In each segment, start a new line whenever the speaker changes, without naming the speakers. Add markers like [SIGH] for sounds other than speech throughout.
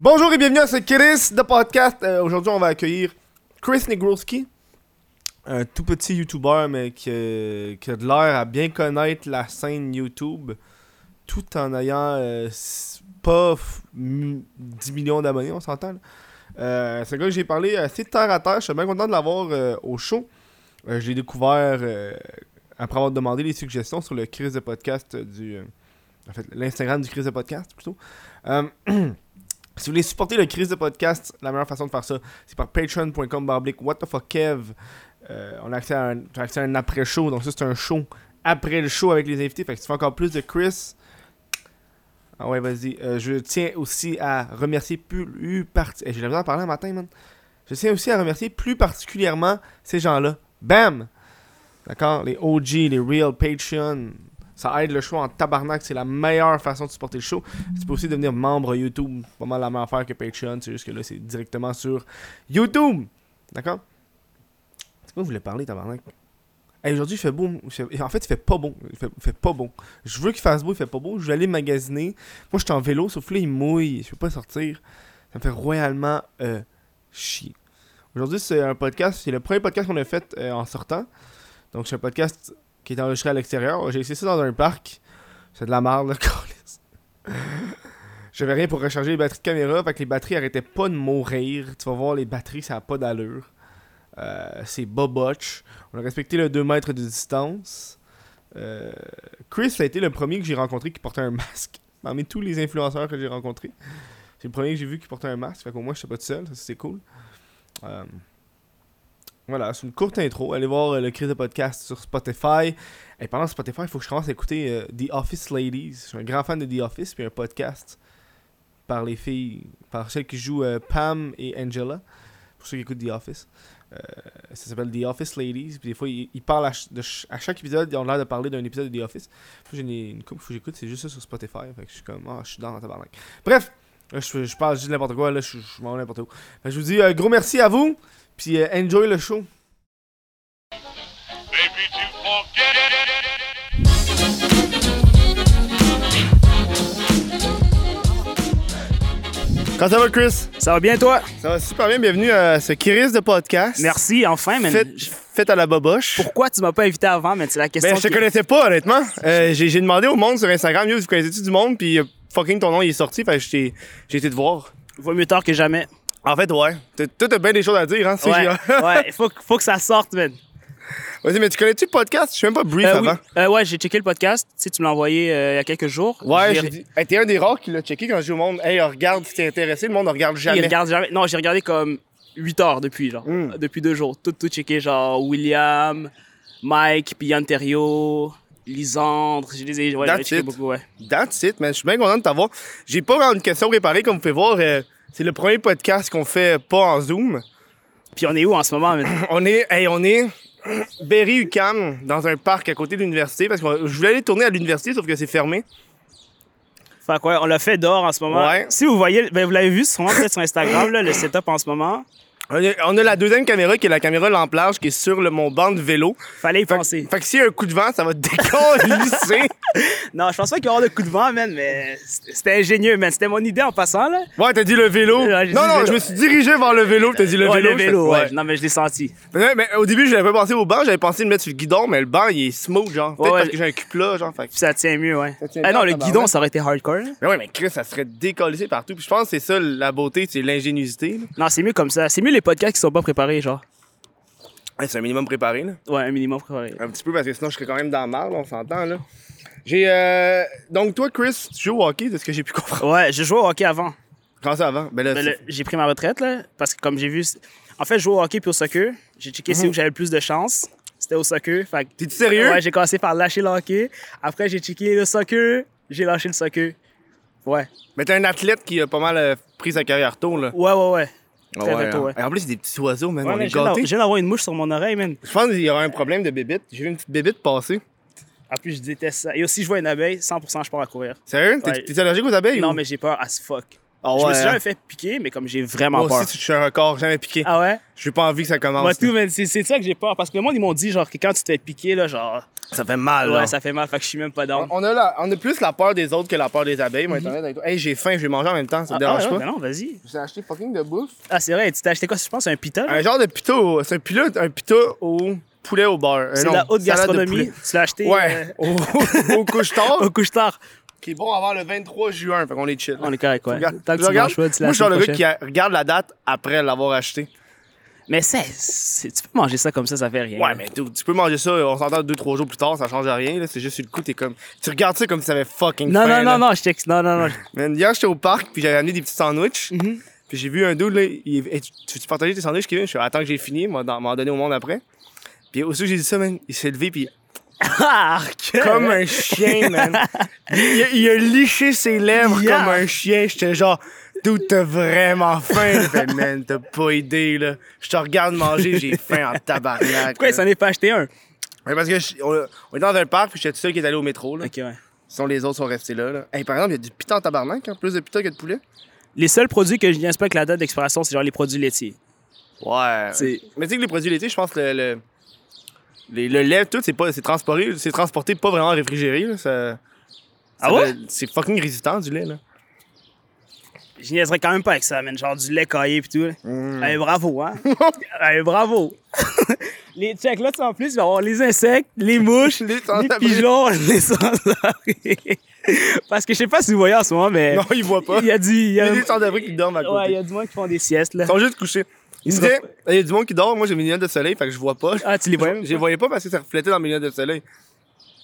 Bonjour et bienvenue à ce Chris de podcast. Euh, Aujourd'hui, on va accueillir Chris Negrowski, un tout petit YouTuber, mais qui, euh, qui a de l'air à bien connaître la scène YouTube, tout en ayant euh, s- pas f- m- 10 millions d'abonnés, on s'entend. là. Euh, C'est un gars que j'ai parlé assez terre à terre. Je suis bien content de l'avoir euh, au show. Euh, je l'ai découvert euh, après avoir demandé les suggestions sur le Chris de podcast euh, du. euh, en fait, l'Instagram du Chris de podcast, plutôt. Euh, si vous voulez supporter le Chris de podcast, la meilleure façon de faire ça, c'est par patreon.com barblique what the fuck Kev. Euh, on a accès à un, t'as accès à un après-show, donc ça c'est un show après le show avec les invités. Fait que si tu fais encore plus de Chris. Ah ouais, vas-y. Euh, je tiens aussi à remercier plus particulièrement. J'ai la misère à parler un matin, man. Je tiens aussi à remercier plus particulièrement ces gens-là. Bam! D'accord? Les OG, les Real Patreon. Ça aide le show en tabarnak. C'est la meilleure façon de supporter le show. Tu peux aussi devenir membre YouTube. Pas mal la même affaire que Patreon. C'est juste que là, c'est directement sur YouTube. D'accord? C'est quoi que je voulais parler, tabarnak? Hey, Aujourd'hui, il fait beau. Il fait- En fait, il fait pas beau. Il fait, il fait pas beau. Je veux qu'il fasse beau, il fait pas beau. Je vais aller magasiner. Moi, je suis en vélo, sauf que là, il mouille. Je peux pas sortir. Ça me fait royalement euh, chier. Aujourd'hui, c'est un podcast. C'est le premier podcast qu'on a fait euh, en sortant. Donc, c'est un podcast qui est enregistré à l'extérieur. J'ai essayé ça dans un parc. C'est de la merde, là, câlisse. J'avais rien pour recharger les batteries de caméra, fait que les batteries arrêtaient pas de mourir. Tu vas voir, les batteries, ça a pas d'allure. Euh, c'est bobotch. On a respecté le 2 mètres de distance. Euh, Chris a été le premier que j'ai rencontré qui portait un masque. [LAUGHS] Parmi tous les influenceurs que j'ai rencontrés, c'est le premier que j'ai vu qui portait un masque. Fait qu'au moins, je suis pas tout seul. Ça, c'est cool. Euh, voilà, c'est une courte intro. Allez voir euh, le Chris de podcast sur Spotify. Et pendant Spotify, il faut que je commence à écouter euh, The Office Ladies. Je suis un grand fan de The Office, puis un podcast par les filles, par celles qui jouent euh, Pam et Angela, pour ceux qui écoutent The Office. Euh, ça s'appelle The Office Ladies. Puis des fois, ils, ils parlent à, ch- de ch- à chaque épisode, ils ont l'air de parler d'un épisode de The Office. Puis j'ai une, une couple, faut que j'écoute, c'est juste ça sur Spotify. Fait que je suis comme, ah, je suis dans la tabarnak. Bref, là, je, je parle juste de n'importe quoi, là, je, je m'en vais n'importe où. Fait que je vous dis euh, gros merci à vous, puis euh, enjoy le show.
Baby, to forget it.
Quand ça va, Chris
Ça va bien, toi?
Ça va super bien, bienvenue à ce Kiris de podcast.
Merci, enfin, man.
Faites
Je-
à la boboche.
Pourquoi tu m'as pas invité avant, man? C'est la question.
Ben, je te
qui-
connaissais pas, honnêtement. Euh, j'ai j'ai demandé au monde sur Instagram, yo, vous connaissez-tu du monde? Puis euh, fucking ton nom il est sorti, fait que je t'ai- j'ai été te voir.
Vaut mieux tard que jamais.
En fait, ouais. T'as- Toi, t'as bien des choses à dire, hein, si
Ouais,
j'ai-
ouais. Faut, que- faut que ça sorte, man.
[LAUGHS] Vas-y, mais tu connais-tu le podcast? Je suis même pas brief
Euh, oui.
avant.
Euh, ouais, j'ai checké le podcast. Tu sais, tu me l'as envoyé euh, il y a quelques jours.
Ouais,
J'ai-
j'ai dit. Hey, t'es un des rares qui l'a checké quand je dis au monde, hey, regarde si t'es intéressé, le monde ne regarde
il
jamais.
regarde jamais. Non, j'ai regardé comme 8 heures depuis, genre.
Mm.
Depuis deux jours. Tout, tout checké, genre William, Mike, puis Ontario, Lisandre. Je les ai, ouais,
That's
j'ai checké
it.
beaucoup, ouais.
That's it, man. Je suis bien content de t'avoir. J'ai pas vraiment une question préparée, comme vous pouvez voir. euh, c'est le premier podcast qu'on fait pas en Zoom.
Puis on est où en ce moment, man?
On est, hey, on est berry ucam dans un parc à côté de l'université parce que je voulais aller tourner à l'université sauf que c'est fermé.
Fait quoi, on l'a fait dehors en ce moment.
Ouais.
Si vous voyez, ben, vous l'avez vu sûrement peut-être sur Instagram, là, le setup en ce moment.
On a, on a la deuxième caméra qui est la caméra l'amplage qui est sur le, mon banc de vélo.
Fallait y
Fait,
penser.
fait que s'il y a un coup de vent, ça va [LAUGHS] décolisser.
Non, je pense pas qu'il va y avoir de coup de vent, man, mais c'était c'était ingénieux, man. C'était mon idée en passant, là.
ouais, t'as dit le vélo.
Ouais, j'ai
non,
dit
non,
vélo.
je me suis dirigé vers le vélo, t'as dit le
Ouais,
vélo.
le vélo,
je
ouais.
fais-
Non, mais je l'ai senti.
Ouais, mais au début, je l'avais pas pensé au banc, j'avais pensé de mettre sur le guidon, mais le banc, il est smooth, genre. Peut-être
Ouais, ouais.
parce que j'ai un cul plat, genre. Fait que-
Puis ça tient mieux, ouais.
Ça tient
ah
bien,
non, le
tabarnak.
guidon, ça aurait été hardcore. là.
Mais ouais, mais Chris, ça serait décollissé partout. Puis je pense que c'est ça la beauté, c'est l'ingéniosité. là.
Non, c'est mieux comme ça. C'est mieux les podcasts qui sont pas préparés, genre.
Ouais, c'est un minimum préparé, là.
Ouais, un minimum préparé.
Un petit peu, parce que sinon, je serais quand même dans la marre, là, on s'entend, là. J'ai. euh, Donc, toi, Chris, tu joues au hockey, de ce que j'ai pu comprendre.
Ouais, j'ai joué au hockey avant.
Quand ça avant? Ben là,
Ben,
c'est-
là, j'ai pris ma retraite, là, parce que comme j'ai vu. c'est- En fait, je jouais au hockey puis au soccer. J'ai checké c'est où j'avais le plus de chance. C'était au soccer. Fait que-
T'es-tu Mhm. sérieux?
Ouais, j'ai commencé par lâcher le hockey. Après, j'ai checké le soccer. J'ai lâché le soccer. Ouais.
Mais t'es un athlète qui a pas mal euh, pris sa carrière tôt, là.
Ouais, ouais, ouais. très, très tôt,
hein.
ouais.
Et En plus, c'est des petits oiseaux, man.
Ouais,
on
mais
est
je viens d'avoir-
gâtés.
je viens d'avoir une mouche sur mon oreille, man.
Je pense qu'il y aura un problème de bébite. J'ai vu une petite bébite passer.
En plus, je déteste ça. Et aussi, je vois une abeille, 100% je pars à courir.
Sérieux? T'es-
Ouais.
T'es allergique aux abeilles?
Non,
ou-
mais j'ai peur as fuck.
Ah
je me
ouais,
suis
hein.
jamais fait piquer, mais comme j'ai vraiment
Moi
peur.
aussi, je suis un corps jamais piqué.
Ah ouais?
J'ai pas envie que ça commence.
Moi, tout, mais c'est c'est de ça que j'ai peur. Parce que le monde, ils m'ont dit, genre, que quand tu te fais piquer, là, genre,
Ça fait mal,
ouais, ça fait mal, Mm-hmm. fait que je suis même pas dans.
Ah, On a, la- on a plus la peur des autres que la peur des abeilles, moi, étant honnête avec toi. Hey, j'ai faim, je vais manger en même temps, ça te dérange pas?
Ben non, vas-y.
J'ai acheté fucking de bouffe.
Ah, c'est vrai, tu t'es acheté quoi, je pense, un pita? là?
Un genre de pita au... C'est un pilote, un pita au poulet au beurre. Euh,
C'est de
non,
la
salade
haute
de
gastronomie.
poulet.
Tu l'as acheté
Ouais, au, au
[LAUGHS] euh,
couche-tard,
au couche-tard.
qui est bon avant le 23 juin, fait qu'on est chill.
On est correct, ouais.
Regarde-
Tant que
je
tu
regarde-
manges pas, tu
Moi, je
l'as
suis genre le gars qui a- regarde la date après l'avoir acheté.
Mais c'est, c'est- tu peux manger ça comme ça, ça fait rien.
Ouais, mais dude, tu peux manger ça, on s'entend 2-3 jours plus tard, ça change rien, là. C'est juste sur le coup, t'es comme. Tu regardes ça comme si ça avait fucking
Non,
faim,
non,
là.
non, non, je t'ex... Non, non, non.
[LAUGHS] Man, hier, j'étais au parc, puis j'avais amené des petits sandwichs.
Mhm.
Puis j'ai vu un dude, là, il... Hey, tu tu veux partager tes sandwichs, Kevin? Je suis attends que j'ai fini, m'en m'en donner au monde après. Puis aussi, j'ai dit ça, man, il s'est levé, puis
Arc!
comme un chien, man. Il, a- il a liché ses lèvres
Yeah.
comme un chien. J'étais genre, d'où t'as vraiment faim? Il fait, man, t'as pas idée, là. Je te regarde manger, j'ai faim en tabarnak.
Pourquoi il
là.
s'en est pas acheté un?
Ouais, parce que je- on, on était dans un parc, puis j'étais tout seul qui est allé au métro, là.
Ok, ouais.
Sinon, les autres sont restés là, là. Hey, par exemple, il y a du pita en tabarnak, hein, plus de pita que de poulet.
Les seuls produits que je viens pas avec la date d'expiration, c'est genre les produits laitiers.
Ouais.
C'est-
Mais tu sais que les produits laitiers, je pense que le. le... les- le lait, tout, c'est pas, c'est transporté, c'est transporté pas vraiment réfrigéré, là, ça-
Ah
ça
ouais?
doit- C'est fucking résistant, du lait,
[LAUGHS]
là.
Je niaiserais quand même pas avec ça, man. Genre du lait caillé pis tout. là.
Mm.
Allez,
[LAUGHS]
bravo, hein? Allez, bravo! [LAUGHS] les checks là, tu sais, en plus, il va y avoir les insectes, les
[LAUGHS]
mouches, les,
Les sans-abri.
pigeons, [LAUGHS] les sans-abri. Parce que je sais pas si vous voyez en ce moment, mais
Non, ils voient pas.
Eh, il y a du. Il y
Il y
a,
a des sans-abri qui dorment à côté.
ouais, il y a du monde qui font des siestes, là.
Ils sont juste couchés. Ils
se
disaient, il y a du monde qui dort, moi j'ai mes lunettes de soleil, fait que je vois pas.
Ah, tu les vois même
Je les voyais pas parce que ça reflétait dans mes lunettes de soleil.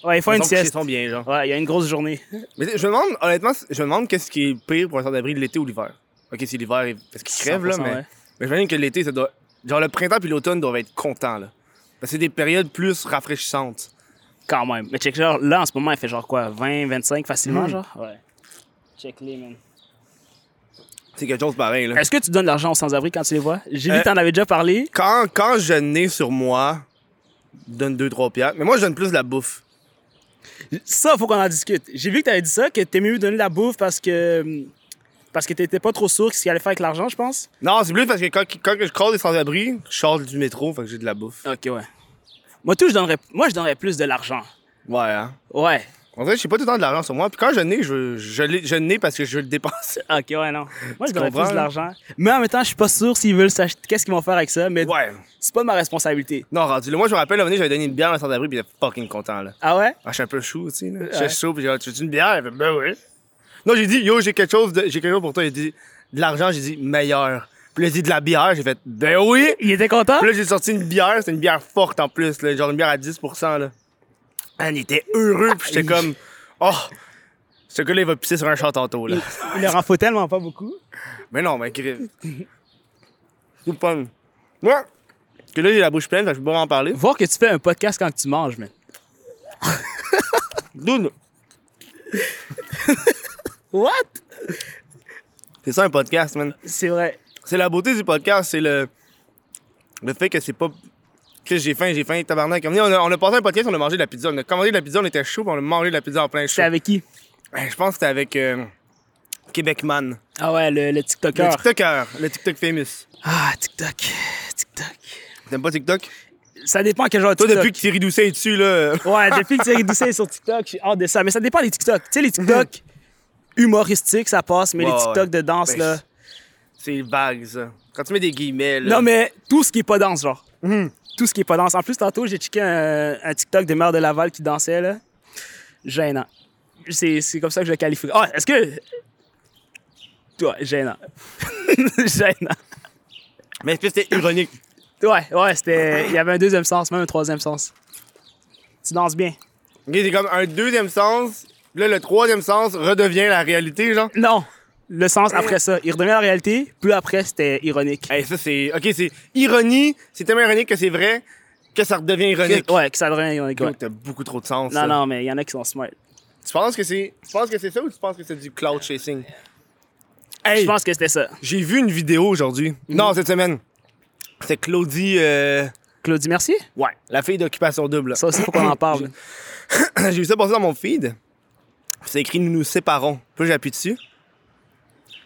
Ouais, ils font une
Donc, ils
sieste.
sont bien, genre.
Ouais, il y a une grosse journée.
Mais tu sais, je me demande, honnêtement, je me demande qu'est-ce qui est pire pour un sans-abri, l'été ou l'hiver. Ok, c'est l'hiver, il- parce qu'ils crèvent, là,
100%,
mais.
ouais.
Mais j'imagine que l'été, ça doit. Genre le printemps puis l'automne doivent être contents, là. Parce que c'est des périodes plus rafraîchissantes.
Quand même. Mais check, genre, là, en ce moment, il fait genre quoi? 20, 25 facilement,
Mm.
genre? Ouais. Check les, man.
C'est quelque chose de pareil, là.
Est-ce que tu donnes de l'argent aux sans-abri quand tu les vois? J'ai vu
Euh,
que t'en avais déjà parlé.
Quand, quand je n'ai sur moi, je donne 2-3 piastres. Mais moi, je donne plus de la bouffe.
Ça, faut qu'on en discute. J'ai vu que t'avais dit ça, que t'aimais mieux donner la bouffe parce que. hmm, Parce que t'étais pas trop sûr de ce qu'il allait faire avec l'argent, je pense.
Non, c'est plus parce que quand, quand je croise des sans-abri, je sors du métro, fait que j'ai de la bouffe.
Ok, ouais. Moi, tout, je donnerais, moi, je donnerais plus de l'argent.
Ouais, hein.
Ouais.
En fait, j'ai pas tout le temps de l'argent sur moi. Puis quand je n'ai, je, je, l'ai- je n'ai parce que je veux le dépenser.
Ok, ouais, non. Moi, je donnerais
comprends,
plus de
là?
l'argent. hein? Mais en même temps, je suis pas sûr s'ils veulent s'acheter. Qu'est-ce qu'ils vont faire avec ça,
[LAUGHS]
mais
Ouais.
c'est pas de ma responsabilité.
Non, rendu là. Moi, je me rappelle, un moment donné, j'avais donné une bière à un sans-abri, puis il était fucking content, là.
Ah ouais?
Ah, je suis un peu chou, tu sais, là.
Ouais.
J'étais chaud, puis j'ai dit, tu veux une bière? Il fait, ben oui. Non, j'ai dit, yo, j'ai quelque chose, de- j'ai quelque chose pour toi. Il a dit, de l'argent, j'ai dit, meilleur. Puis là, il a dit, de la bière, j'ai fait, ben oui.
Il était content?
Puis là, j'ai sorti une bière, c'est une bière forte en plus, là, genre une bière à 10%. Là. On était heureux, puis j'étais comme, oh, ce gars-là, il va pisser sur un chat tantôt. Là.
Il leur en faut tellement pas beaucoup.
[LAUGHS] Mais non, mais grave. Tout pomme. Ouais. Que là, j'ai la bouche pleine, fait que je peux pas en parler.
Voir que tu fais un podcast quand tu manges, man.
Dude,
What?
c'est ça un podcast, man.
C'est vrai.
C'est la beauté du podcast, c'est le. Le fait que c'est pas. Que j'ai faim, j'ai faim, tabarnak. Comme dit, On a, on a passé un podcast, on a mangé de la pizza. On a commandé de la pizza, on était chaud, puis on a mangé de la pizza en plein chaud.
C'était avec qui?
Ben, Je pense que c'était avec euh, Québecman.
Ah ouais, le, le
Le
TikToker.
TikToker, le TikTok famous.
Ah, TikTok. TikTok.
T'aimes pas TikTok?
Ça dépend quel genre de
Toi,
TikTok.
depuis que Thierry Doucet est dessus, là.
Ouais, depuis que Thierry Doucet est sur TikTok, je suis hâte de ça. Mais ça dépend des TikTok. Tu sais, les TikTok humoristiques, ça passe, mais
Mhm. Ouais,
les TikTok
ouais.
de danse,
Ben,
là.
c'est- C'est vague, ça. Quand tu mets des guillemets, là.
Non, mais tout ce qui est pas danse, genre. Tout ce qui est pas danse. En plus, tantôt, j'ai checké un, un TikTok de Mère de Laval qui dansait, là. Gênant. C'est c'est comme ça que je le qualifie. Ah, est-ce que. Toi, gênant. [LAUGHS] gênant.
Mais est-ce que c'était ironique?
Ouais, ouais, c'était. Il y avait un deuxième sens, même un troisième sens. Tu danses bien.
Ok, c'est comme un deuxième sens. Là, le troisième sens redevient la réalité, genre.
Non! Le sens après ça. Il redevient la réalité, puis après, c'était ironique.
Hey, ça, c'est. Ok, c'est ironie. C'est tellement ironique que c'est vrai que ça redevient ironique.
Ouais, que ça devrait ironique. ouais.
Donc, T'as beaucoup trop de sens. ça.
Non, non, mais il y en a qui sont smart.
Tu penses que c'est. Tu penses que c'est ça ou tu penses que c'est du cloud chasing?
Je pense que c'était ça.
J'ai vu une vidéo aujourd'hui.
Mhm.
Non, cette semaine. C'est Claudie. euh,
Claudie Mercier?
Ouais, la fille d'occupation double.
Ça aussi, faut qu'on en parle.
[CLEARS THROAT] J'ai vu ça passer dans mon feed. Puis C'est écrit Nous nous séparons. Puis là, j'appuie dessus.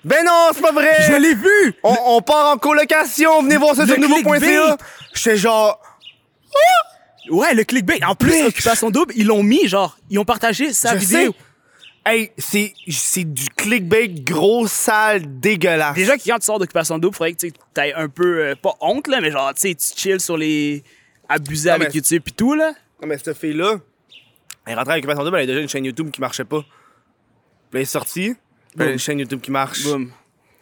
Ben non, c'est pas vrai!
Je l'ai vu!
On, on part en colocation, venez voir ça
Le
sur nouveau.ca.
clickbait.
J'étais genre.
Ouais, le clickbait. En plus,
Bitch.
Occupation Double, ils l'ont mis, genre, ils ont partagé sa
Je
vidéo.
sais. Hey, c'est c'est du clickbait gros, sale, dégueulasse.
Déjà, que quand tu sors d'occupation double, faudrait que tu aies un peu, euh, pas honte, là, mais genre, tu sais, tu chill sur les abusés
Non,
avec
mais-
YouTube pis tout, là.
Non, mais cette fille-là, elle est rentrée à Occupation Double, elle a déjà une chaîne YouTube qui marchait pas. Puis elle est sortie, puis elle a une
Boum.
chaîne YouTube qui marche.
Boum.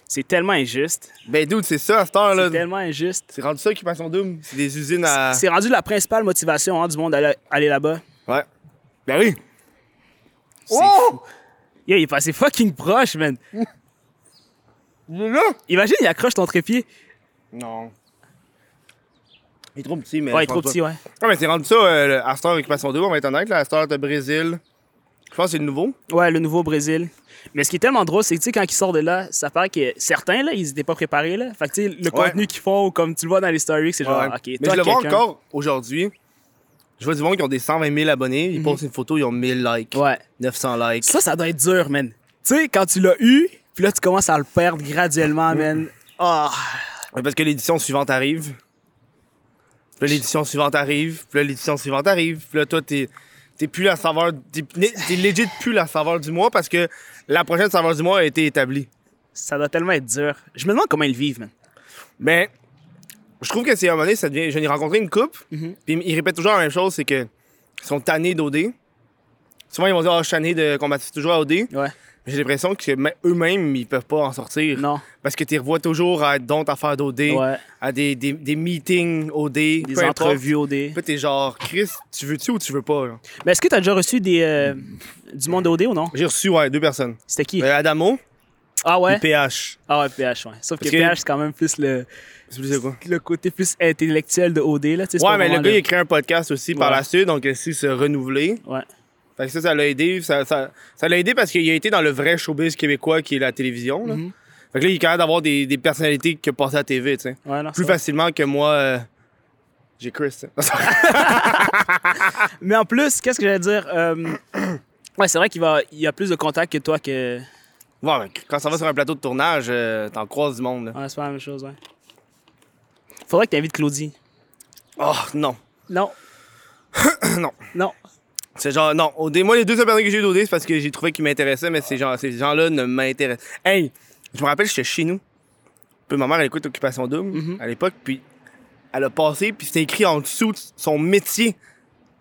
C'est tellement injuste.
Ben, dude, c'est ça à cette heure-là.
C'est tellement injuste.
C'est rendu ça, Occupation Double. C'est des usines à.
C'est rendu la principale motivation hein, du monde d'aller aller là-bas.
Ouais. Ben oui.
C'est fou. Yeah, il est passé fucking proche, man.
Il est là?
Imagine, il accroche ton trépied.
Non. Il est trop petit, mais.
Ouais, il est
je
trop
pense pas.
petit, ouais.
Non, mais c'est rendu ça, euh, le- à cette heure, Occupation Double, on va être honnête, là, à cette heure de Brésil. Je pense que c'est le nouveau.
Ouais, le nouveau Brésil. Mais ce qui est tellement drôle, c'est que, tu sais, quand il sort de là, ça paraît que certains, là, ils étaient pas préparés, là. Fait que, tu sais, le contenu qu'ils font, comme tu le vois dans les stories, c'est genre,
Ouais.
Ah, OK,
mais
toi,
je le vois
quelqu'un-
encore aujourd'hui. Je vois du monde qui ont des 120 000 abonnés, ils postent une photo, ils ont 1000 likes,
Mhm. Ouais.
900 likes.
Ça, ça doit être dur, man. Tu sais, quand tu l'as eu, puis là, tu commences à le perdre graduellement,
Mm.
man. Ah,
Ouais, Parce que l'édition suivante arrive. Puis là, l'édition suivante arrive. Puis là, l'édition suivante arrive. Puis là, toi, t'es, t'es plus la saveur. T'es, t'es legit plus la saveur du mois parce que la prochaine saveur du mois a été établie.
ça doit tellement être dur. Je me demande comment ils le vivent, man.
Mais je trouve que c'est à un moment donné, ça devient. J'en ai rencontré une coupe. Puis ils répètent toujours la même chose c'est que ils sont tannés d'OD. Souvent, ils vont dire Ah, je suis tanné de combattre toujours à OD.
Ouais.
Mais J'ai l'impression que même- eux-mêmes, ils peuvent pas en sortir.
Non.
Parce que tu revois toujours à d'autres affaires d'OD,
Ouais.
à des, des, des meetings OD,
Des
peu importe.
entrevues au dé.
Puis t'es genre, Chris, tu veux-tu ou tu veux pas? là?
Mais est-ce que t'as déjà reçu des, euh, du monde au dé ou non?
J'ai reçu, ouais, deux personnes.
C'était qui?
Euh, Adamo
ah ouais?
et PH.
Ah ouais, PH, ouais. Sauf que,
Parce que-
PH, c'est quand même plus le,
C'est plus de quoi?
le côté plus intellectuel de OD, là. tu sais, c'est
Ouais,
pas
mais le
vraiment
gars, il a créé un podcast aussi par
Ouais.
la suite, donc il a su se renouveler.
Ouais.
Fait que ça, ça l'a aidé. Ça, ça, ça l'a aidé parce qu'il a été dans le vrai showbiz québécois qui est la télévision. Là.
Mm-hmm.
Fait que là, il est capable d'avoir des, des personnalités qui passent à la TV, tu sais.
Ouais, non,
Plus
c'est vrai.
facilement que moi, euh, j'ai Chris. hein.
Mais en plus, qu'est-ce que j'allais dire?
[COUGHS]
Euh, ouais, c'est vrai qu'il va, il y a plus de contacts que toi que.
[LAUGHS] Ouais, mais quand ça va sur un plateau de tournage, euh, t'en croises du monde. là.
Ouais, c'est pas la même chose, ouais. Faudrait que t'invites Claudie.
Oh non.
Non.
[COUGHS] Non.
Non.
C'est genre, non. Au dé- moi, les deux seules personnes que j'ai eues d'OD, c'est parce que j'ai trouvé qu'ils m'intéressaient, mais ces, gens, ces gens-là ne m'intéressent. Hey, je me rappelle, j'étais chez nous. Puis ma mère, elle écoute Occupation Double
Mhm.
à l'époque, puis elle a passé, puis c'était écrit en dessous de son métier.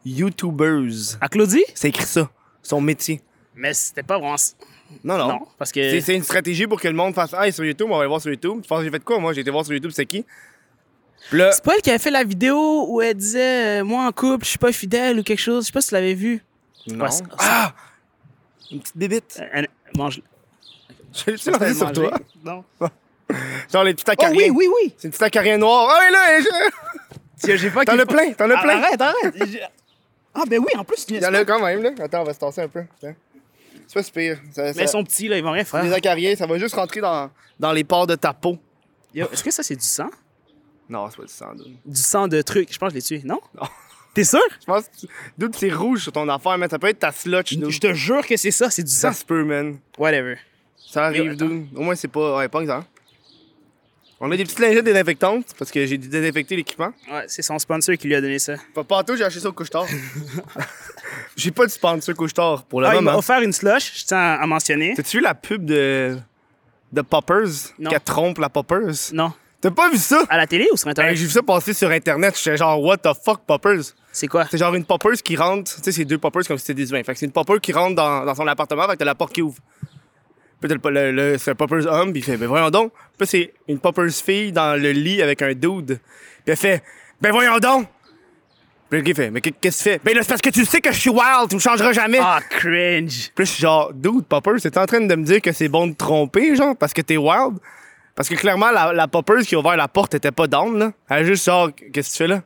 YouTubers.
À Claudie?
C'est écrit ça. Son métier.
Mais c'était pas vraiment.
Non, non.
Non, parce que.
C'est, c'est une stratégie pour que le monde fasse Hey, sur YouTube, on va aller voir sur YouTube. Tu penses que j'ai fait quoi, moi J'ai été voir sur YouTube, c'est qui Puis là,
C'est pas elle qui avait fait la vidéo où elle disait euh, Moi en couple, je suis pas fidèle ou quelque chose. Je sais pas si tu l'avais vu.
non.
Ouais, c'est-
ah Une petite bébite.
Euh, elle- mange
Je l'ai lancé sur
manger.
toi.
Non.
Genre les petits
Oh
acariens.
oui, oui, oui.
C'est une petite acarien noire. Ah oui, là, je-
[LAUGHS] Tiens, j'ai pas Ah,
t'en as plein, t'en as plein.
Arrête, arrête. J'ai- Ah, ben oui, en plus,
Ah, Il y en a quand même, là. Attends, on va se tasser un peu. Tiens. C'est pas si pire. Ça-
Mais Ah.
ça-
ils sont petits, là, ils vont rien
Les
faire.
acariens, ça va juste rentrer dans, dans les pores de ta peau.
Yo, Est-ce que ça, c'est du sang
Non, c'est pas du sang, dude.
Du sang de truc. Je pense que je l'ai tué, non
Non.
T'es sûr
Je pense que tu- dude, c'est rouge sur ton affaire, man. Ça peut être ta slotch, dude.
Je te jure que c'est ça, c'est du sang.
Ça se peut, man.
Whatever.
Ça
Yo,
arrive,
attends.
dude. Au moins, c'est pas. Ouais, pas exemple. On a des petites lingettes désinfectantes parce que j'ai dû désinfecter l'équipement.
Ouais, c'est son sponsor qui lui a donné ça. Ah,
Pas partout, j'ai acheté ça au
[LAUGHS]
couche-tard. j'ai pas de sponsor couche-tard pour le
Ah, il m'a
moment.
offert une slush, je tiens à à mentionner.
T'as-tu vu la pub de, de Poppers?
Non.
Qu'elle trompe la Poppers?
Non.
T'as pas vu ça?
À la télé ou sur
Hey,
Internet
j'ai vu ça passer sur Internet. J'étais genre, what the fuck, Poppers?
C'est quoi
C'est genre une Poppers qui rentre. Tu sais, c'est deux Poppers comme si c'était des humains. Fait que c'est une Popper qui rentre dans, dans son appartement, fait que t'as la porte qui ouvre. Puis t'as le, le, le- c'est un Poppers homme, puis il fait, ben voyons donc. Puis c'est une Poppers fille dans le lit avec un dude. Puis elle fait, ben voyons donc. Puis le gars il fait, mais qu'est- qu'est-ce que tu fais? Ben là, c'est parce que tu sais que je suis wild, tu me changeras jamais.
Ah, cringe.
Puis là, je suis genre, dude, Poppers, t'es en train de me dire que c'est bon de tromper, genre, parce que t'es wild? Parce que clairement, la, la Poppers qui a ouvert la porte était pas down, là. Elle a juste genre, qu'est-ce que tu fais là?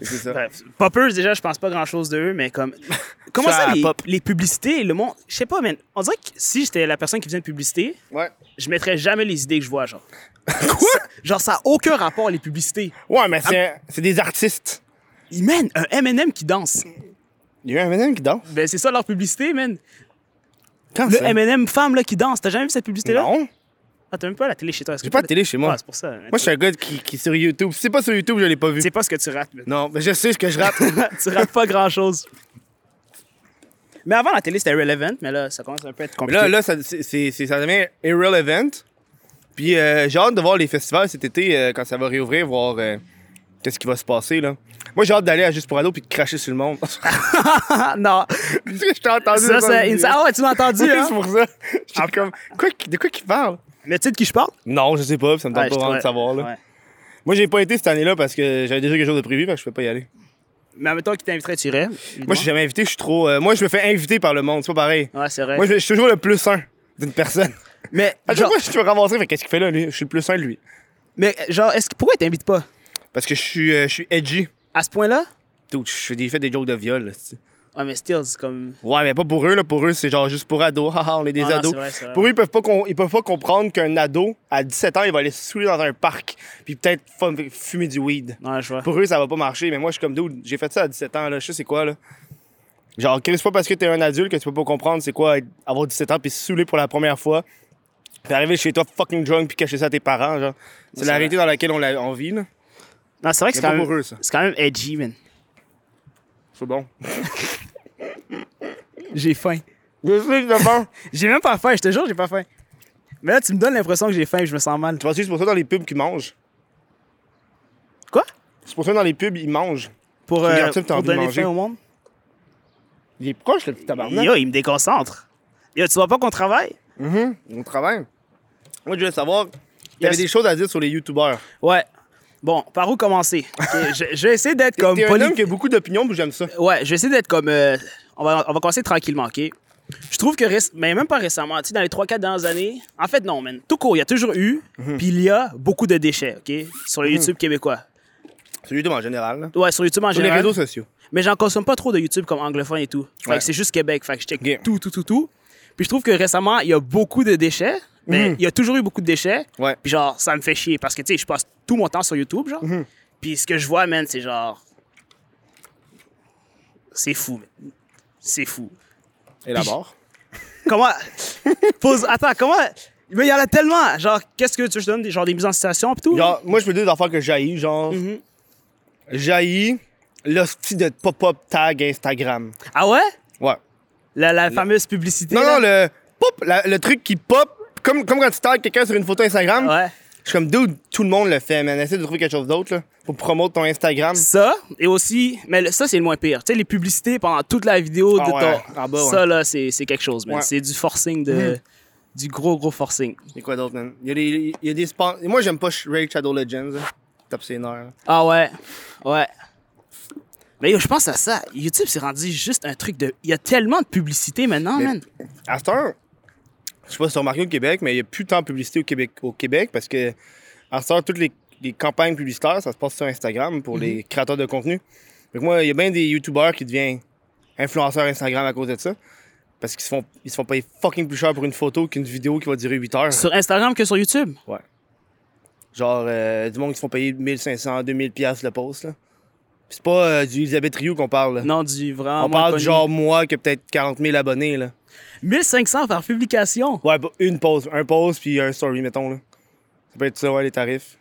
C'est ça.
Bref, Ben, Poppers, déjà, je pense pas grand chose d'eux, mais [LAUGHS] comme. Comment
Ça,
ça, les,
pop.
les publicités, le monde. Je sais pas, man. On dirait que si j'étais la personne qui faisait une publicité,
Ouais.
je mettrais jamais les idées que je vois, genre. [LAUGHS] Quoi Genre, ça a aucun rapport, les publicités.
Ouais, mais c'est, c'est des artistes.
Ils mènent un MM qui danse.
Il y a eu un M&M qui danse.
Ben, c'est ça leur publicité, man.
Quand
Le
ça?
M&M femme là, qui danse, t'as jamais vu cette publicité-là?
Non.
Ah, t'as même pas la télé chez toi. est-ce
J'ai
que
pas
t'as-
de télé chez moi.
Ah, c'est pour ça.
Moi, je suis un gars qui, qui est sur YouTube. Si c'est pas sur YouTube, je l'ai pas vu.
C'est pas ce que tu rates. mais-
Non, mais je sais ce que je rate.
[LAUGHS] tu rates pas grand-chose. Mais avant, la télé, c'était relevant, mais là, ça commence un peu à être
Mais
compliqué.
là, là ça, c'est- c'est- c'est- ça devient irrelevant. Puis euh, j'ai hâte de voir les festivals cet été euh, quand ça va réouvrir, voir euh, qu'est-ce qui va se passer. là. Moi, j'ai hâte d'aller à Juste pour Allo puis de cracher sur le monde. [LAUGHS]
Ah, non.
Parce que je t'ai entendu.
Ça,
[LAUGHS]
c'est...
ça.
Ah ouais, tu l'as entendu, hein?
c'est pour ça. J'étais comme, quoi, de quoi qu'il parle?
Le titre qui je parle?
Non, je sais pas, puis ça me tente
Ouais,
pas
je-
vraiment de
ouais,
savoir. Là.
ouais.
Moi, j'ai pas été cette année-là parce que j'avais déjà quelque chose de prévu, parce que je pouvais pas y aller.
Mais admettons qu'il t'inviterait, tu irais.
Moi, je suis jamais invité, je suis trop. euh, moi, je me fais inviter par le monde, c'est pas pareil.
Ouais, c'est vrai.
Moi, je je suis toujours le plus un d'une personne.
Mais,
À chaque
genre,
fois, je Ah, me ramasser, fait qu'est-ce qu'il fait là, lui? Je suis le plus un de lui.
mais, genre, est-ce que... pourquoi il t'invite pas?
Parce que je suis, euh, je suis edgy.
À ce point-là?
Dude, je fais des, fait des jokes de viol. là, c'est-
Ouais, mais still, c'est comme...
Ouais, mais pas pour eux, là. Pour eux, c'est genre juste pour ados. [LAUGHS] Haha, on est des
Ah, non,
ados.
c'est vrai, c'est vrai.
Pour eux, ils peuvent, pas com- ils peuvent pas comprendre qu'un ado, à 17 ans, il va aller se saouler dans un parc, puis peut-être fum- fumer du weed.
Non, je vois.
Pour eux, ça va pas marcher, mais moi, je suis comme, dude, j'ai fait ça à 17 ans, là. Je sais c'est quoi, là. Genre, Chris, c'est pas parce que t'es un adulte que tu peux pas comprendre c'est quoi être- avoir 17 ans, puis se saouler pour la première fois, puis arriver chez toi fucking drunk, puis cacher ça à tes parents, genre. C'est la
vrai.
réalité dans laquelle on, la- on vit, là.
Non, c'est vrai que
Mais
c'est
pas
quand
pour
même...
eux, ça.
C'est quand même edgy, man.
C'est bon.
J'ai faim.
Je sais que c'est bon.
J'ai même pas faim, je te jure, [LAUGHS] j'ai pas faim. Mais là, tu me donnes l'impression que j'ai faim et je me sens mal.
Tu penses que c'est pour ça dans les pubs qu'ils mangent?
Quoi?
C'est pour ça dans les pubs, ils mangent.
Pour,
Regarde
euh,
ça, puis t'as
pour
envie de
donner
manger.
faim au monde?
Il est proche, le petit tabarnak.
Yo, il me déconcentre. Yo, tu vois pas qu'on travaille?
On travaille. Moi, je voulais savoir, il y
Yes.
avait des choses à dire sur les youtubeurs.
Ouais. Bon, par où commencer? [LAUGHS] Ok, je, je vais essayer d'être comme...
T'es un
poli-
homme qui a beaucoup d'opinions, puis j'aime ça.
Ouais, je vais essayer d'être comme... euh, on, va, on va commencer tranquillement, OK? Je trouve que... réc- Mais même pas récemment. Tu sais, dans les 3-4 dernières années... En fait, non, man. Tout court, il y a toujours eu,
Mhm.
puis il y a beaucoup de déchets, OK? Sur le YouTube québécois.
Sur YouTube en général. là.
Ouais, sur YouTube en
Sur les
général.
réseaux sociaux.
Mais j'en consomme pas trop de YouTube comme anglophone et tout. Fait
Ouais.
que c'est juste Québec. Fait que je check
Ok.
tout, tout, tout, tout. Puis je trouve que récemment, il y a beaucoup de déchets. Mais il y a toujours eu beaucoup de déchets.
Mhm. Ouais.
Puis genre, ça me fait chier parce que, tu sais, je passe tout mon temps sur YouTube, genre.
Mhm.
Puis ce que je vois, man, c'est genre... C'est fou, man. C'est fou.
Et d'abord. [LAUGHS]
Comment... Pose... Attends, comment... Mais il y en a tellement. Genre, qu'est-ce que tu veux que je te donne? Des, genre des mises en situation pis tout?
Genre, moi, je peux dire des affaires que j'haïs, genre. J'haïs l'hostie de pop-up tag Instagram.
Ah ouais?
Ouais.
La, la fameuse publicité.
Non,
là?
non, le pop, la- le truc qui pop, comme, comme quand tu tags quelqu'un sur une photo Instagram.
Ouais.
Je suis comme, dude, tout le monde le fait, man. Essaie de trouver quelque chose d'autre, là, pour promouvoir ton Instagram.
Ça, et aussi, mais le- ça, c'est le moins pire. Tu sais, les publicités pendant toute la vidéo de
Ah ouais,
ton.
en bas, ouais.
Ça, là, c'est c'est quelque chose, man.
Ouais. Mhm.
C'est du forcing de. Du gros, gros forcing.
Et quoi d'autre, man? Il y a des, il y a des spons- Moi, j'aime pas Raid Shadow Legends, là. Top hein. ses nerfs, là.
Ah ouais. Ouais. Mais yo, je pense à ça. YouTube s'est rendu juste un truc de. Il y a tellement de publicité maintenant,
Mais-
man.
À cette heure, je sais pas si tu as remarqué au Québec, mais il y a plus tant de publicité au Québec, au Québec parce que, à cette heure, toutes les, les campagnes publicitaires, ça se passe sur Instagram pour les créateurs de contenu. Donc, moi, il y a bien des YouTubers qui deviennent influenceurs Instagram à cause de ça. Parce qu'ils se font, ils se font payer fucking plus cher pour une photo qu'une vidéo qui va durer 8 heures.
Sur Instagram que sur YouTube.
Genre, euh, du monde qui se font payer 1500, 2000 piastres le post, là. Puis c'est pas euh, du Elisabeth Rioux qu'on parle, là.
Non, du vraiment.
On
moins
parle du
connu.
genre moi qui a peut-être 40 000 abonnés, là.
1500 par publication.
Ouais, bah, une pause, un pause puis un story, mettons, là. Ça peut être ça, ouais, les tarifs.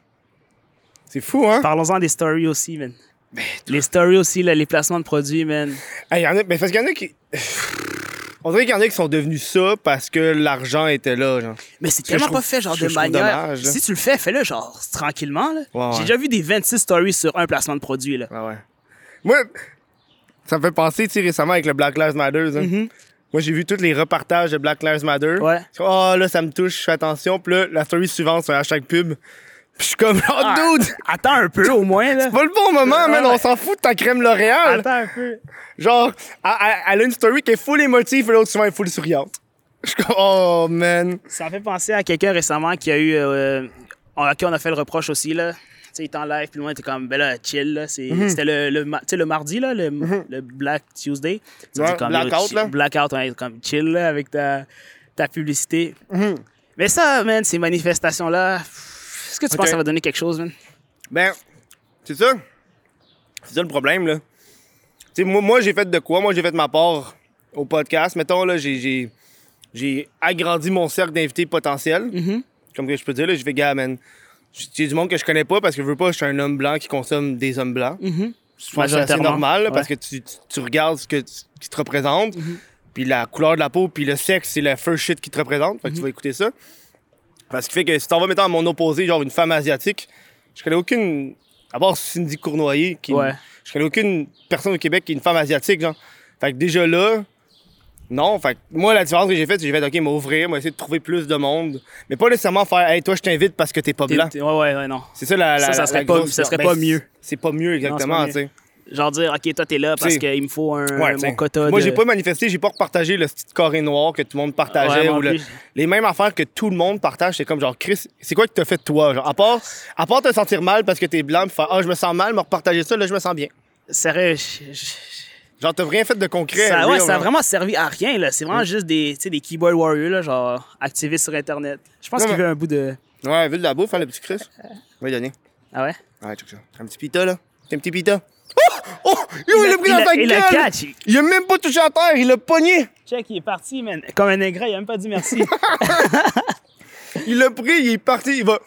C'est fou, hein?
Parlons-en des stories aussi, man. Les stories aussi, là, les placements de produits, man.
Hey, y en a- mais parce qu'il y en a qui... [SIGHS] On dirait qu'il y en a qui sont devenus ça parce que l'argent était là, genre.
Mais c'est
que je
tellement
trouve-
pas fait, genre,
ce que
de
je trouve
manière.
dommage, là.
si tu le fais, fais-le, genre, tranquillement. là.
Ouais, ouais.
J'ai déjà vu des 26 stories sur un placement de produit. Là.
Ah ouais. Moi, ça me fait penser, tu sais, récemment avec le Black Lives Matter. hein. Moi, j'ai vu tous les reportages de Black Lives Matter.
Mm-hmm. Ouais.
Oh, là, ça me touche, je fais attention. Puis là, la story suivante, c'est un hashtag pub. Puis je suis comme, oh,
Ah,
dude,
Attends un peu, au
[LAUGHS]
moins. Là.
pas le bon moment, man.
Ouais.
On s'en fout de ta crème L'Oréal.
Attends un peu.
Genre, elle, elle- elle a une story qui est full émotive et l'autre, souvent, elle est full souriante. Je suis comme, oh, man.
Ça me fait penser à quelqu'un récemment qui a eu. euh, à qui on a fait le reproche aussi. Là. Tu sais, il était en live, puis le monde était comme, ben là, chill. Là. C'est-
Mm-hmm.
C'était le, le, ma- tu sais, le mardi, là, le, le Black Tuesday. Tu
Ouais,
dis comme,
blackout,
chi-
là.
Blackout, ouais, comme chill là, avec ta, ta publicité.
Mm-hmm.
Mais ça, man, ces manifestations-là, pff, est-ce que tu
Ok.
penses que ça va donner quelque chose, man?
Ben, c'est ça. C'est ça le problème, là. Tu sais, moi, moi j'ai fait de quoi? Moi, j'ai fait ma part au podcast. Mettons, là, j'ai- j'ai J'ai agrandi mon cercle d'invités potentiels.
Mhm.
Comme que je peux dire, là, je vais, gars, man, j'ai du monde que je connais pas parce que je veux pas, je suis un homme blanc qui consomme des hommes blancs. Je pense
Mhm.
que c'est assez
Majoritairement.
normal là, parce que
Ouais. Mhm.
tu, tu- tu regardes ce que tu- qui te représente, puis la couleur de la peau, puis le sexe, c'est le first shit qui te représente. Fait que
Mhm.
tu vas écouter ça. Parce qui fait que si t'en vas mettre à mon opposé, genre une femme asiatique, je connais aucune. À part Cindy Cournoyer, qui est une-
Ouais.
je connais aucune personne au Québec qui est une femme asiatique, genre. Fait que déjà là, non. Fait que moi, la différence que j'ai faite, c'est que j'ai fait, OK, m'ouvrir, moi, essayer de trouver plus de monde. Mais pas nécessairement faire, hey, toi, je t'invite parce que t'es pas
T'es-
blanc.
t'es- Ouais, ouais, ouais, non.
C'est ça la. la
Ça, ça
la-
serait
la
pas-
grosse-
ça serait pas
ben,
mieux.
c'est- C'est pas mieux, exactement,
pas
tu
mieux.
sais.
Genre dire, OK, toi, t'es là parce
T'sais.
qu'il me faut un,
Ouais,
mon
t'sais.
quota
Moi,
de-
j'ai pas manifesté, j'ai pas repartagé le petit carré noir que tout le monde partageait.
Ouais, moi
ou le-
non plus.
les mêmes affaires que tout le monde partage. C'est comme genre, Chris, c'est quoi que t'as fait toi? Genre, à, part, à part te sentir mal parce que t'es blanc, puis faire, ah, je me sens mal, me repartager ça, là, je me sens bien.
Sérieux, je- je-
Genre, t'as rien fait de concret.
ça,
real, hein.
ouais, ça a
genre.
vraiment servi à rien, là. C'est vraiment juste des, tu sais, des keyboard warriors, là, genre activés sur Internet. Je pense
Non,
qu'il
mais-
veut un bout de.
Ouais, vu de la bouffe, hein, le petit Chris. Va lui donner.
Ah ouais?
Ouais, check ça. Un petit pita, là. Un petit pita. Oh! Oh! Yo, il,
a-
l'a pris
il
dans
a-
sa
il a
gueule!
catch.
Il a même pas touché à terre, il l'a pogné!
Check, il est parti, man. Comme un ingrat, il a même pas dit
[LAUGHS]
merci.
Il l'a pris, il est parti, il va...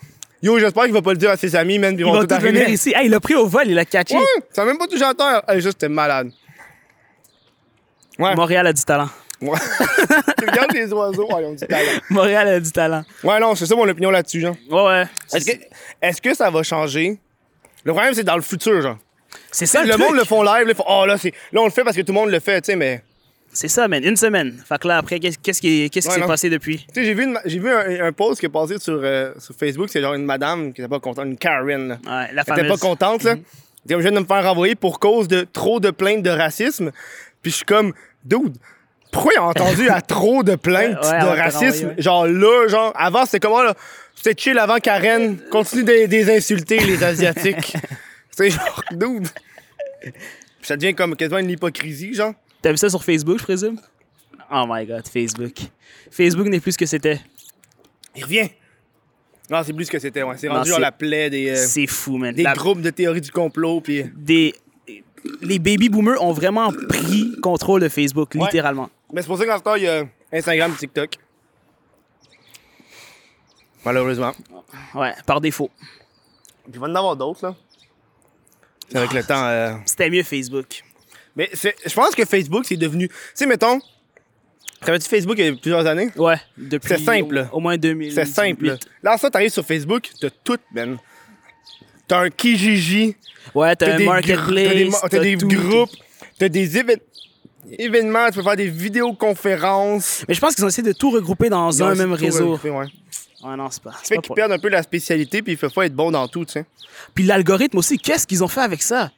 Yo, j'espère qu'il va pas le dire à ses amis, man, puis ils
Ils
vont
vont
tout
tous venir
arriver.
ici. Hey, il l'a pris au vol, il l'a catché.
Ouais! Ça a même pas touché à terre! Hey, ça, c'était malade. Ouais.
Montréal a du talent.
Ouais. [LAUGHS] tu regardes les oiseaux, ouais, ils ont du talent.
Montréal a du talent.
Ouais, non, c'est ça mon opinion là-dessus, genre.
Ouais, ouais.
Est-ce que, est-ce que ça va changer? Le problème, c'est dans le futur, genre.
C'est ça
le
le, truc.
monde le font live, là, ils font, oh là, c'est... là, on le fait parce que tout le monde le fait, tu sais, mais.
C'est ça, man. Une semaine. Fait que là, après, qu'est-ce qu'est-ce qui qu'est-ce qui
Ouais,
s'est
non.
passé depuis?
Tu sais, j'ai vu, une- j'ai vu un, un post qui est passé sur, euh, sur Facebook, c'est genre une madame qui était pas contente, une Karen. Là.
Ouais, la
Elle était
fameuse. Mhm.
pas contente, là. Elle était obligée de me faire renvoyer pour cause de trop de plaintes de racisme. Puis je suis comme, dude, pourquoi ils ont entendu à trop de plaintes
[LAUGHS] Ouais, ouais,
de
on t'a
racisme?
renvoyé, ouais.
Genre là, genre, avant, c'était comment, là? C'était chill avant Karen.
Euh,
Continue de, de les insulter, les
[LAUGHS]
Asiatiques. c'est genre, dude. Puis ça devient comme quasiment une hypocrisie, genre.
T'as vu ça sur Facebook, je présume? Oh my god, Facebook. Facebook n'est plus ce que c'était.
Il revient. Non, c'est plus ce que c'était, ouais. C'est
Non,
rendu genre
Ah, c'est-
la plaie des. euh,
C'est fou, man.
des
La-
groupes de théorie du complot, puis...
des- Les baby boomers ont vraiment pris contrôle de Facebook, littéralement.
Mais c'est pour ça qu'en ce temps, il y a Instagram, TikTok. Malheureusement.
Ouais, par défaut.
Puis il va en avoir d'autres, là. C'est avec le temps... euh,
C'était mieux Facebook.
Mais c'est- je pense que Facebook, c'est devenu... Tu sais, mettons... T'avais-tu Facebook il y a plusieurs années?
Ouais, depuis.
C'est simple.
Au, au moins 2000.
C'est simple. Là, ça, t'arrives sur Facebook, t'as tout, man. T'as un Kijiji,
Ouais, t'as
t'as
un
des, gr- t'as des,
marketplace.
ma- t'as des
tout.
groupes, t'as des évén- événements, tu peux faire des vidéoconférences.
Mais je pense qu'ils ont essayé de tout regrouper dans un même réseau.
Ouais.
Ouais, non, c'est pas.
fait
c'est
qu'ils
pas
perdent un peu la spécialité, puis il faut pas être bon dans tout, tu sais.
Puis l'algorithme aussi, qu'est-ce qu'ils ont fait avec ça?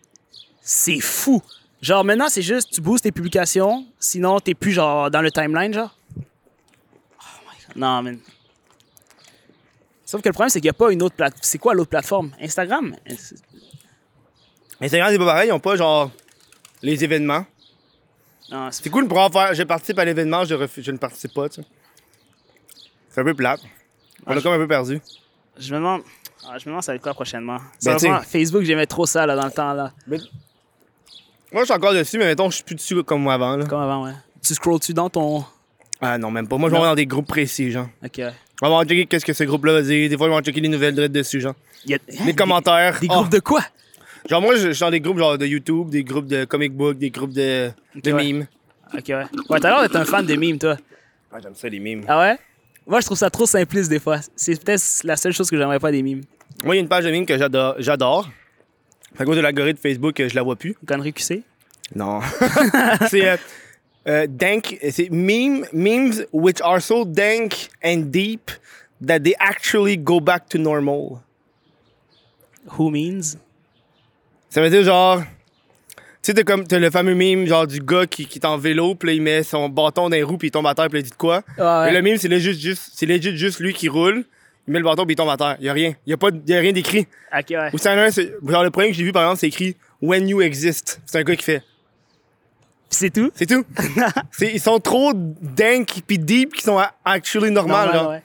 C'est fou. Genre, maintenant, c'est juste, tu boostes tes publications, sinon, t'es plus, genre, dans le timeline, genre. Oh my God. Non, man. Sauf que le problème, c'est qu'il n'y a pas une autre plateforme. C'est quoi l'autre plateforme? Instagram?
Instagram, c'est pas pareil, ils ont pas genre les événements.
Non, c'est
C'est cool de pouvoir faire je participe à l'événement, je, refu- je ne participe pas, tu sais. C'est un peu plate.
Ah,
On l'a comme un peu perdu.
Je me demande... ah, je me demande ça va être quoi prochainement.
Ben,
Ça, vraiment,
t'sais-
Facebook, j'aimais trop ça, là, dans le temps, là.
Moi, je suis encore dessus, mais mettons, je suis plus dessus comme avant, là.
Comme avant, ouais. Tu scrolles-tu dans ton...
Ah non, même pas. Moi, je vais
Non.
dans des groupes précis, genre.
OK, ouais.
On va checker qu'est-ce que ce groupe-là va dire. Des fois, je vais checker les nouvelles drettes dessus, genre.
Il y a-
Les commentaires.
Hein? Des
Ah.
groupes de quoi?
Genre, moi, je je suis dans des groupes genre de YouTube, des groupes de comic book, des groupes de, de
ouais.
mimes.
OK, ouais. Ouais, t'as l'air d'être un fan de mimes, toi.
Ah, j'aime ça, les mimes.
Ah ouais? Moi, je trouve ça trop simpliste des fois. C'est peut-être la seule chose que j'aimerais pas des mimes.
Moi, il y a une page de mime que j'adore. j'adore. À cause de l'algorithme Facebook, euh, je la vois plus.
Une Connerie QC?
Non. [LAUGHS] c'est euh, euh, dank. C'est meme, memes which are so dank and deep that they actually go back to normal.
Who means?
Ça veut dire genre. Tu sais, t'as comme t'as le fameux meme genre du gars qui, qui est en vélo, puis là, il met son bâton dans les roues, puis il tombe à terre, puis il dit de quoi.
Ah ouais.
Mais le meme, c'est legit juste, c'est legit juste lui qui roule, il met le bâton, puis il tombe à terre. Il y a rien. Il y a pas, de- y a rien d'écrit.
Ok, ouais.
Ou c'est un, c'est- genre le premier que j'ai vu par exemple, c'est écrit When you exist. C'est un gars qui fait.
C'est tout?
C'est
[LAUGHS]
tout. C'est- ils sont trop dingues pis deep qui sont a- actually normal.
Normal,
genre.
ouais.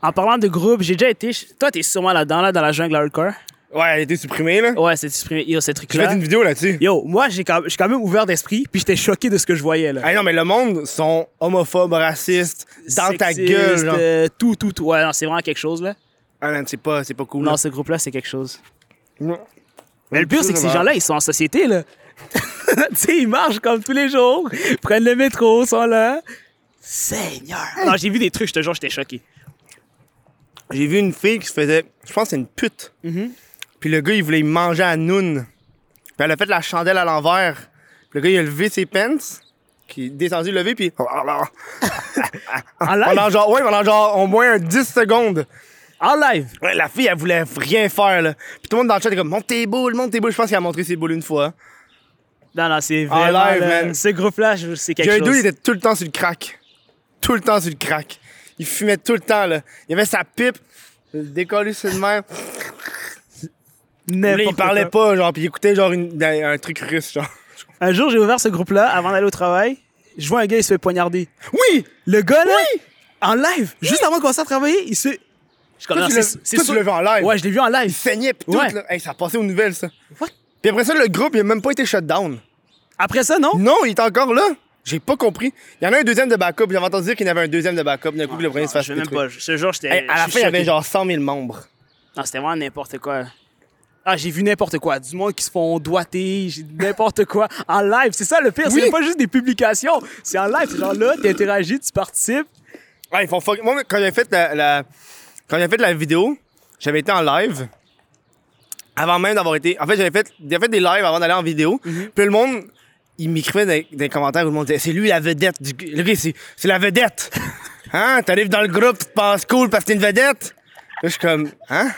En parlant de groupe, j'ai déjà été. Toi, t'es sûrement là-dedans, là, dans la jungle hardcore.
Ouais, elle a été supprimée, là.
Ouais, c'est supprimé. Yo, ce
J'ai fait
truc-là.
une vidéo là-dessus.
Yo, moi, j'ai quand- je suis quand même ouvert d'esprit, puis j'étais choqué de ce que je voyais, là.
Ah non, mais le monde sont homophobes, racistes, dans ta
Sexiste,
gueule, genre.
euh, tout, tout, tout. Ouais, non, c'est vraiment quelque chose, là.
Ah non, c'est pas, c'est pas cool.
Non,
là.
ce groupe-là, c'est quelque chose.
Non.
Mais le pire, c'est que ces gens-là, ils sont en société, là. [LAUGHS] tu sais, ils marchent comme tous les jours, prennent le métro, sont là. Seigneur! Non, j'ai vu des trucs, je te jure, j'étais choqué.
J'ai vu une fille qui se faisait. Je pense que c'est une pute.
Mm-hmm.
Puis le gars, il voulait y manger à Noon. Puis elle a fait la chandelle à l'envers. Puis le gars, il a levé ses pants. Qui est descendu, levé, puis. oh
En live?
Ah, Pendant genre, ouais, pendant genre au moins un 10 secondes.
En live!
Ouais, la fille, elle voulait rien faire, là. Puis tout le monde dans le chat est comme, monte tes boules, monte tes boules. Je pense qu'elle a montré ses boules une fois.
Non, non, c'est
En
vraiment...
live,
là,
man.
Ce groupe-là, je- c'est quelque
Joey
chose.
Doe, il était tout le temps sur le crack. Tout le temps sur le crack. Il fumait tout le temps, là. Il avait sa pipe, il décollait sur le même. Là, il
N'importe
parlait
quoi.
pas, genre, puis il écoutait, genre, une- ben, un truc russe, genre.
Un jour, j'ai ouvert ce groupe-là avant d'aller au travail. Je vois un gars, il se fait poignarder.
[LAUGHS] Oui!
Le gars, là, en live, juste avant de commencer à travailler, il se... Je
Toi, tu l'as- toi, tu l'as vu en live.
Ouais, je l'ai vu en live.
Il saignait, pis tout,
Ouais.
là. Hey, ça a passé aux nouvelles, ça.
What?
Puis après ça, le groupe, il a même pas été shut down.
Après ça, non?
Non, il est encore là. J'ai pas compris. Il y en a un deuxième de backup. J'avais entendu dire qu'il y en avait un deuxième de backup. D'un coup, le premier se fasse
Ah, Je sais même
détruire.
pas. Ce jour, j'étais...
Hey, à la
je suis
fin, il y avait
choqué.
genre 100 000 membres.
Non, Ah, c'était vraiment n'importe quoi. Ah, j'ai vu n'importe quoi. Du monde qui se font doigter, j'ai n'importe quoi. En live, c'est ça le pire.
Oui.
C'est pas juste des publications. C'est en live. C'est genre là, t'interagis, tu participes.
Ouais, ils font fuck. Moi, quand j'avais fait la, la- quand j'avais fait la vidéo, j'avais été en live. Avant même d'avoir été. En fait, j'avais fait, j'avais fait des lives avant d'aller en vidéo.
Mhm.
Puis le monde, il m'écrivait dans, dans les commentaires où le monde disait C'est lui la vedette. Du... Le gars, c'est, c'est la vedette.
[LAUGHS]
Hein T'arrives dans le groupe, tu te penses cool parce que t'es une vedette. Là, je suis comme Hein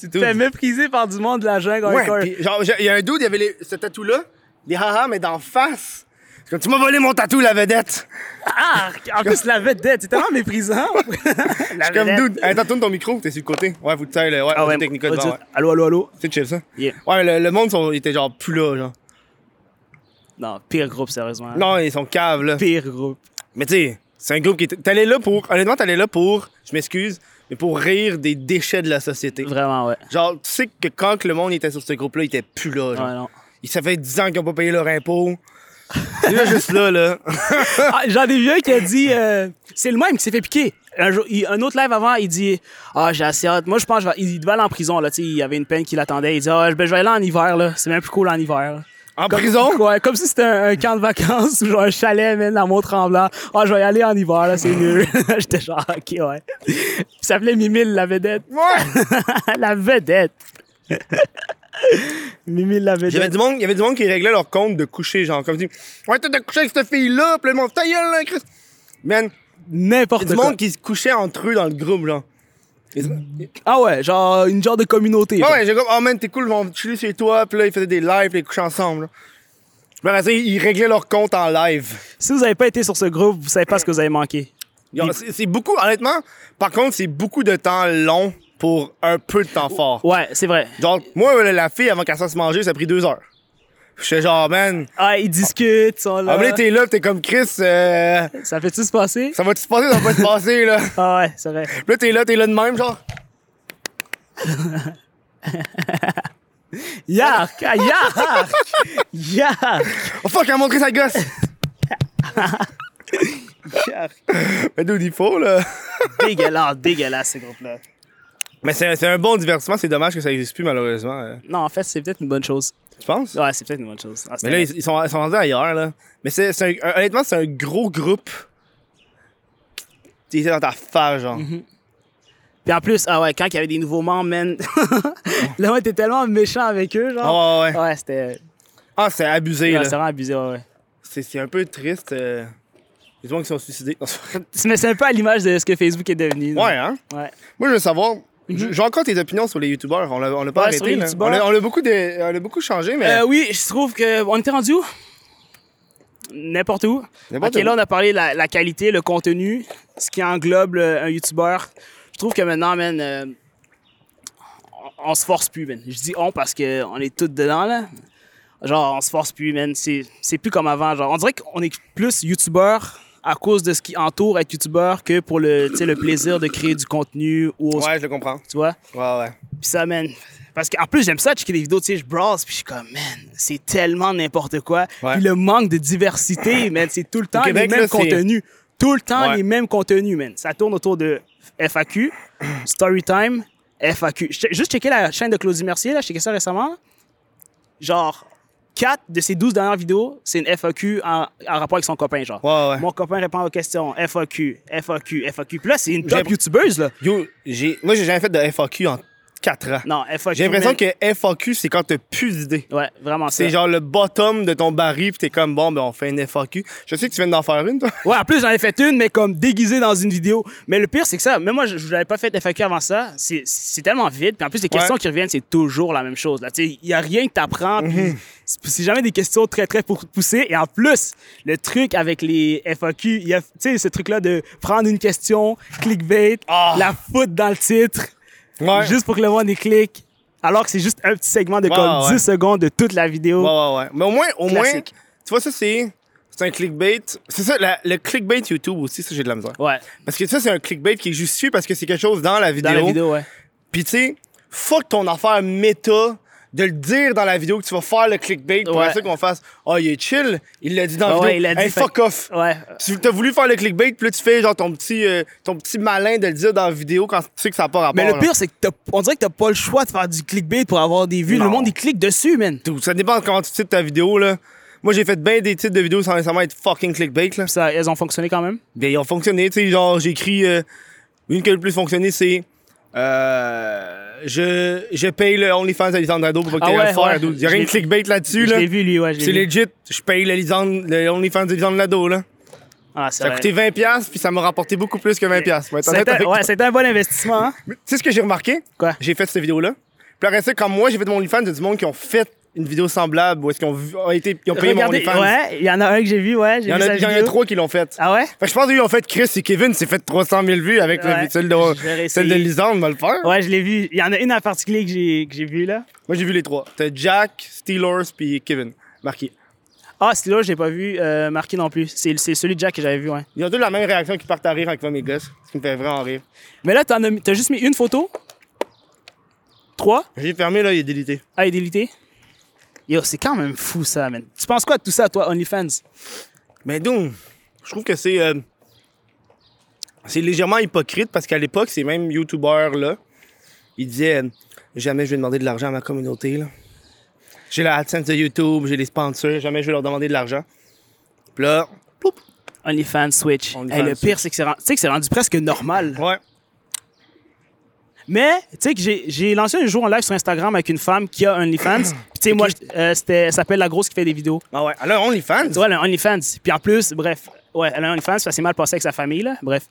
Tu te fais mépriser par du monde de la jungle.
Ouais,
hardcore.
puis genre, j'ai- il y a un dude, il y avait les- ce tatou-là, des haha, mais d'en face. C'est Comme, tu m'as volé mon tatou, la vedette!
Ah, en plus, la vedette, c'est tellement
[LAUGHS]
méprisant. la
Comme dude, hey, attends, tourne ton micro, t'es sur le côté. Ouais, vous savez, le- ouais,
Ah ouais,
technique devant, ouais.
Allô, allô, allô.
C'est chill, ça?
Yeah.
Ouais, le, le monde, sont- ils étaient genre plus là, genre.
Non, pire groupe, sérieusement.
Non, ils sont caves, là.
Pire groupe.
Mais tu sais, c'est un groupe qui était. T'allais là pour. Honnêtement, t'allais là pour. Je m'excuse, mais pour rire des déchets de la société.
Vraiment, ouais.
Genre, tu sais que quand que le monde était sur ce groupe-là, il était plus là, genre.
Ouais, non.
Ils- Ça fait 10 ans qu'ils ont pas payé leur
[LAUGHS]
impôt. Ils étaient juste là, là.
Ah, J'en ai vu un qui a dit euh, c'est le même qui s'est fait piquer. Un, jour- il- un autre live avant, il dit Ah, j'ai assez hâte. Moi, je pense que je vais- il devait aller en prison. Là, tu sais, il y avait une peine qui l'attendait. Il dit Ah, ben, je vais aller en hiver. là. C'est même plus cool en hiver. là.
En
Comme-
prison?
Ouais, comme si c'était un, un camp de vacances ou genre un chalet, man, dans Mont-Tremblant. Ah, je vais y aller en hiver, là, c'est mieux. [LAUGHS] J'étais genre, ok, ouais. Il s'appelait Mimile la vedette. [LAUGHS]
Ouais!
la vedette. [LAUGHS] Mimile la
Il y avait
vedette.
du monde, il y avait du monde qui réglait leur compte de coucher, genre, comme dit, ouais, t'as couché avec cette fille-là, pis le monde, ta gueule, là, Chris! Man, il
N'importe
y a
quoi.
du monde qui se couchait entre eux dans le groupe, genre.
Ah ouais, genre une genre de communauté.
Ouais,
genre.
ouais, j'ai comme, oh man, t'es cool, ils vont chiller chez toi. Puis là, ils faisaient des lives, puis ils couchaient ensemble. là. Je me rappelle, ils réglaient leur compte en live.
Si vous n'avez pas été sur ce groupe, vous savez pas ce que vous avez manqué.
Genre, C'est c'est beaucoup, honnêtement. Par contre, c'est beaucoup de temps long pour un peu de temps fort.
Ouais, c'est vrai.
Genre, moi, la fille, avant qu'elle se manger, ça a pris deux heures. J'étais genre, man,
Ah, ils discutent, ils sont là.
ah, mais là, t'es là, t'es comme Chris, euh,
ça fait-tu se passer?
ça va-tu se passer, ça va pas se passer, là.
Ah ouais, c'est vrai.
Puis là, t'es là, t'es là de même, genre.
Yark! ah, Yark! Yark!
Oh fuck, elle a montré sa [LAUGHS] gosse! Mais d'où il faut, là.
Dégueulasse, dégueulasse, ce groupe-là.
Mais c'est c'est un bon divertissement, c'est dommage que ça existe plus, malheureusement. euh.
Non, en fait, c'est peut-être une bonne chose.
Tu penses?
Ouais, c'est peut-être une bonne chose. Ah, c'est
Mais là,
vrai.
ils, ils sont, ils sont rendus ailleurs, là. Mais c'est, c'est un- honnêtement, c'est un gros groupe qui était dans ta face, genre.
Puis en plus, ah ouais, quand il y avait des nouveaux membres, man. [LAUGHS] là, ouais, t'es tellement méchant avec eux, genre.
Ah ouais, ouais.
Ouais, c'était.
Ah, c'est abusé,
ouais,
là.
c'est vraiment abusé, ouais, ouais.
C'est, c'est un peu triste. euh. Il y a des gens qui sont suicidés. [LAUGHS] Non, c'est vrai.
Tu mets ça un peu à l'image de ce que Facebook est devenu. là.
ouais, hein? Mhm.
Ouais.
Moi, je veux savoir... j- J'ai encore tes opinions sur les youtubeurs. On l'a, on l'a pas
Ouais, sur
arrêté.
les
là. On,
youtubeurs.
l'a, on l'a beaucoup de- on l'a beaucoup changé, mais.
Euh, oui, je trouve que. On était rendu où? N'importe où.
N'importe
ok,
où.
là, on a parlé de la, la qualité, le contenu, ce qui englobe le- un YouTuber. Je trouve que maintenant, man, euh, on, on se force plus, man. Je dis on parce qu'on est tous dedans, là. Genre, on se force plus, man. C'est c'est plus comme avant. Genre, on dirait qu'on est plus YouTuber à cause de ce qui entoure être YouTuber que pour le, tu sais, le plaisir de créer du contenu ou au-
Ouais, je le comprends.
tu vois.
Ouais, ouais.
Puis ça, man, Parce qu'en plus, j'aime ça, checker des vidéos, tu sais, je browse, puis je suis comme, man, c'est tellement n'importe quoi.
Ouais.
Puis le manque de
[LAUGHS]
diversité, man, c'est tout le temps
Québec,
les mêmes
là, c'est-
contenus. Tout le temps
Ouais.
les mêmes contenus, man. Ça tourne autour de
[CLEARS THROAT]
FAQ, Storytime, FAQ. J'ai Juste checker la chaîne de Claudie Mercier, là, j'ai checké ça récemment. Genre, 4 de ses 12 dernières vidéos, c'est une FAQ en, en rapport avec son copain, genre.
Ouais, ouais.
Mon copain répond aux questions, FAQ, FAQ, FAQ. Puis là, c'est une
J'ai-
top youtubeuse, là.
Yo, j'ai- moi, j'ai jamais fait de FAQ en 4 ans.
Non, FAQ.
J'ai l'impression
man.
que FAQ, c'est quand t'as plus d'idées.
Ouais, vraiment ça.
C'est genre le bottom de ton baril, puis t'es comme, bon, ben on fait une FAQ. Je sais que tu viens d'en faire une, toi.
Ouais, en plus, j'en ai fait une, mais comme déguisée dans une vidéo. Mais le pire, c'est que ça, même moi, je je l'avais pas fait FAQ avant ça. C'est- C'est tellement vide. Puis en plus, les
Ouais.
questions qui reviennent, c'est toujours la même chose. là. Tu sais, Il y a rien que t'apprends.
Mhm.
Puis c'est- c'est jamais des questions très, très pour- poussées. Et en plus, le truc avec les FAQ, il y a tu sais, ce truc-là de prendre une question, clickbait,
Ah.
la foutre dans le titre,
Ouais.
juste pour que le monde y clique. Alors que c'est juste un petit segment de
Ouais,
comme
ouais.
10 secondes de toute la vidéo.
Ouais, ouais, ouais. Mais au moins, au moins,
Classique.
tu vois, ça, c'est. C'est un clickbait. C'est ça, la- le clickbait YouTube aussi, ça, j'ai de la misère.
Ouais,
Parce que ça, c'est un clickbait qui est justifié parce que c'est quelque chose dans la
dans
vidéo.
la vidéo, ouais.
Puis, tu sais, fuck ton affaire méta de le dire dans la vidéo que tu vas faire le clickbait pour
Ouais. Ah
être sûr qu'on fasse Oh, il est chill. Il l'a dit dans la
Ouais,
vidéo.
il l'a dit,
hey,
fait-
fuck off.
Ouais,
Tu as voulu faire le clickbait, puis là, tu fais genre ton petit, euh, ton petit malin de le dire dans la vidéo quand tu sais que ça n'a pas rapport.
Mais le
là.
pire, c'est que t'as- on dirait que t'as pas le choix de faire du clickbait pour avoir des vues.
Non.
Le monde, il clique dessus, man.
Tout. Ça dépend de comment tu titres ta vidéo, là. Moi, j'ai fait bien des titres de vidéos sans nécessairement être fucking clickbait, là.
Ça, elles ont fonctionné quand même.
Ben, ils ont fonctionné, tu sais, genre, j'écris... euh, une qui a le plus fonctionné, c'est... euh, je, je paye le OnlyFans à Lisandre Nadeau pour pas que
Ah
t'aies à le
ouais,
faire,
ouais.
dude. Y'a rien de
Je
clickbait là-dessus,
Je
là.
l'ai vu, lui, ouais. je l'ai
C'est
vu.
legit, je paye le, Lisandre, le OnlyFans de Lisandre Nadeau, là.
Ah, c'est
Ça a
vrai.
coûté 20$, puis ça m'a rapporté beaucoup plus que 20$. pour être honnête
C'était
avec
ouais,
toi.
c'était un bon investissement, hein.
Tu sais ce que j'ai remarqué?
Quoi?
J'ai fait cette vidéo-là. Puis après ça, quand moi, j'ai fait mon OnlyFans, il y a du monde qui ont fait une vidéo semblable, ou est-ce qu'ils ont, vu- ont été, ils ont payé
Regardez,
mon OnlyFans.
ouais, il y en a un que j'ai vu, ouais.
Il y en a, il y en a trois qui l'ont fait.
Ah ouais?
Fait que je pense qu'ils ont fait Chris et Kevin s'est fait 300 000 vues avec le-
Ouais,
celle
je vais
de, celle de
essayer.
Lisandre, on va le faire.
Ouais, je l'ai vu. Il y en a une en particulier que j'ai, que j'ai vue, là.
Moi, j'ai vu les trois. T'as Jack, Steelers, puis Kevin. Marqué.
Ah, celui-là, j'ai pas vu euh, marqué non plus. C'est, c'est celui de Jack que j'avais vu, ouais.
Ils ont tous la même réaction qui partent à rire quand ils voient mes gosses. Ce qui me fait vraiment rire.
Mais là, t'en as, mis- t'as juste mis une photo? Trois?
J'ai fermé, là, il est délité.
Ah, et délité? Yo, c'est quand même fou, ça, man. Tu penses quoi de tout ça, toi, OnlyFans?
Mais donc, je trouve que c'est. euh, c'est légèrement hypocrite parce qu'à l'époque, ces mêmes YouTubers-là, ils disaient euh, Jamais je vais demander de l'argent à ma communauté. là. J'ai la AdSense de YouTube, j'ai les sponsors, jamais je vais leur demander de l'argent. Puis là, ploup,
OnlyFans Switch.
OnlyFans
Hey, le
Switch.
pire, c'est que c'est rendu, tu sais que c'est rendu presque normal.
ouais.
Mais, tu sais que j'ai- j'ai lancé un jour en live sur Instagram avec une femme qui a un
[CLEARS THROAT]
OnlyFans. Puis, tu sais, moi, je- euh, c'était- elle s'appelle La Grosse qui fait des vidéos.
Ah ouais. Alors, OnlyFans.
Tu vois, elle a un OnlyFans. Puis en plus, bref, ouais, elle a un OnlyFans, ça s'est mal passé avec sa famille, là.
[LAUGHS]
Bref.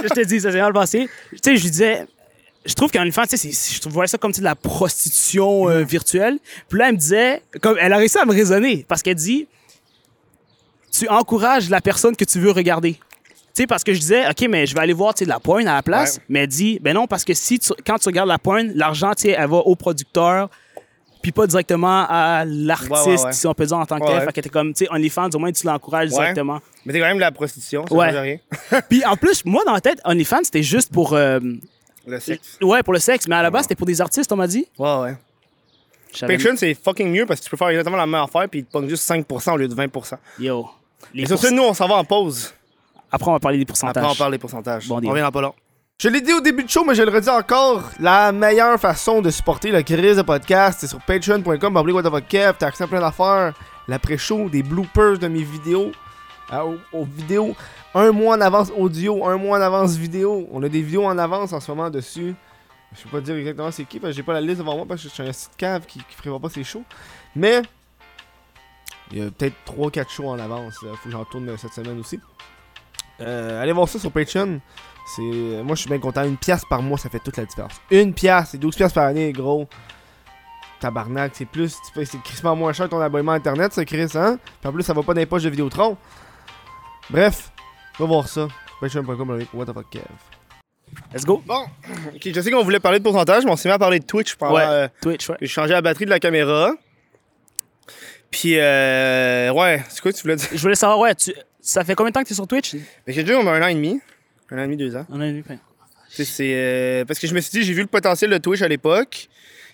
je te dis, ça s'est mal passé. Tu sais, je lui disais, je trouve qu'un OnlyFans, tu sais, c'est- je trouve- voyais ça comme tu sais, de la prostitution euh, virtuelle. Puis là, elle me disait, comme, elle a réussi à me raisonner parce qu'elle dit, tu encourages la personne que tu veux regarder. Tu sais, parce que je disais, OK, mais je vais aller voir, tu sais, de la pointe à la place.
Ouais.
Mais elle dit, ben non, parce que si tu- quand tu regardes la pointe, l'argent, tu sais, elle va au producteur, puis pas directement à l'artiste,
Ouais, ouais, ouais.
si on peut dire en tant que tel.
Ouais.
Fait que t'es comme, tu sais, OnlyFans, au moins, tu l'encourages
Ouais.
directement.
Mais t'es quand même de la prostitution, ça
Ouais.
change rien. [LAUGHS]
Puis en plus, moi, dans la tête, OnlyFans, c'était juste pour... euh,
Le sexe.
ouais, pour le sexe, mais à la base, c'était pour des artistes, on m'a dit.
Ouais, ouais.
Je savais-
Patreon, c'est fucking mieux parce que tu peux faire exactement la même affaire puis ils te pognent juste 5% au lieu de 20%.
Yo. Les
Et sur
pourc-
ça, nous, on s'en va en pause.
Après, on va parler des
Après,
pourcentages.
on parle des pourcentages.
Bon
on
deal.
revient dans pas long.
Je l'ai dit au début de show, mais je le redis encore, la meilleure façon de supporter le crise de podcast, c'est sur patreon.com, oblique WTF, t'as accès à plein d'affaires, l'après-show, des bloopers de mes vidéos, euh, aux, aux vidéos, un mois en avance audio, un mois en avance vidéo, on a des vidéos en avance en ce moment dessus, je peux pas dire exactement c'est qui, parce que j'ai pas la liste devant moi, parce que je suis un site cave qui, qui prévoit pas ses shows, mais il y a peut-être 3-4 shows en avance, là. faut que j'en tourne euh, cette semaine aussi. Euh, allez voir ça sur Patreon. C'est... Moi, je suis bien content. Une pièce par mois, ça fait toute la différence. Une pièce, c'est 12 pièces par année, gros. Tabarnak, c'est plus. tu payes- C'est crissement moins cher ton abonnement Internet, ça, Chris, hein? Puis en plus, ça va pas dans les poches de Vidéotron. Bref, va voir ça. Patreon.com avec What the fuck, Kev.
Let's go.
Bon, ok, je sais qu'on voulait parler de pourcentage, mais on s'est mis à parler de Twitch pendant.
Ouais.
euh,
Twitch, ouais.
j'ai changé la batterie de la caméra. Puis, euh, ouais, c'est quoi que tu voulais dire?
Je voulais savoir, ouais, tu... ça fait combien de temps que t'es sur Twitch?
Mais j'ai déjà on a un an et demi. Un an et demi, deux ans.
On a eu plein.
Tu sais, c'est, euh, parce que je me suis dit, j'ai vu le potentiel de Twitch à l'époque.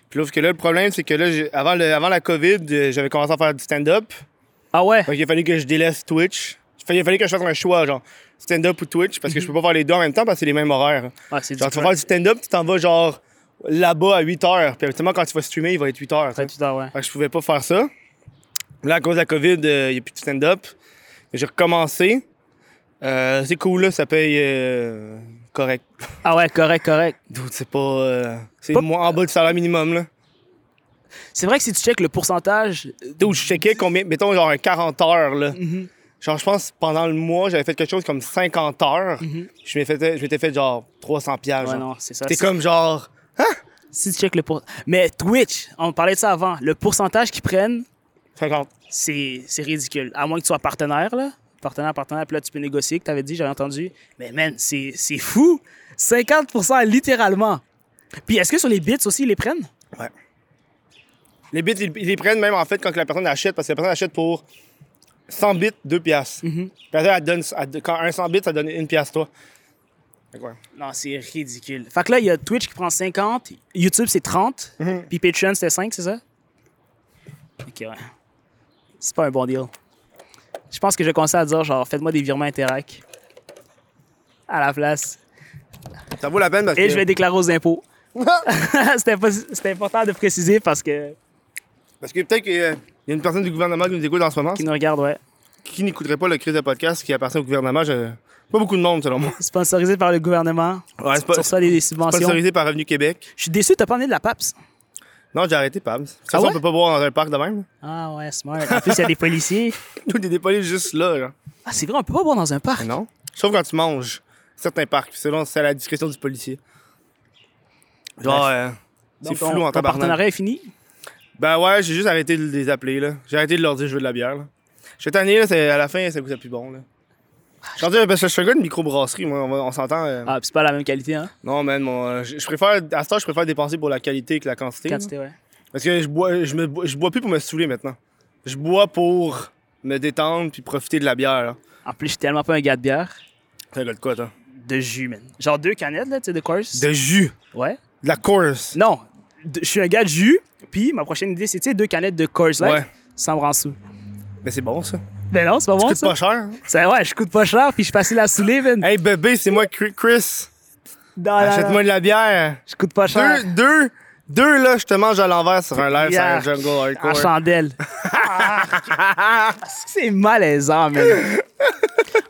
Puis là, parce que là, le problème, c'est que là, j'ai- avant, le- avant la COVID, euh, j'avais commencé à faire du stand-up.
Ah ouais?
Fait qu'il a fallu que je délaisse Twitch. Fait qu'il a fallu que je fasse un choix, genre stand-up ou Twitch, parce que je peux pas faire les deux en même temps parce que c'est les mêmes horaires.
Ah, c'est du
Genre, tu vas faire du stand-up, tu t'en vas genre là-bas à 8 h. Puis habituellement, quand tu vas streamer, il va être 8 h.
Ouais, tout à ouais.
Fait que je pouvais pas faire ça. Là, à cause de la COVID, euh, il n'y a plus de stand-up. J'ai recommencé. Euh, c'est cool, là, ça paye euh, correct.
Ah ouais, correct, correct.
D'autres, c'est pas. euh, c'est
Pas-
moins en bas du salaire minimum, là.
C'est vrai que si tu checkes le pourcentage.
D'où je checkais combien. Mettons, genre un 40 heures, là.
Mhm.
Genre, je pense pendant le mois, j'avais fait quelque chose comme 50 heures. Je m'étais fait, je m'étais fait genre 300 pièges.
Mm-hmm. Ouais, non, c'est ça.
T'es
Si-
comme genre.
Si tu checkes le pourcentage. Mais Twitch, on parlait de ça avant. Le pourcentage qu'ils prennent,
50.
c'est c'est ridicule. À moins que tu sois partenaire, là. Partenaire, partenaire, puis là, tu peux négocier, que t'avais dit, j'avais entendu. Mais man, c'est c'est fou! 50 littéralement. Puis est-ce que sur les bits aussi, ils les prennent?
Les bits, ils, ils les prennent même en fait quand que la personne achète, parce que la personne achète pour 100 bits, 2 piastres.
Mm-hmm.
Puis après, elle donne, elle- quand un 100 bits, ça donne une piastre, toi. Fait que ouais.
Non, c'est ridicule. Fait que là, il y a Twitch qui prend 50, YouTube c'est 30, puis Patreon c'était 5, c'est ça? Ok, ouais. C'est pas un bon deal. Je pense que je vais commencer à dire, genre, faites-moi des virements Interac à la place.
Ça vaut la peine parce
Et
que. [LAUGHS]
je vais déclarer aux impôts. [LAUGHS] C'était pas- c'était important de préciser parce que.
Parce que peut-être qu'il y a une personne du gouvernement qui nous écoute en ce moment
Qui nous regarde, ouais.
qui n'écouterait pas le crise de podcast qui appartient au gouvernement. Je- Pas beaucoup de monde, selon moi.
Ah, Sponsorisé par le gouvernement.
Ouais, c'est pas-
tu reçois des, des subventions.
Sponsorisé par Revenu Québec.
Je suis déçu, t'as pas amené de la PAPS.
Non, j'ai arrêté, Pabs. De toute
Ah
façon,
ouais?
on peut pas boire dans un parc de même. [LAUGHS]
Ah ouais, smart. En plus, il y a des policiers.
Nous, des dépolis juste là, genre.
[LAUGHS] Ah, c'est vrai, on peut pas boire dans un parc.
Mais non. Sauf quand tu manges. Certains parcs. Selon, c'est à la discrétion du policier. Genre, euh, c'est
Donc,
flou
ton-
en
ton
tabarnak.
partenariat est fini.
Ben ouais, j'ai juste arrêté de les appeler, là. J'ai arrêté de leur dire je veux de la bière, là. Cette année, là, c'est- à la fin, ça goûtait plus bon, là. Je suis rendu- parce que je suis un gars de microbrasserie, moi, on, va- on s'entend. euh,
Ah, puis c'est pas la même qualité, hein?
Non, man, mon, euh, je je préfère, à ce temps, je préfère dépenser pour la qualité que la quantité. là.
Quantité, ouais.
Parce que je bois, je, me, bois- je bois plus pour me saouler maintenant. Je bois pour me détendre puis profiter de la bière, là.
En plus, je suis tellement pas un gars de bière.
T'as un gars de quoi, toi?
De jus, man. Genre deux canettes, là, tu sais, de course.
De jus.
Ouais.
De la course.
Non, de- je suis un gars de jus, puis ma prochaine idée, c'est, tu sais, deux canettes de course, là.
Ouais.
Sans me rendre sous.
Mais c'est bon, ça.
Ben non, c'est pas bon,
coûte
ça.
pas cher. hein.
Ça, Ouais, je coûte pas cher, puis je suis facile à saouler, man.
Hey, bébé, c'est moi, Cri- Chris.
Dans la-
Achète-moi de la bière.
Je coûte pas cher.
Deux, deux, deux, là, je te mange à l'envers sur un live sur un
Yeah.
jungle
En
hardcore. [LAUGHS]
chandelle. Ah, c'est malaisant, man.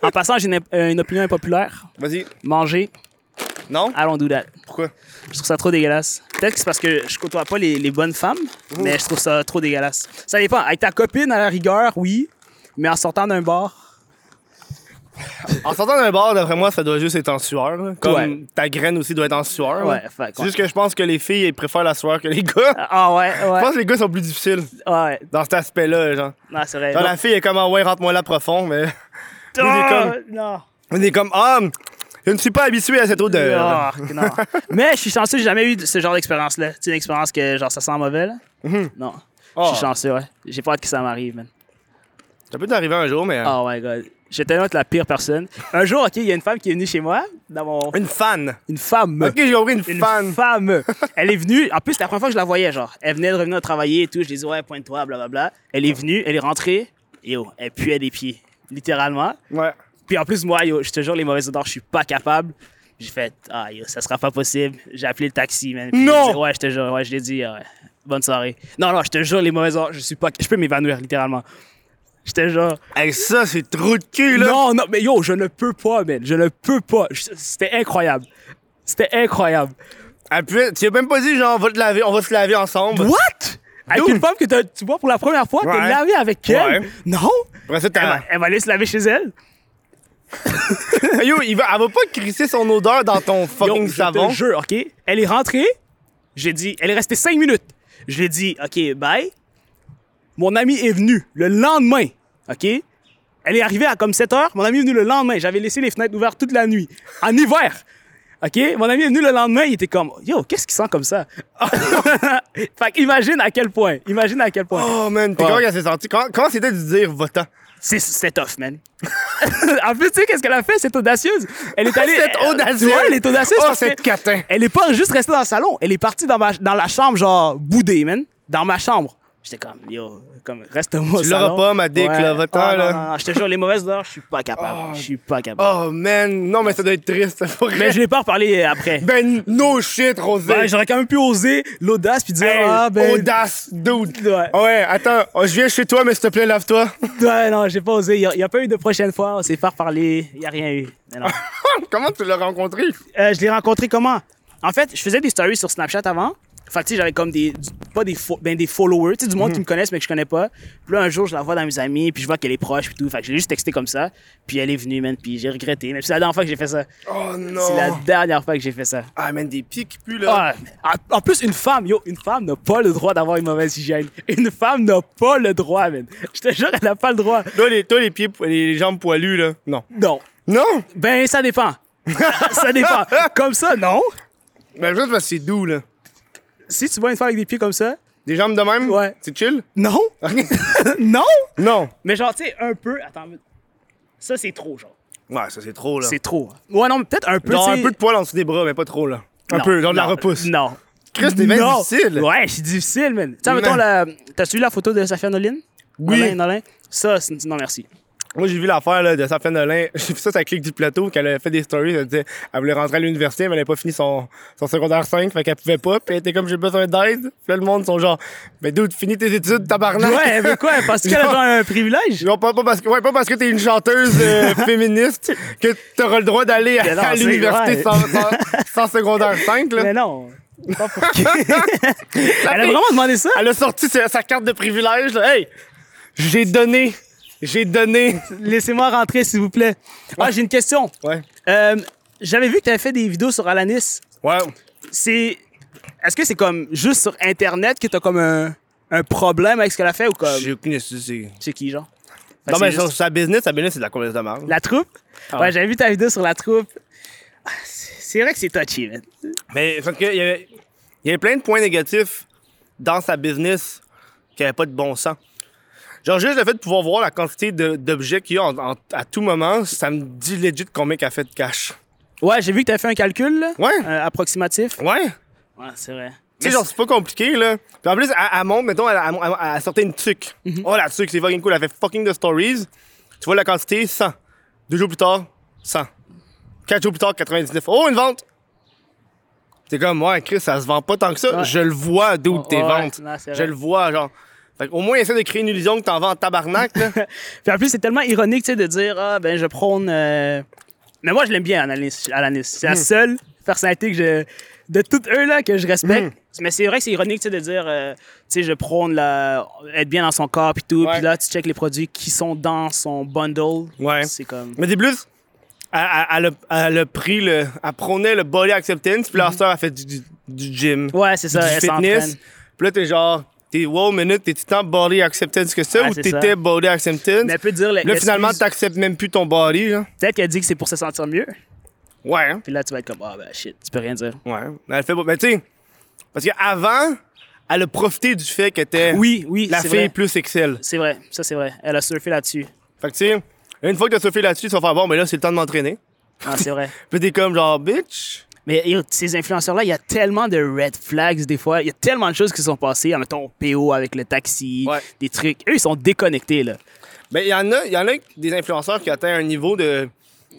En passant, j'ai une, euh, une opinion impopulaire.
Vas-y.
Manger,
Non?
allons do that.
Pourquoi?
Je trouve ça trop dégueulasse. Peut-être que c'est parce que je côtoie pas les, les bonnes femmes, mais je trouve ça trop dégueulasse. Ça dépend. Avec ta copine, à la rigueur, oui, mais en sortant d'un bar.
En sortant d'un bar, d'après moi, ça doit juste être en sueur. là. Comme
Ouais.
ta graine aussi doit être en sueur.
Ouais,
là.
fait
C'est
qu'on-
juste que je pense que les filles, elles préfèrent la sueur que les gars.
Ah ouais,
Je
ouais. Ah
pense que les gars sont plus difficiles
ouais.
dans cet aspect-là, genre.
Non, c'est vrai.
Genre, la fille est comme, ah ouais, rentre-moi là profond, mais [LAUGHS]
Non.
il est
Ah, non.
on est comme, ah, je ne suis pas habitué à cette odeur.
Ah, non. Mais je suis chanceux, j'ai jamais eu de- ce genre d'expérience-là. Tu sais, une expérience que genre ça sent mauvais, là? Non. Je
Oh,
suis chanceux, ouais. J'ai pas hâte que ça m'arrive, man.
ça peut t'arriver un jour, mais.
Oh my god. J'ai tellement été la pire personne. Un jour, OK, il y a une femme qui est venue chez moi, dans mon.
euh, Une fan.
Une femme.
Ok, j'ai compris, une,
Une
fan. [LAUGHS]
femme. Elle est venue. En plus, c'était la première fois que je la voyais, genre. Elle venait de revenir travailler et tout. Je lui ai dit, ouais, pointe-toi, blablabla. Elle est venue, elle est rentrée. Yo, elle puait des pieds. Littéralement.
Ouais.
Puis en plus, moi, yo, je te jure, les mauvaises odeurs, je suis pas capable. J'ai fait, ah, yo, ça sera pas possible. J'ai appelé le taxi, man. Puis
Non!
j'ai dit, ouais, je te jure, ouais, je l'ai dit, ouais. Bonne soirée. Non, non, je te jure, les mauvaises odeurs, je suis pas. Je peux m'évanouir, littéralement. Je te jure.
Hey, ça, c'est trop de cul, là.
Non, non, mais yo, je ne peux pas, man. Je ne peux pas. Je- C'était incroyable. C'était incroyable.
Elle pouvait- tu as même pas dit, genre, on va, te laver, on va se laver ensemble.
What? Avec
Dude.
une femme que t'as- tu vois pour la première fois,
Ouais.
t'es lavé avec elle?
Ouais. Ah.
Non?
Après ça,
Elle va,
t'as.
elle va aller se laver chez elle?
[LAUGHS] Yo, il va, elle va pas crisser son odeur dans ton fucking
Ah. Yo, je
savon.
te jure, OK? Elle est rentrée. J'ai dit... Elle est restée cinq minutes. Je lui ai dit, OK, bye. Mon ami est venu le lendemain, OK? Elle est arrivée à comme 7 heures. Mon ami est venu le lendemain. J'avais laissé les fenêtres ouvertes toute la nuit. En hiver. OK? Mon ami est venu le lendemain. Il était comme, Yo, qu'est-ce qu'il sent comme ça? [LAUGHS] fait qu'imagine à quel point. Imagine à quel point.
Oh, man, t'es
Ouais.
comment qu'elle s'est sentie? Comment, comment c'était de dire votant?
C'est- C'était tough, man. [LAUGHS] en plus, tu sais, qu'est-ce qu'elle a fait? C'est audacieuse. Elle est allée.
Cette audacieuse.
Ouais, elle est audacieuse.
Ah, Oh,
parce que
cette catin.
Elle est pas juste restée dans le salon. Elle est partie dans, ma, dans la chambre, genre, boudée, man. Dans ma chambre. J'étais comme, yo, comme, reste-moi. au
Tu l'auras
salon.
pas, ma dick, là, va-t'en,
Ah, non,
là.
non, non, Je te jure, les mauvaises heures, je suis pas capable. Je suis pas capable.
Oh, man. Non, mais ça doit être triste. [LAUGHS] pour
Mais
vrai.
je l'ai pas reparlé après.
Ben, no shit, Rosé.
Ben, J'aurais quand même pu oser l'audace puis dire,
Hey,
ah, ben.
Audace, dude.
Ouais.
Ouais, attends, oh, je viens chez toi, mais s'il te plaît, lave-toi. [LAUGHS]
Ouais, non, j'ai pas osé. Il n'y a, pas eu de prochaine fois. On s'est fait reparler. Il n'y a rien eu. Mais non.
[LAUGHS] Comment tu l'as rencontré?
Euh, je l'ai rencontré comment? En fait, je faisais des stories sur Snapchat avant. Fait que, tu sais, j'avais comme des. du- pas des, fo- ben, des followers, tu sais, du monde qui me connaissent mais que je connais pas. Puis là, un jour, je la vois dans mes amis, puis je vois qu'elle est proche, puis tout. Fait que je l'ai juste texté comme ça. Puis elle est venue, man, puis j'ai regretté. Mais c'est la dernière fois que j'ai fait ça.
Oh, non.
C'est la dernière fois que j'ai fait ça.
Ah, man, des pics qui puent, là.
Ah, en- en plus, une femme, yo, une femme n'a pas le droit d'avoir une mauvaise hygiène. Une femme n'a pas le droit, man. Je te jure, elle n'a pas le droit.
Toi, les, toi, les pieds, po- les jambes poilues, là. Non.
Non.
Non?
Ben, ça [LAUGHS] dépend. ça dépend. Comme ça, non.
Ben, juste parce que c'est doux, là.
Si tu vois une femme avec des pieds comme ça,
Des jambes de même?
Ouais.
C'est chill?
non. non.
[LAUGHS] Non.
Mais genre, tu sais, un peu. Attends, mais- ça, c'est trop, genre.
Ouais, ça, c'est trop, là.
C'est trop. Ouais, non, mais peut-être un peu.
Genre
tu
un
sais-
peu de poil en dessous des bras, mais pas trop, là. Un
Non,
peu, genre de la
non,
repousse.
Non.
Chris, t'es bien
Non.
difficile.
Ouais, je suis difficile, man. Tu sais,
Non.
mettons, la... t'as-tu vu la photo de Safia Nolin?
Oui.
Nolin, Nolin? Ça, c'est- non, merci.
Moi, j'ai vu l'affaire là, de Safia Nolin. [LAUGHS] J'ai vu ça, sa clique du plateau, qu'elle avait fait des stories. Elle disait elle voulait rentrer à l'université, mais elle n'avait pas fini son, son secondaire 5, fait qu'elle pouvait pas. Puis elle était comme, j'ai besoin d'aide. Puis là, le monde sont genre, mais d'où finis tes études, tabarnak. [LAUGHS]
Ouais, mais quoi? Parce qu'elle a genre un privilège?
Genre, pas, pas parce que, ouais, pas parce que t'es une chanteuse
[LAUGHS]
euh, féministe que t'auras le droit d'aller
Mais
à,
non,
à
c'est
l'université
vrai.
sans, sans- sans secondaire 5. Là.
[LAUGHS] Mais non. Pas pour qui. Elle a vraiment demandé ça?
Elle a sorti sa, sa carte de privilège. là. Hey, j'ai donné. J'ai donné.
Laissez-moi rentrer, s'il vous plaît. Ah, j'ai une question.
Ouais.
Euh, J'avais vu que tu avais fait des vidéos sur Alanis.
Ouais.
C'est. Est-ce que c'est comme juste sur Internet que t'as comme un, un problème avec ce qu'elle a fait ou comme.
aucune idée.
C'est qui, genre? Fait que
Non,
c'est
mais
juste
sur sa business, sa business, c'est de la complète de marge.
La troupe?
ouais.
Ouais, j'avais vu ta vidéo sur la troupe. Ah, C'est c'est vrai que c'est touchy, man.
Mais parce qu'il y avait, il y avait plein de points négatifs dans sa business qui n'avaient pas de bon sens. Genre, juste le fait de pouvoir voir la quantité de- d'objets qu'il y a en- en- à tout moment, ça me dit legit combien qu'elle fait de cash.
Ouais, j'ai vu que t'avais fait un calcul, là,
Ouais.
euh, approximatif.
Ouais.
Ouais, c'est vrai.
Tu sais, genre, c'est pas compliqué, là. Puis en plus, elle, elle monte, mettons, elle, elle- elle- elle sortait une tuque.
Mhm.
Oh, la tuque, c'est fucking cool. Elle fait fucking de stories. Tu vois la quantité, 100. Deux jours plus tard, 100. Quatre jours plus tard, 99. Oh, une vente! T'es comme, ouais, Chris, ça se vend pas tant que ça.
Ouais.
Je le vois, d'où tes
Ouais,
ventes.
non, c'est
Je
vrai.
le vois, genre. Fait au moins, essaie de créer une illusion que t'en vends en tabarnak, là.
[LAUGHS] Puis en plus, c'est tellement ironique, tu sais, de dire, ah, ben, je prône. euh, Mais moi, je l'aime bien, Alanis. Alanis. C'est
Hmm.
la seule personnalité que je. De toutes eux, là, que je
Hmm.
respecte. Mais c'est vrai que c'est ironique, tu sais, de dire, euh, tu sais, je prône la... être bien dans son corps, puis tout.
Ouais.
Puis là, tu checkes les produits qui sont dans son bundle.
Ouais.
C'est comme.
Mais des plus, elle, elle- elle a- elle a pris le. Elle prônait le body acceptance, puis la sœur a fait du, du- du gym.
Mhm. Ouais, c'est ça.
du
elle
fitness.
s'entraîne.
Puis là, t'es genre, t'es wow, minute, t'es-tu tant body acceptance que ça
Ouais,
ou
c'est
t'étais
ça.
body acceptance?
Mais elle peut dire.
là, finalement,
l'excuse-
t'acceptes même plus ton body, là.
Peut-être qu'elle dit que c'est pour se sentir mieux.
Ouais, hein?
Puis là, tu vas être comme, ah, ben, shit, tu peux rien dire.
Ouais. Mais elle fait pas. Mais tu sais, parce qu'avant, elle a profité du fait qu'elle était
Oui, oui,
la
c'est
fille
vrai.
plus excelle.
C'est vrai, ça, c'est vrai. Elle a surfé là-dessus.
Fait que tu sais, une fois que t'as surfé là-dessus, tu vas faire bon, mais là, c'est le temps de m'entraîner.
Ah, c'est
[LAUGHS]
vrai.
Puis t'es comme genre, bitch.
Mais yo, ces influenceurs-là, il y a tellement de red flags des fois. Il y a tellement de choses qui sont passées. Mettons, PO avec le taxi,
Ouais.
des trucs. Eux, ils sont déconnectés, là.
Ben, il y en a, il y en a des influenceurs qui atteignent un niveau de.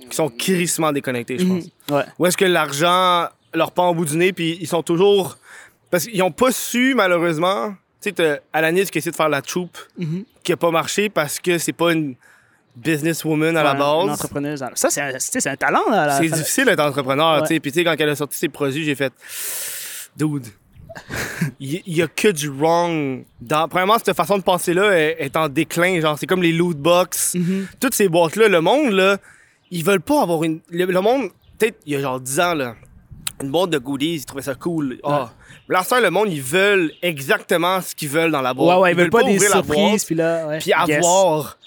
qui sont crissement déconnectés,
Mhm.
je pense.
Ouais.
Ou est-ce que l'argent leur pend au bout du nez, puis ils sont toujours. Parce qu'ils n'ont pas su, malheureusement. Tu sais, t'as Alanis qui essaie de faire la troupe,
Mhm.
qui a pas marché parce que c'est pas une businesswoman à la
Ouais, une
base.
entrepreneuse. hein. Ça, c'est un, tu sais, c'est un talent, là. à la
C'est
fin.
difficile d'être entrepreneur,
Ouais.
tu sais. Puis, tu sais, quand elle a sorti ses produits, j'ai fait. Dude, il y, a que du wrong. Dans, premièrement, cette façon de penser-là est, est en déclin. Genre, c'est comme les loot box.
Mm-hmm.
Toutes ces boîtes-là, le monde, là, ils veulent pas avoir une. Le, le monde, peut-être, il y a genre 10 ans, là, une boîte de goodies, ils trouvaient ça cool. Ah. Mais Là, ça, le monde, ils veulent exactement ce qu'ils veulent dans la boîte.
Ouais, ouais, ils veulent pas, des
ouvrir la boîte
surprises, puis là. Ouais.
puis
Yes.
avoir.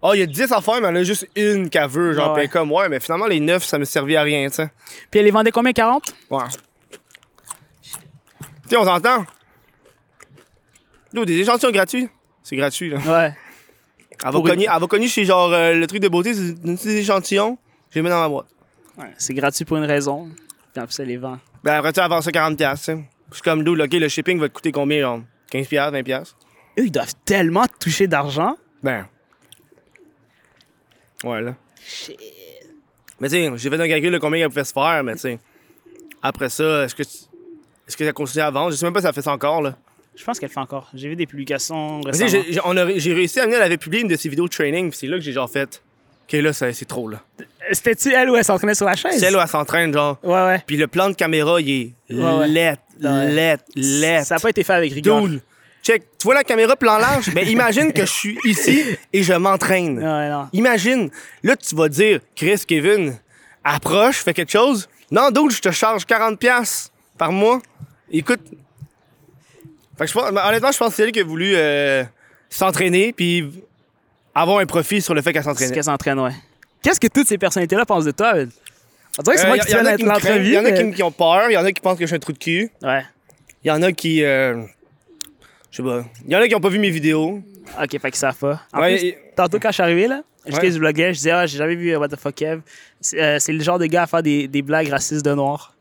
Oh, il y a 10 affaires, mais il y en a juste une qu'elle veut. Genre,
Ouais.
puis comme, ouais, mais finalement, les 9, ça me servait à rien, tu sais.
Puis elle les vendait combien 40
Ouais. Tu sais, on s'entend? Yo, des échantillons gratuits. C'est gratuit, là.
Ouais.
Elle va,
Pour une-
cogner, elle va cogner chez genre euh, le truc de beauté, c'est un petit échantillon, je les mets dans ma boîte.
Ouais, c'est gratuit pour une raison. Puis après ça, les vend.
Ben après ça, avance à 40$. tu sais. Je suis comme d'où, OK, le shipping va te coûter combien, genre 15$, 20$?
Eux, ils doivent tellement toucher d'argent.
Ben. Ouais, là. Mais tu sais, j'ai fait un calcul de combien elle pouvait se faire, mais tu sais. Après ça, est-ce que, est que ça continue à vendre? Je sais même pas si ça fait ça encore, là.
Je pense qu'elle fait encore. J'ai vu des publications
Mais tu sais,
récemment.
j'ai- j'ai on a- j'ai réussi à venir, elle avait publié une de ses vidéos de training, puis c'est là que j'ai genre fait. OK, là, ça- c'est trop, là.
C'était-tu elle où elle s'entraînait sur la chaise?
C'est elle où elle s'entraîne, genre.
Ouais, ouais.
Puis le plan de caméra, il est
Ouais, ouais.
let,
Ouais.
let, let.
Ça n'a pas été fait avec rigueur.
Dude, check. Tu vois la caméra plan large? Ben, imagine que je suis
[LAUGHS]
ici et je m'entraîne.
Ouais, non.
Imagine, là, tu vas dire, Chris, Kevin, approche, fais quelque chose. Non, d'autres, je te charge 40$ par mois. Écoute. Fait que je pense- honnêtement, je pense que c'est elle qui a voulu euh, s'entraîner puis avoir un profit sur le fait qu'elle
C'est
s'entraînait.
qu'elle s'entraîne, ouais. Qu'est-ce que toutes ces personnalités-là pensent de toi? Ed? On dirait que c'est
Euh,
moi
y-
qui
y
te
en a
fais
qui me craignent,
l'entrevue.
y en a qui,
mais-
me- qui ont peur, il y en a qui pensent que je suis un trou de cul,
Ouais.
il y en a qui. euh, je sais pas. Il y en a qui ont pas vu mes vidéos.
Ok, fait qu'ils savent pas. En
Ouais,
plus,
et-
tantôt quand je suis arrivé, là, je
Ouais.
je vloguais, je disais, ah, j'ai jamais vu euh, What the fuck Kev. C'est euh, c'est le genre de gars à faire des, des blagues racistes de noirs.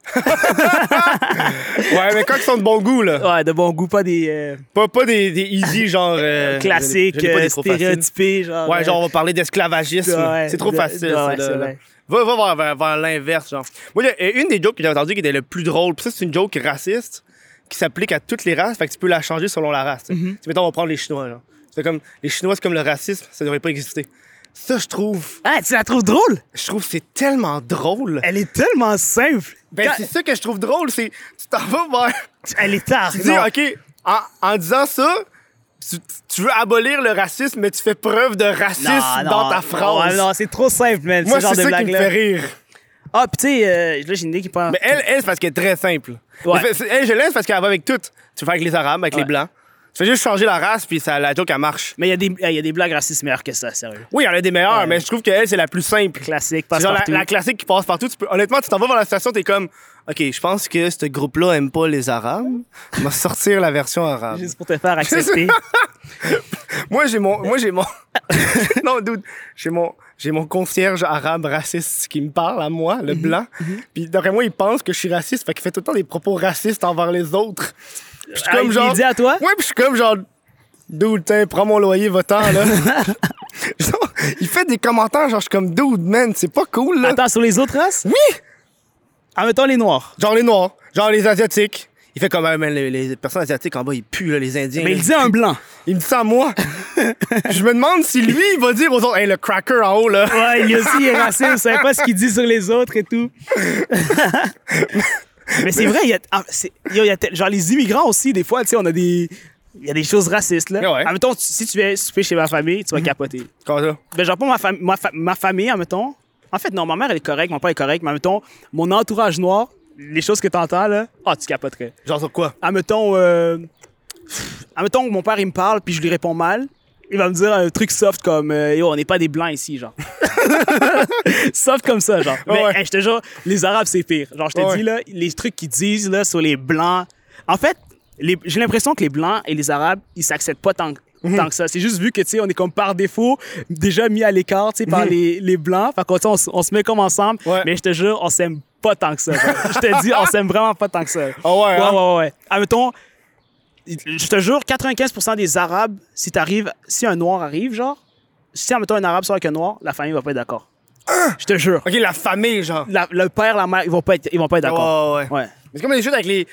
Ouais, mais quand ils sont de bon goût, là.
Ouais, de bon goût, pas des euh,
Pas, pas des, des easy, genre. euh,
classiques,
je n'ai pas des
euh,
trop faciles.
stéréotypés. Genre,
Ouais, genre,
euh,
on va parler d'esclavagisme.
ouais,
c'est trop
de-
facile,
de-
ça,
ouais,
de-
c'est
là.
vrai.
Va, va vers, vers- vers l'inverse, genre. Moi, il y a une des jokes que j'ai entendues qui était le plus drôle, puis ça, c'est une joke raciste qui s'applique à toutes les races, fait que tu peux la changer selon la race. tu sais.
Mm-hmm.
Tu sais, mettons, on va prendre les Chinois, genre. C'est comme, les Chinois, c'est comme le racisme, ça devrait pas exister. Ça, je trouve,
Ah, tu la trouves drôle?
je trouve que c'est tellement drôle.
Elle est tellement simple.
Ben,
Eh, Quand-
c'est ça que je trouve drôle, c'est, tu t'en vas vers
Elle est tard.
Tu dis, OK, en, en disant ça, tu, tu veux abolir le racisme, mais tu fais preuve de racisme dans ta phrase.
non, c'est trop simple, man.
Moi,
ce genre
c'est
de
ça qui me
blague-là.
fait rire.
Ah, puis tu sais, euh, là, j'ai une idée qui parle.
Mais elle, elle c'est parce qu'elle est très simple.
Ouais.
Elle fait- Elle, je l'aime parce qu'elle va avec tout. Tu fais avec les Arabes, avec les
Ouais.
Blancs. Tu fais juste changer la race, puis ça, la joke, elle marche.
Mais il y, a des- il y a des blagues racistes meilleures que ça, sérieux.
Oui, il y en a des meilleurs, mais je trouve qu'elle, c'est la plus simple.
Classique,
C'est
passe
genre la,
partout.
la classique qui passe partout. Tu peux- honnêtement, tu t'en vas vers la station, t'es comme, OK, je pense que ce groupe-là aime pas les Arabes. On va sortir la version arabe.
Juste pour
[LAUGHS]
te faire accepter.
Moi, j'ai mon. Moi, j'ai mon. [LAUGHS] non, dude. J'ai mon. J'ai mon concierge arabe raciste qui me parle à moi,
Mhm,
le blanc. Puis d'après moi, il pense que je suis raciste, fait qu'il fait tout le temps des propos racistes envers les autres. Puis je suis
Ah, il-
comme
il
genre.
dit à toi?
Ouais, puis je suis comme genre. Dude, tiens, prends mon loyer, va-t'en,
[LAUGHS]
là. Genre, il fait des commentaires, genre, je suis comme, dude, man, c'est pas cool, là.
Attends, sur les autres races?
Oui!
En mettant les noirs.
Genre les noirs, genre les asiatiques. Il fait comme, Ah, man, les, les personnes asiatiques en bas, ils puent, là, les indiens.
Mais
là,
il dit un blanc.
Il me dit ça à
[LAUGHS]
moi. je me demande si lui, il va dire aux autres, hey, le cracker en haut, là.
Ouais, lui aussi, il est raciste. Il savait pas ce qu'il dit sur les autres et tout. Mais c'est vrai, il y a, ah, c'est- yo, il y a tel- genre les immigrants aussi, des fois, tu sais, on a des... Il y a des choses racistes, là.
Ah ouais.
En même temps, tu- si tu viens souper chez ma famille, tu vas capoter.
Comment ça?
Ben, genre, pas ma, fam- ma, fa- ma famille, admettons. En fait, non, ma mère, elle est correcte, mon père est correct, mais admettons, mon entourage noir, les choses que t'entends, là, ah, tu capoterais.
Genre sur quoi?
Admettons, euh, pff, admettons que mon père, il me parle, puis je lui réponds mal. Il va me dire un truc soft comme euh, Yo, on n'est pas des blancs ici, genre. [LAUGHS] soft comme ça, genre. Mais
Ouais.
hey, je te jure, les Arabes, c'est pire. Genre, je te
Ouais.
dis, là, les trucs qu'ils disent là, sur les blancs. En fait, les- j'ai l'impression que les blancs et les Arabes, ils s'acceptent pas tant, que-
Mhm.
tant que ça. C'est juste vu que, tu sais, on est comme par défaut déjà mis à l'écart, tu sais, par les, les blancs. Fait qu'on tu sais, on, s- on se met comme ensemble.
Mhm. Ouais.
Mais je te jure, on s'aime pas tant que ça. genre. je te dis, on s'aime vraiment pas tant que ça.
Ah ouais,
Ouais,
hein?
ouais, ouais. Admettons, je te jure, 95% des Arabes, si t'arrives, si un Noir arrive, genre, si, admettons, un Arabe sort avec un Noir, la famille va pas être d'accord.
Hein?
Je te jure.
Ok, la famille, genre.
La- le père, la mère, ils vont pas être, ils vont pas être d'accord.
Ouais, ouais, ouais.
Ouais.
Mais C'est comme des choses avec les.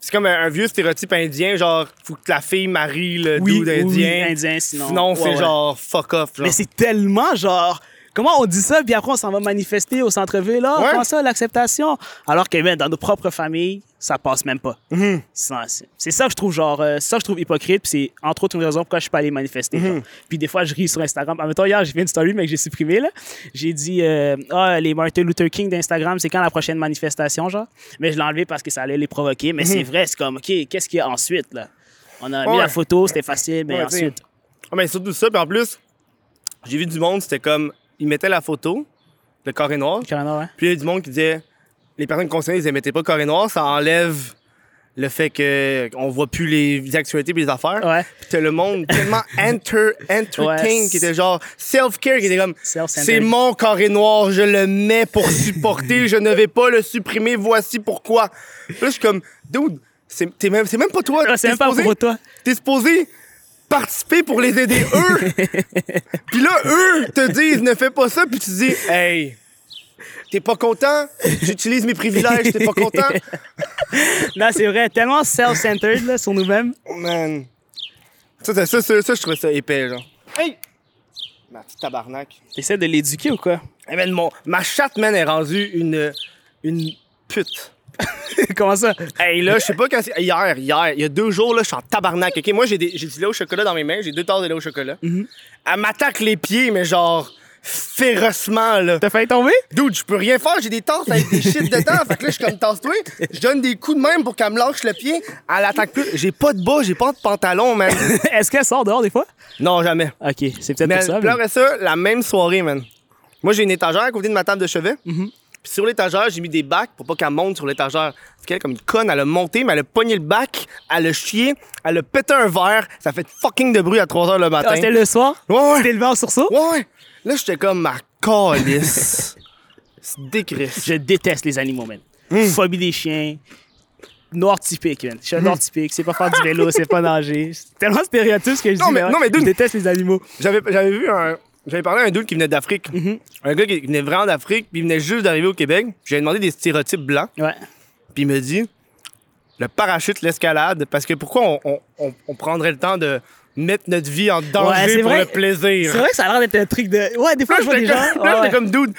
C'est comme un, un vieux stéréotype indien, genre, faut que la fille marie le
Oui,
dude
oui,
indien.
indien, sinon-
Sinon,
Ouais,
c'est
ouais.
genre fuck off, genre.
Mais c'est tellement genre. Comment on dit ça, puis après on s'en va manifester au centre-ville, là,
Ouais.
comment ça, l'acceptation? Alors que, man, dans nos propres familles, ça passe même pas.
Mhm.
Ça, C'est c'est ça que je trouve, genre, euh, ça que je trouve hypocrite, puis c'est entre autres une raison pourquoi je suis pas allé
Mhm.
manifester. genre. Puis des fois, je ris sur Instagram. En même temps, hier, j'ai fait une story, mais que j'ai supprimé, là. J'ai dit, euh, ah, les Martin Luther King d'Instagram, c'est quand la prochaine manifestation, genre? Mais je l'ai enlevé parce que ça allait les provoquer, mais c'est vrai, c'est comme, OK, qu'est-ce qu'il y a ensuite, là? On a mis
Mhm. Ouais.
la photo, c'était facile, mais
Ouais, t'sais.
ensuite.
Ah, mais surtout ça, puis en plus, j'ai vu du monde, c'était comme. Ils mettaient la photo, le carré noir,
Carrément, ouais.
puis il y a du monde qui disait. Les personnes concernées, ils disaient, mettez pas carré noir, ça enlève le fait que on voit plus les actualités pis les affaires.
Ouais.
Puis t'as le monde
[LAUGHS]
tellement enter, entertain
Ouais,
qui était genre self-care, qui était comme
Self-centered.
c'est mon carré noir, je le mets
[LAUGHS]
pour supporter, je ne vais pas le supprimer, voici pourquoi. Puis là, je suis comme, dude, c'est t'es même, c'est même pas toi.
Ah, C'est
t'es
même pas
supposé-
pour toi.
T'es supposé participer pour les aider eux.
[LAUGHS]
puis là, eux te disent ne fais pas ça, puis tu dis hey, t'es pas content, j'utilise mes privilèges, t'es pas content.
Non, c'est vrai, tellement self-centered là, sur nous-mêmes.
Oh, man. Ça, ça, ça, ça, ça, je trouvais ça épais, genre. Hey! Ma petite tabarnak.
T'essaies de l'éduquer ou quoi?
Eh ben, mon, ma chatte, man, est rendue une, une pute.
[LAUGHS] Comment ça?
Hey, là, je sais pas quand c'est. Hier, hier, il y a deux jours, là, je suis en tabarnak. OK, moi, j'ai des- j'ai du lait au chocolat dans mes mains, j'ai deux tasses de lait au chocolat. Elle m'attaque les pieds, mais genre, férocement, là.
T'as failli tomber?
Dude, je peux rien faire, j'ai des tasses avec des shit dedans. fait que là, je suis comme tasse-toi. Je donne des coups de même pour qu'elle me lâche le pied. Elle attaque plus. J'ai pas de bas, j'ai pas de pantalon, man.
[LAUGHS] Est-ce qu'elle sort dehors des fois?
non, jamais.
Ok, c'est peut-être
Mais
pour ça.
puis
mais-
après ça, la même soirée, man. Moi, j'ai une étagère à côté de ma table de chevet.
Mhm.
Puis sur l'étagère, j'ai mis des bacs pour pas qu'elle monte sur l'étagère. Parce qu'elle, comme une conne, elle a monté, mais elle a pogné le bac, elle a chié, elle a pété un verre. Ça fait fucking de bruit à 3 h le matin.
Ah, c'était le soir?
Ouais, ouais.
T'es levé en sursaut?
Ouais, ouais. Là, j'étais comme ma calice. [LAUGHS] C'est décrisse.
Je déteste les animaux, man.
Hmm.
Phobie des chiens. Noir typique, man. Je suis un noir typique. C'est pas faire du vélo, c'est
[LAUGHS]
pas nager. C'est tellement stéréotype ce que je
Non,
dis.
mais-
ouais,
non, mais dude-
je déteste les animaux.
J'avais j'avais vu un. J'avais parlé à un dude qui venait d'Afrique.
Mhm.
Un gars qui qui venait vraiment d'Afrique, puis il venait juste d'arriver au Québec. J'avais demandé des stéréotypes blancs.
Ouais.
puis il me dit le parachute, l'escalade, parce que pourquoi on, on- on- on prendrait le temps de mettre notre vie en danger
c'est
pour
vrai.
le plaisir?
C'est vrai que ça a l'air d'être un truc de. Ouais, des fois,
Là,
je vois
j'étais
des
comme,
gens.
là, j'étais comme
ouais.
dude.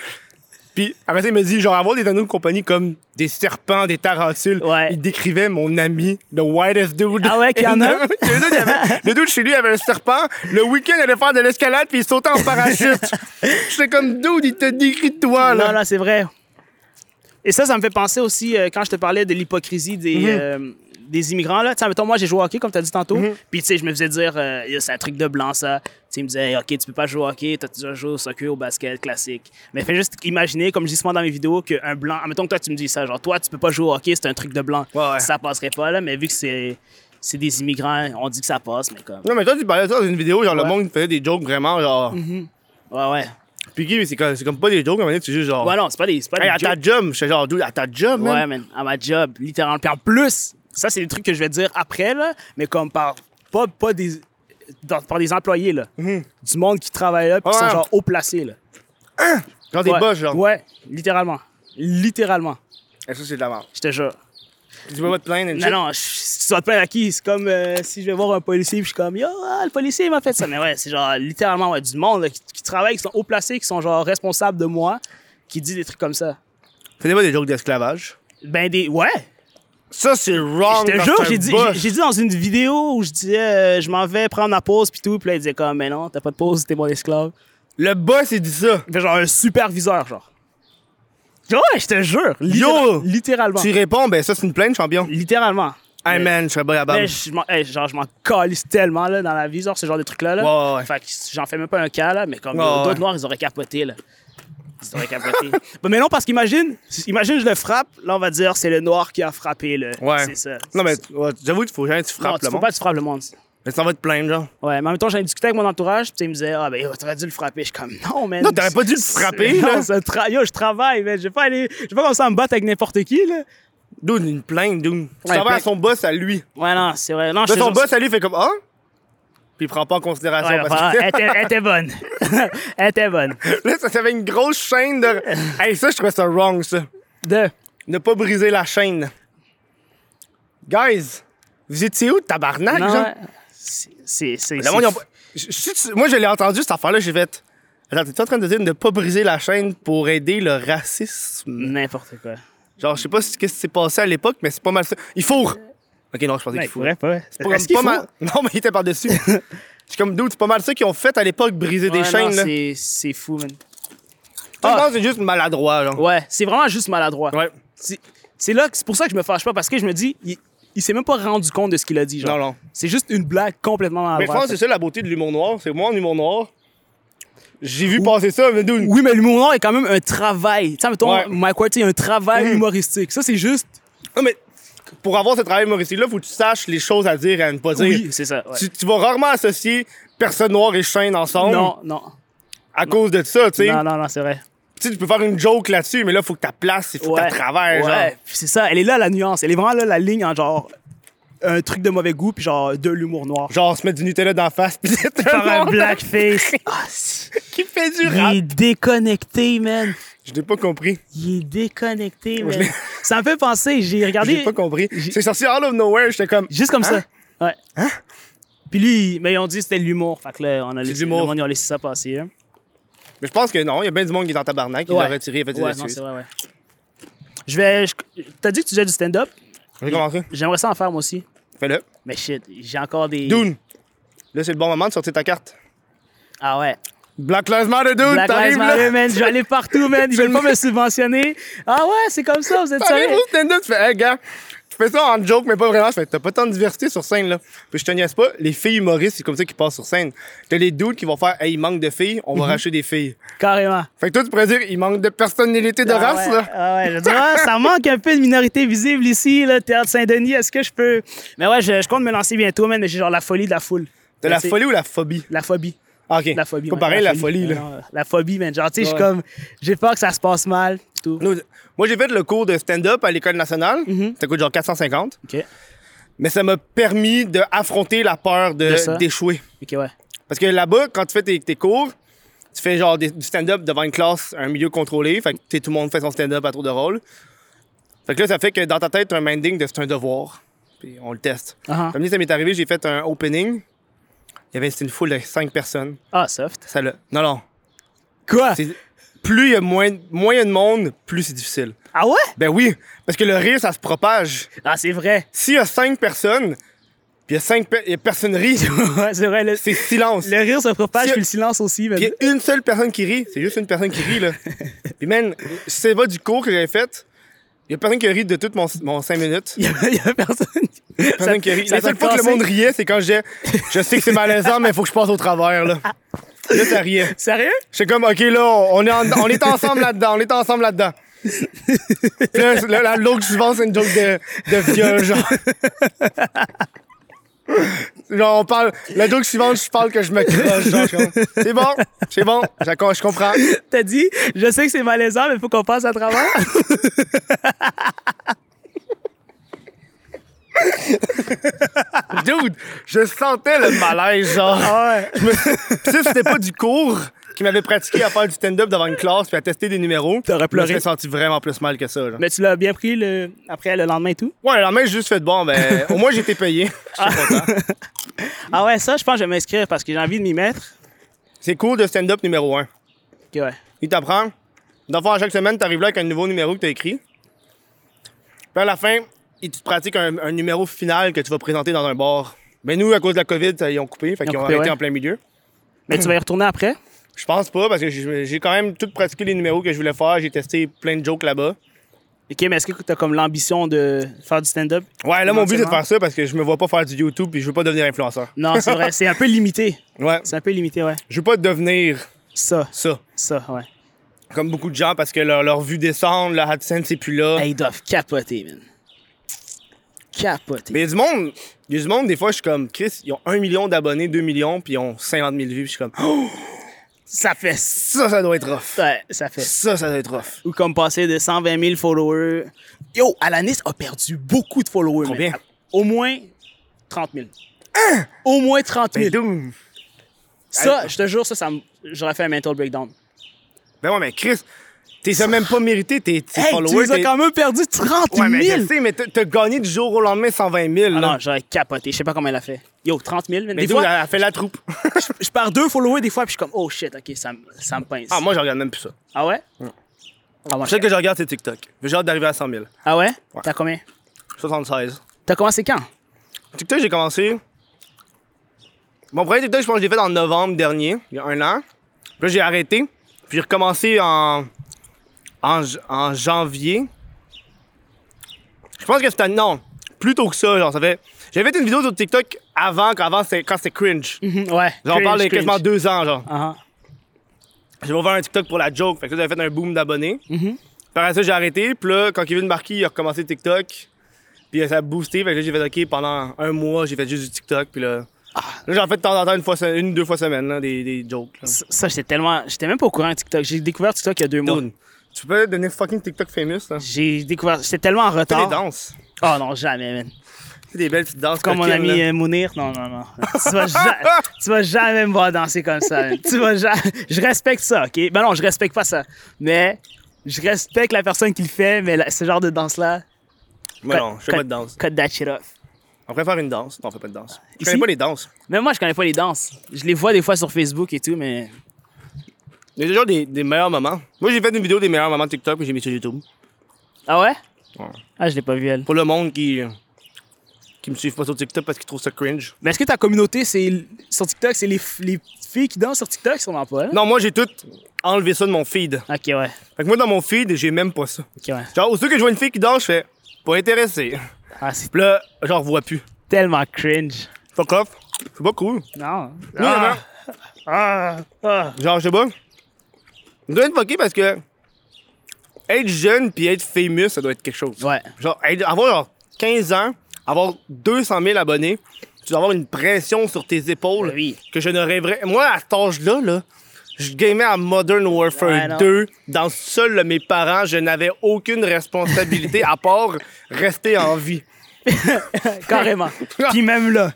Puis après, ça, il me dit genre, avoir des animaux de compagnie comme des serpents, des tarentules.
Ouais.
Il décrivait mon ami, le whitest dude.
Ah ouais, qu'il y en
[LAUGHS]
a?
le, dude, il avait- le dude chez lui avait un serpent. Le week-end, il allait faire de l'escalade, puis il sautait en parachute.
[LAUGHS]
j'étais comme dude, il te décrit de toi, Ah, là.
Non, non, c'est vrai. Et ça, ça me fait penser aussi, euh, quand je te parlais de l'hypocrisie des,
Mhm.
euh, des immigrants, là. Tu sais, mettons, moi, j'ai joué au hockey, comme tu as dit tantôt.
Mhm.
Puis, tu sais, je me faisais dire, euh, Yo, c'est un truc de blanc, ça. Tu sais, ils me disaient, OK, tu peux pas jouer au hockey, t'as déjà joué au soccer, au basket, classique. Mais fais juste imaginer, comme je dis souvent dans mes vidéos, qu'un blanc. ah, Mettons que toi, tu me dis ça, genre, toi, tu peux pas jouer au hockey, c'est un truc de blanc.
Ouais, ouais.
Ça passerait pas, là, mais vu que c'est. C'est des immigrants, on dit que ça passe, mais comme.
Non, mais toi, tu parlais de ça dans une vidéo, genre, le
Ouais.
monde faisait des jokes vraiment, genre.
Ouais, ouais.
Puis Guy, c'est comme, c'est comme pas des jokes, à un moment donné, tu dis genre.
Ouais, non, c'est pas des. c'est pas des
Hey, à ta
jokes.
job, j'étais genre, dude, à ta job, man.
Ouais, man, à ma job, littéralement. Puis en plus, ça, c'est des trucs que je vais dire après, là, mais comme par. Pas, pas des. dans- par des employés, là. Du monde qui travaille là, puis qui
Mhm. Ouais.
sont genre haut placés, là.
Quand t'es
ouais.
boss, genre.
Ouais, littéralement. Littéralement,
Eh, Ça, c'est de la merde.
je te jure.
Tu peux pas te plaindre,
Non, non, je, tu dois te plaindre à qui? C'est comme euh, si je vais voir un policier, puis je suis comme, yo, ah, le policier il m'a fait ça. Mais ouais, c'est genre littéralement ouais, du monde là, qui, qui travaille, qui sont haut placés, qui sont genre responsables de moi, qui dit des trucs comme ça.
Fais pas des jokes d'esclavage.
Ben, des. Ouais!
Ça, Oh, c'est wrong.
Je te
quand
jure,
t'es un
j'ai dit,
boss.
j'ai- j'ai dit dans une vidéo où je disais, euh, je m'en vais prendre ma pause puis tout, puis là il disait comme, mais non, t'as pas de pause, t'es mon esclave.
Le boss, il dit ça.
Fait genre un superviseur, genre. Ouais, je te jure,
Yo!
littéra- littéralement,
Tu réponds, ben ça, c'est une plainte, champion.
littéralement.
Hey, man, je serais pas
Mais
capable.
je m'en- hey, genre je m'en calisse tellement là dans la vie, genre ce genre de truc là.
Ouais, ouais, ouais.
Fait que j'en fais même pas un cas là, mais comme
Ouais,
yo, d'autres
ouais.
noirs ils auraient capoté là. Ils auraient capoté. [LAUGHS] Ben, mais non parce qu'imagine, imagine je le frappe, là on va dire c'est le noir qui a frappé le.
Ouais.
C'est ça.
Non, mais
C'est ça.
ouais, j'avoue, il faut jamais que tu
Non,
frappes
tu
le
faut
monde.
pas que tu frappes le monde.
Mais ça va te plaindre, genre.
Ouais, mais en même temps, j'en ai discuté avec mon entourage, puis ils me disaient, ah ben, yo, t'aurais dû le frapper. Je suis comme, non, man.
Non, t'aurais pas dû le
C'est- [LAUGHS]
frapper,
non,
là.
c'est un tra- Yo, je travaille, mais je vais pas aller. Je vais pas commencer à me battre avec n'importe qui, là.
Dude, une plainte, dude. Tu
Ouais,
t'en vas à
plainte.
son boss, à lui.
Ouais, non, c'est vrai. Non, je
Là,
te
son
jure,
boss, à lui, fait comme, ah? Puis il prend pas en
c'est-
considération
Ouais,
parce
voilà,
que
elle, était, elle était bonne. [LAUGHS] elle était bonne.
[LAUGHS] là, ça ça fait une grosse chaîne de.
[LAUGHS]
hey, ça, je trouvais ça wrong, ça.
Deux.
Ne pas briser la chaîne. Guys, vous étiez où, tabarnak,
Non,
genre?
ouais. c'est. c'est- c'est-
Le monde, ils ont
c'est-
pas- Je- je- moi, je l'ai entendu, cette affaire-là, j'ai fait... Attends, t'es en train de dire ne pas briser la chaîne pour aider le racisme?
N'importe quoi.
Genre, je sais pas ce qui s'est passé à l'époque, mais c'est pas mal ça. Il fourre! OK, non, je pensais
Ouais,
qu'il
il
fourre.
pourrait pas.
C'est pas, comme- pas mal... [LAUGHS] Non, mais il était
[LAUGHS]
par-dessus. je suis comme, dude, c'est pas mal ça qu'ils ont fait à l'époque, briser des chaînes, là.
C'est c'est fou, man.
Moi, Je
Ah.
pense que c'est juste maladroit, genre.
Ouais, c'est vraiment juste maladroit.
Ouais.
C'est- C'est là que c'est pour ça que je me fâche pas parce que je me dis, il, il s'est même pas rendu compte de ce qu'il a dit. Genre.
Non, non.
C'est juste une blague complètement
Mais je
maladroite.
pense que c'est ça la beauté de l'humour noir. C'est moi, en humour noir, j'ai vu passer ça, mais dude...
Oui, mais l'humour noir est quand même un travail. Tu sais, mettons,
Ouais. Mm.
Mike Ward, tu sais, il y a un travail humoristique. Ça, c'est juste.
Non, mais pour avoir ce travail humoristique-là, faut que tu saches les choses à dire et à ne pas dire.
Oui, c'est ça. ouais.
Tu, tu vas rarement associer personne noire et chaîne ensemble
Non, non.
à cause de ça, tu sais.
Non, non, non, c'est vrai.
Tu sais, tu peux faire une joke là-dessus, mais là, faut que ta place, il faut
Ouais.
que t'as travers,
Ouais,
genre.
puis c'est ça, elle est là la nuance. Elle est vraiment là la ligne en genre un truc de mauvais goût puis genre de
[LAUGHS]
l'humour noir.
Genre, se mettre du Nutella d'en face, pis c'est
Par un
noir [LAUGHS]
blackface. Ah, c'est-
qui fait du
il
rap.
est déconnecté, man.
Je l'ai pas compris.
Il est déconnecté,
Je
man.
l'ai-
Ça me fait penser, j'ai
Je
regardé
l'ai pas compris.
j'ai-
C'est sorti out of nowhere, j'étais comme.
juste comme ça. Ouais.
Hein?
Puis lui, mais ils ont dit que c'était de l'humour. Fait que là, on a laissé,
l'humour.
le monde, ils ont laissé ça passer. hein.
Mais je pense que non, il y a bien du monde qui est en tabarnak, qui
Ouais.
l'a retiré, il a fait des
Ouais, non,
excuses.
c'est vrai, ouais. Je vais. je- T'as dit que tu faisais du stand-up.
Je vais commencer.
J'aimerais ça en faire, moi aussi.
Fais-le.
Mais shit, j'ai encore des.
Dune. Là, c'est le bon moment de sortir ta carte.
Ah ouais.
Black Lives Matter, Dune,
Black Lives
t'arrives là.
Matter, man. Je vais aller partout, man. Ils veulent pas me subventionner. Ah ouais, c'est comme ça, vous êtes
T'arrives
sérieux?
au stand-up, tu fais, hey, gars, tu fais ça en joke, mais pas vraiment. Je fais, t'as pas tant de diversité sur scène, là. Puis je te niaise pas, les filles humoristes, c'est comme ça qu'ils passent sur scène. T'as les dudes qui vont faire, hey, il manque de filles, on va
Mhm.
racheter des filles.
Carrément.
Fait que toi, tu pourrais dire, il manque de personnalité de
Ah
race,
ouais,
là.
ah ouais, je dis, ah, ça manque un peu de minorité visible ici, là, Théâtre Saint-Denis, est-ce que je peux. Mais ouais, je, je compte me lancer bientôt, man, mais j'ai genre la folie de la foule.
[LAUGHS] T'as
Mais
la
c'est-
folie ou la phobie?
La phobie.
Ah, ok.
La phobie.
Pas
ouais,
pareil, la folie,
mais
là.
non, euh, la phobie, man. Genre, tu sais, je suis
Ouais.
comme. J'ai peur que ça se passe mal, pis tout.
Nous, moi, j'ai fait le cours de stand-up à l'École nationale.
Mhm.
Ça coûte genre 450.
Ok.
Mais ça m'a permis d'affronter la peur
De
de-
ça.
d'échouer.
Ok, ouais.
Parce que là-bas, quand tu fais tes, tes cours, tu fais genre des- du stand-up devant une classe, un milieu contrôlé. Fait que tu sais, tout le monde fait son stand-up à tour de rôle. Fait que là, ça fait que dans ta tête, t'as un minding de c'est un devoir. Puis on le teste.
Ah,
Comme ça m'est arrivé, j'ai fait un opening. Il y avait c'était une foule de 5 personnes.
ah, soft.
Ça l'a- Non, non.
Quoi?
C'est- Plus il y a moins, moins il y a de monde, plus c'est difficile.
Ah ouais?
Ben oui, parce que le rire, ça se propage.
Ah, c'est vrai. [LAUGHS]
S'il y a cinq personnes, puis il y a cinq pe- il y a personne rit, [LAUGHS]
Ouais, c'est vrai. Le,
c'est silence.
le rire se propage,
Si-
puis le silence aussi, man.
Puis il y a une seule personne qui rit, c'est juste une personne qui rit, là. puis man, c'est pas du cours que j'avais fait, il y a personne qui rit de tout mon, mon cinq minutes.
[LAUGHS] Il y a, il y a personne.
Personne qui rit. La
t'a
seule fois que le
cassé-
monde riait, c'est quand je disais, je sais que c'est malaisant, mais faut que je passe au travers, là. Là, ça riait.
Sérieux?
J'étais comme, OK, là, on est, en- on est ensemble là-dedans, on est ensemble là-dedans. Puis là, là, là, l'autre souvent, c'est une joke de, de viol, genre. Genre, on parle. La joke suivante, je parle que je me croche. genre, je suis comme, C'est bon, c'est bon, j'accor- je comprends.
T'as dit, je sais que c'est malaisant, mais faut qu'on passe à travers.
[LAUGHS] Dude, je sentais le malaise, genre.
Ah.
Je me- Tu sais, c'était pas du cours qui m'avait pratiqué à faire du stand-up devant une classe puis à tester des numéros.
T'aurais pleuré.
Je me serais senti vraiment plus mal que ça, genre.
Mais tu l'as bien pris le... après le lendemain et tout.
Ouais, le lendemain, j'ai juste fait bon,
[LAUGHS]
ben, au moins, j'étais payé.
Ah ouais, ça, je pense que je vais m'inscrire parce que j'ai envie de m'y mettre.
C'est cours de stand-up numéro un.
Ok, ouais.
Il t'apprend. Dans le fond, à chaque semaine, t'arrives là avec un nouveau numéro que t'as écrit. Puis à la fin, il te pratique un, un numéro final que tu vas présenter dans un bar. Mais nous, à cause de la COVID, ça, ils ont coupé, fait
Ils ont
qu'ils ont
coupé,
arrêté
ouais.
en plein milieu.
Mais tu vas y retourner après.
Je pense pas, parce que j'ai j'ai quand même tout pratiqué les numéros que je voulais faire. J'ai testé plein de jokes là-bas.
Ok, mais est-ce que t'as comme l'ambition de faire du stand-up?
Ouais, là, mon but, c'est de faire
Éventuellement.
ça parce que je me vois pas faire du YouTube puis je veux pas devenir influenceur.
Non, c'est vrai, c'est un peu limité.
Ouais.
C'est un peu limité, ouais.
Je veux pas devenir
Ça,
ça.
ça, ouais.
Comme beaucoup de gens, parce que leur, leur vue descend, leur AdSense, c'est plus là.
Hey, ils doivent capoter, man. Capoter.
Mais il y a du monde, il y a du monde, des fois, je suis comme, Chris, ils ont 1 million d'abonnés, 2 millions, puis ils ont 50 000 vues, puis je suis comme, Oh,
Ça fait ça.
ça, ça doit être rough.
Ouais, ça fait.
Ça, ça doit être rough.
Ou comme passer de 120 000 followers. Yo, Alanis a perdu beaucoup de followers. man.
Combien?
Au moins 30 000. Au moins 30 000.
Ben, doum.
Ça, je te jure, ça, ça me- j'aurais fait un mental breakdown.
ben ouais, mais Chris, t'es ça même pas mérité, tes tes
Hey, tu
followers.
les as
t'es-
quand même perdu 30 000!
Ouais, mais je sais, mais t'as t'as gagné du jour au lendemain 120 000. là.
Ah non, j'aurais capoté. Je sais pas comment elle a fait. Yo, 30 000. mais
mais
Des
dude,
fois,
elle a fait la [LAUGHS] troupe.
je je perds deux followers des fois, puis je suis comme, oh shit, ok, ça, me- ça me pince.
ah, moi, je regarde même plus ça.
Ah ouais? Ah, moi,
Je sais que je regarde, c'est TikTok. J'ai hâte d'arriver à 100 000.
Ah ouais? T'as combien?
76.
T'as commencé quand?
TikTok, j'ai commencé. Mon premier TikTok, je pense que je l'ai fait en novembre dernier, il y a un an. Puis là, j'ai arrêté. Puis j'ai recommencé en, en, j- en janvier. Je pense que c'était. Non, plus tôt que ça, genre, ça fait. J'avais fait une vidéo sur TikTok avant, quand avant, c'était- quand c'était cringe. Genre,
Mhm, Ouais.
on parle de
Cringe,
quasiment
cringe.
deux ans, genre.
Ah, ah.
J'ai ouvert un TikTok pour la joke. Fait que là, Mhm. j'avais fait un boom d'abonnés. Par après ça, j'ai arrêté. Puis là, quand Kevin Marquis il a recommencé TikTok, Puis ça a boosté. Fait que là, j'ai fait, OK, pendant un mois, j'ai fait juste du TikTok. Puis là, là j'en fais de temps en temps, une, fois, se- une deux fois semaine, là, des, des jokes. là.
Ça, ça, j'étais tellement. J'étais même pas au courant de TikTok. J'ai découvert TikTok il y a deux mois.
Dude, tu peux devenir fucking TikTok famous, là.
J'ai découvert. J'étais tellement en
Fais des
retard.
danses.
Oh non, jamais, man.
Fais des belles petites danses.
Comme mon
coquines,
ami
là.
euh, Mounir. Non, non, non. tu, vas ja-
[LAUGHS]
tu vas jamais me voir danser comme ça, man. Tu vas ja- Je respecte ça, OK? Ben non, je respecte pas ça. Mais je respecte la personne qui le fait, mais la- ce genre de danse-là.
Mais non, je fais pas de danse.
Cut that shit off.
On pourrait faire une danse. Non, on fait pas de danse. Je
Ici?
connais pas les danses.
Même moi, je connais pas les danses. Je les vois des fois sur Facebook et tout, mais.
Il y a toujours des, des meilleurs moments. Moi, j'ai fait une vidéo des meilleurs moments de TikTok que j'ai mis sur YouTube.
Ah ouais?
Ouais.
Ah, je l'ai pas vu, elle.
Pour le monde qui. qui me suivent pas sur TikTok parce qu'ils trouvent ça cringe.
Mais est-ce que ta communauté, c'est sur TikTok, c'est les, f- les filles qui dansent sur TikTok, sûrement pas, hein?
Non, moi, j'ai tout enlevé ça de mon feed.
Ok, ouais.
Fait que moi, dans mon feed, j'ai même pas ça.
Ok, ouais.
Genre, aussitôt que je vois une fille qui danse, je fais pas intéressé.
Ah, c'est
Puis là, j'en revois plus.
tellement cringe.
Fuck off. C'est pas cool.
Non.
Ah.
ah.
Genre, je sais pas. Ça doit être fucké parce que. Être jeune puis être famous, ça doit être quelque chose.
Ouais.
Genre, être- avoir genre 15 ans, avoir 200 000 abonnés, tu dois avoir une pression sur tes épaules
Ben Oui.
que je ne rêverais. Moi, à cet âge-là, là, je gamais à Modern
Ouais,
Warfare
non.
2 dans seul de mes parents. Je n'avais aucune
[LAUGHS]
responsabilité à part rester en vie.
[LAUGHS] Carrément. Puis même là.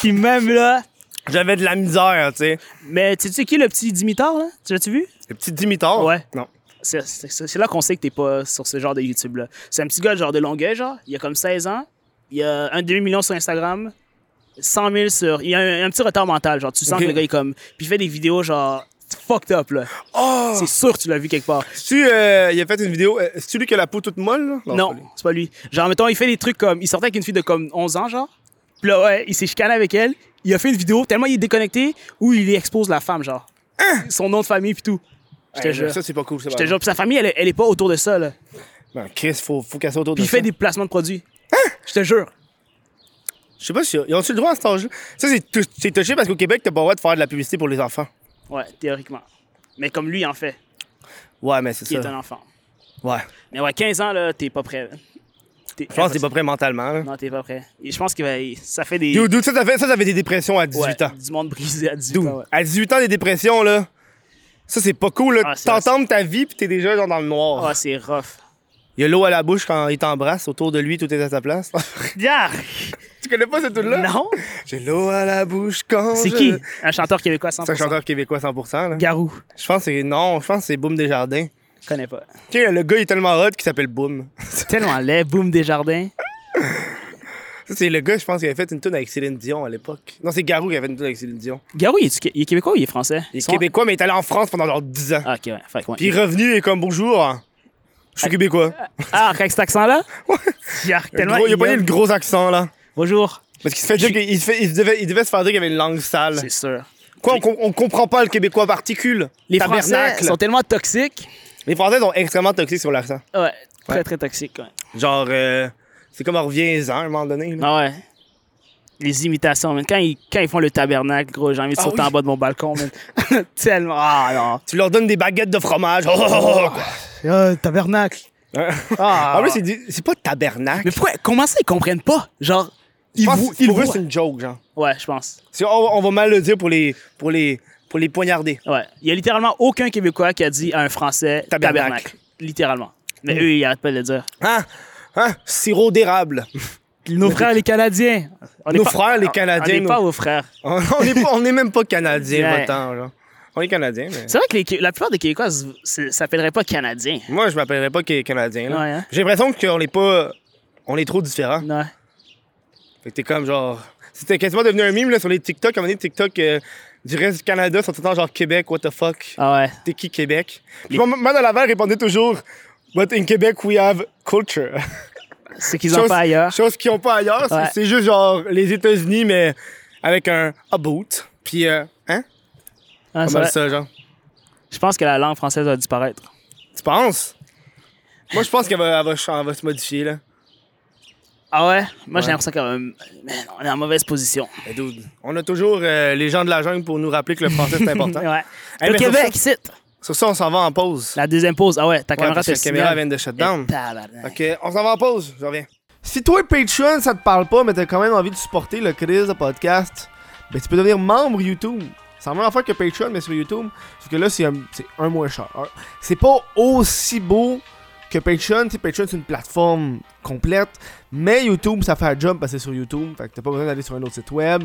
Puis même là.
J'avais de la misère, tu sais.
Mais tu sais qui le petit Dimitar, là? Tu l'as-tu vu?
Le petit Dimitar.
Ouais.
Non.
C'est- C'est c'est- c'est là qu'on sait que t'es pas sur ce genre de YouTube-là. C'est un petit gars, genre de Longueuil, genre. Il a comme 16 ans. Il a un demi-million sur Instagram. 100 000 sur. Il a un, un petit retard mental, genre. Tu sens que le gars est comme. Puis il fait des vidéos, genre. Fucked up, là.
Oh!
C'est sûr que tu l'as vu quelque part.
Tu, euh, il a fait une vidéo. euh, C'est-tu lui qui a la peau toute molle, là?
Non, c'est pas lui. Genre, mettons, il fait des trucs comme. Il sortait avec une fille de comme 11 ans, genre. Puis là, ouais, il s'est chicané avec elle. Il a fait une vidéo tellement il est déconnecté où il expose la femme, genre. Son nom de famille, puis tout. Je te
Hey,
jure.
Ça, c'est pas cool.
Je te jure. Puis sa famille, elle, elle est pas autour de ça, là.
Ben, Chris, faut, faut casser autour
Puis
de
il fait
ça.
des placements de produits. Je te jure.
Je sais pas si. Ils ont-tu le droit à cet âge-là? Ça, c'est tou- c'est touché parce qu'au Québec, t'as pas le droit de faire de la publicité pour les enfants.
Ouais, théoriquement. Mais comme lui, il en fait,
Ouais, mais c'est
qui
ça.
est un enfant.
Ouais.
Mais ouais, 15 ans, là, t'es pas prêt. T'es-
Je pense que t'es pas prêt mentalement. là.
Non, t'es pas prêt. Et je pense que ben, ça fait des.
Yo, dude, ça, ça fait, ça, ça fait des dépressions à 18
ouais,
ans.
Du monde brisé à 18
Dude,
ans, ouais.
à 18 ans, des dépressions, là. Ça, c'est pas cool, là.
Ah, c'est
T'entends ta vie, puis t'es déjà genre, dans le
Ah,
noir.
c'est rough.
Il y a l'eau à la bouche quand il t'embrasse. Autour de lui, tout est à sa place. [LAUGHS]
Yeah!
tu connais pas cette tune-là?
Non?
J'ai l'eau à la bouche quand.
C'est
je-
qui? Un chanteur québécois 100%.
C'est un chanteur québécois 100%. Là.
Garou.
Je pense que c'est. Non, je pense que c'est Boom Desjardins.
Je connais pas.
Tu sais, le gars, il est tellement hot qu'il s'appelle Boom.
[LAUGHS] Tellement laid. Boom Desjardins.
Ça, c'est le gars, je pense, qui avait fait une tune avec Céline Dion à l'époque. Non, c'est Garou qui avait une tune avec Céline Dion.
Garou, il est, du- il est québécois ou il est français?
Il est
Son-
québécois, mais il est allé en France pendant genre 10 ans.
Ah, ok, ouais. Fait que, ouais.
Puis il est revenu et comme bonjour. Je suis québécois.
Ah, avec
[LAUGHS]
cet accent-là? Yeah,
Le
tellement.
gros- il a pas eu
aime.
le gros accent, là.
Bonjour.
Parce qu'il se fait dire qu'il il se fait- il se devait, il devait se faire dire qu'il avait une langue sale.
C'est sûr.
Quoi, on, com- on comprend pas le québécois particule.
Les Français
tabernacle.
sont tellement toxiques.
Les Français sont extrêmement toxiques sur l'accent.
Ouais. Très,
Ouais.
très toxiques, ouais.
Genre, euh, c'est comme reviens-en à un moment donné. là.
Ah ouais. Les imitations, man. Quand ils, quand ils font le tabernacle, gros, j'ai envie de
Ah
sauter
oui.
en bas de mon balcon, man. [LAUGHS] Tellement. Ah non.
Tu leur donnes des baguettes de fromage. [LAUGHS] Oh, oh, oh,
Ah.
oh.
tabernacle. Ah.
En plus, c'est du- c'est pas tabernacle.
Mais pourquoi, comment ça, ils comprennent pas? Genre,
Je
ils
pense
vous.
que
Ils
pour eux,
vous-
c'est une joke, genre.
Ouais, je pense.
C'est- On, on va mal le dire pour les, pour les, pour les poignarder.
Ouais. Il y a littéralement aucun Québécois qui a dit à un Français
Tabernacle. Mm.
tabernacle. Littéralement. Mais eux, ils arrêtent pas de le dire.
Hein? Hein? Sirop d'érable. [LAUGHS]
Nos frères, les Canadiens. On est
Nos
pas-
frères, les
On n'est
Canadiens.
pas
nous-
vos frères.
On n'est pas, on est même pas Canadiens,
Ouais.
autant, genre. On est Canadiens, mais...
C'est vrai que les Qué- la plupart des Québécois se- se- s'appelleraient pas Canadiens.
Moi, je m'appellerais pas Qué- Canadien, là.
Ouais, hein?
J'ai l'impression qu'on est pas... On est trop différents.
Non.
Fait que t'es comme, genre... C'était quasiment devenu un mime, là, sur les TikTok. À un moment donné, TikTok euh, du reste du Canada sont tout le temps, genre, Québec, what the fuck?
Ah ouais.
T'es qui, Québec? Puis mon maman de Laval répondait toujours... But in Québec, we have culture.
C'est qu'ils ont
Chose-
pas ailleurs.
Chose qu'ils ont pas ailleurs. c'est-
Ouais.
C'est juste genre les États-Unis, mais avec un a boot. Puis, euh, hein?
Ah,
Pas
c'est
mal
vrai.
ça, genre.
Je pense que la langue française va disparaître.
Tu penses? Moi, je pense qu'elle va, elle va, ch- elle va se modifier, là.
Ah ouais? Moi,
Ouais.
j'ai l'impression qu'on man, on est en mauvaise position.
Mais dude, on a toujours euh, les gens de la jungle pour nous rappeler que le français, c'est important.
[LAUGHS] Ouais.
Hey,
le
mais sur
Québec,
ça-
ici.
Sur ça, on s'en va en pause.
La deuxième pause. Ah ouais, ta
Ouais,
caméra
parce
te
que la caméra
signale.
vient de shut down.
Eh, tabarnak.
OK, on s'en va en pause. Je reviens.
Si toi, Patreon, ça te parle pas, mais t'as quand même envie de supporter le Chris de podcast, ben tu peux devenir membre YouTube. C'est la même affaire que Patreon, mais sur YouTube. Sauf que là, c'est un, c'est un moins cher. Un- C'est pas aussi beau que Patreon. Tu sais, Patreon, c'est une plateforme complète. Mais YouTube, ça fait un job parce que c'est sur YouTube. Fait que t'as pas besoin d'aller sur un autre site web.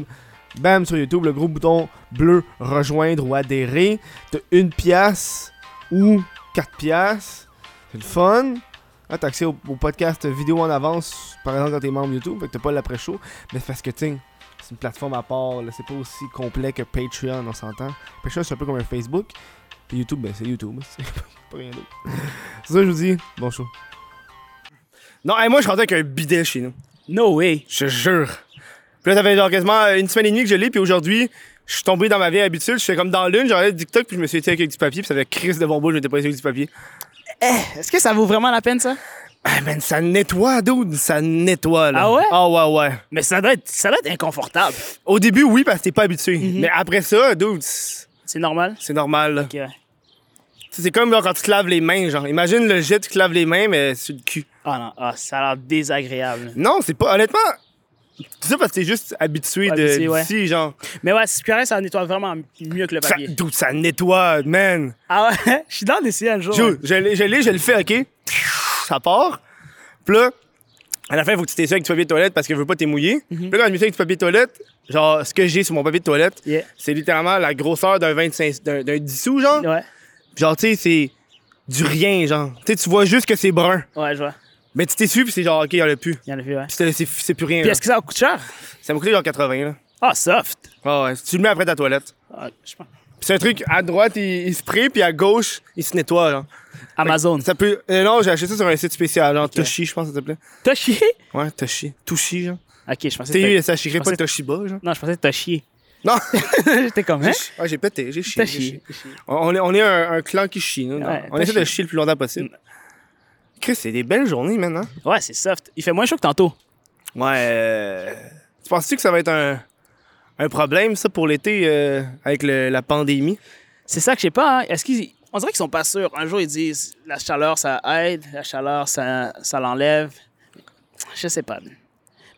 Bam, sur YouTube, le gros bouton bleu rejoindre ou adhérer. T'as une pièce ou quatre pièces. C'est le fun. Là, Ah, t'as accès au, au podcast vidéo en avance, par exemple, quand t'es membre YouTube. Fait que t'as pas l'après-show. Mais c'est parce que, tu sais, c'est une plateforme à part. là. C'est pas aussi complet que Patreon, on s'entend. Patreon, c'est un peu comme un Facebook. Puis YouTube, ben, c'est YouTube. [LAUGHS] C'est pas rien d'autre. C'est ça que je vous dis. Bon show.
Non, hey, moi, je rentrais avec un bidet chez nous.
No way.
Je te jure. Puis là, ça fait genre quasiment euh, une semaine et demie que je l'ai, puis aujourd'hui, je suis tombé dans ma vie habituelle. Je suis comme dans l'une, j'aurais le TikTok, puis je me suis été avec du papier, puis ça fait crise de bon bout, je m'étais pas essayé avec du papier.
Eh, Est-ce que ça vaut vraiment la peine, ça?
Ah, man, ça nettoie, dude, ça nettoie, là.
Ah ouais?
Ah ouais, ouais.
Mais ça doit être, ça doit être inconfortable.
Au début, oui, parce que t'es pas habitué. Mais après ça, dude, c'est
C'est normal?
c'est normal, là.
Mhm. Ok, ouais.
C'est comme genre, quand tu te laves les mains, genre. Imagine le jet, tu te laves les mains, mais sur le cul.
Ah non, ah, ça a l'air désagréable.
Non, c'est pas. Honnêtement, c'est ça parce que t'es juste habitué de
Habitué, ouais.
d'ici, genre.
Mais ouais, si pareil, ça nettoie vraiment mieux que le
Ça,
papier.
dude, ça nettoie, man.
Ah ouais? [LAUGHS] Je suis dans d'essayer un jour.
Dude, je l'ai, je l'ai, je le fais, OK? Ça part. Puis là, à la fin, il faut que tu t'essayes avec du papier de toilette parce que je veux pas t'es mouillé. Puis là, quand je m'essaye avec du papier de toilette, genre, ce que j'ai sur mon papier de toilette,
Mhm. Yeah.
c'est littéralement la grosseur d'un 25, d'un, d'un 10 sous, genre.
Ouais,
Genre, tu sais, c'est du rien, genre. Tu sais, tu vois juste que c'est brun.
ouais, je vois.
Mais tu t'essuies, puis c'est genre, OK, il y en a plus. Puis
Il y en a plus, ouais.
c'est, c'est- c'est plus rien.
Puis
là.
est-ce que ça coûte cher?
Ça m'a coûté genre 80, là.
Ah, soft.
Ah ouais, tu le mets après ta toilette.
Ah, je pense.
Puis c'est un truc, à droite, il, il spray, puis à gauche, il se nettoie, genre.
Amazon.
Ça peut. euh, non, j'ai acheté ça sur un site spécial, genre Toshi, je pense que ça s'appelait.
T'as chié?
Ouais, Toshi. Toshi, genre.
Ok, je pensais
Tu
que
sais, ça chierait pas
pensais-
Toshiba, genre.
t'as- Non, je pensais que t'as chié.
Non!
[LAUGHS] J'étais comme, hein?
Ah, j'ai pété, j'ai chié.
T'as
j'ai
chié.
On on est, on est un, un clan qui chie, nous. non?
Ouais,
on
t'as Mm.
essaie de
chié.
chier le plus longtemps possible. Chris, c'est des belles journées, hein? maintenant.
Ouais, c'est soft. Il fait moins chaud que tantôt.
Ouais. euh, Tu penses-tu que ça va être un, un problème, ça, pour l'été, euh, avec le- la pandémie?
C'est ça que je sais pas. hein. Est-ce qu'ils. On dirait qu'ils sont pas sûrs. Un jour, ils disent la chaleur, ça aide, la chaleur, ça, ça l'enlève. Je sais pas.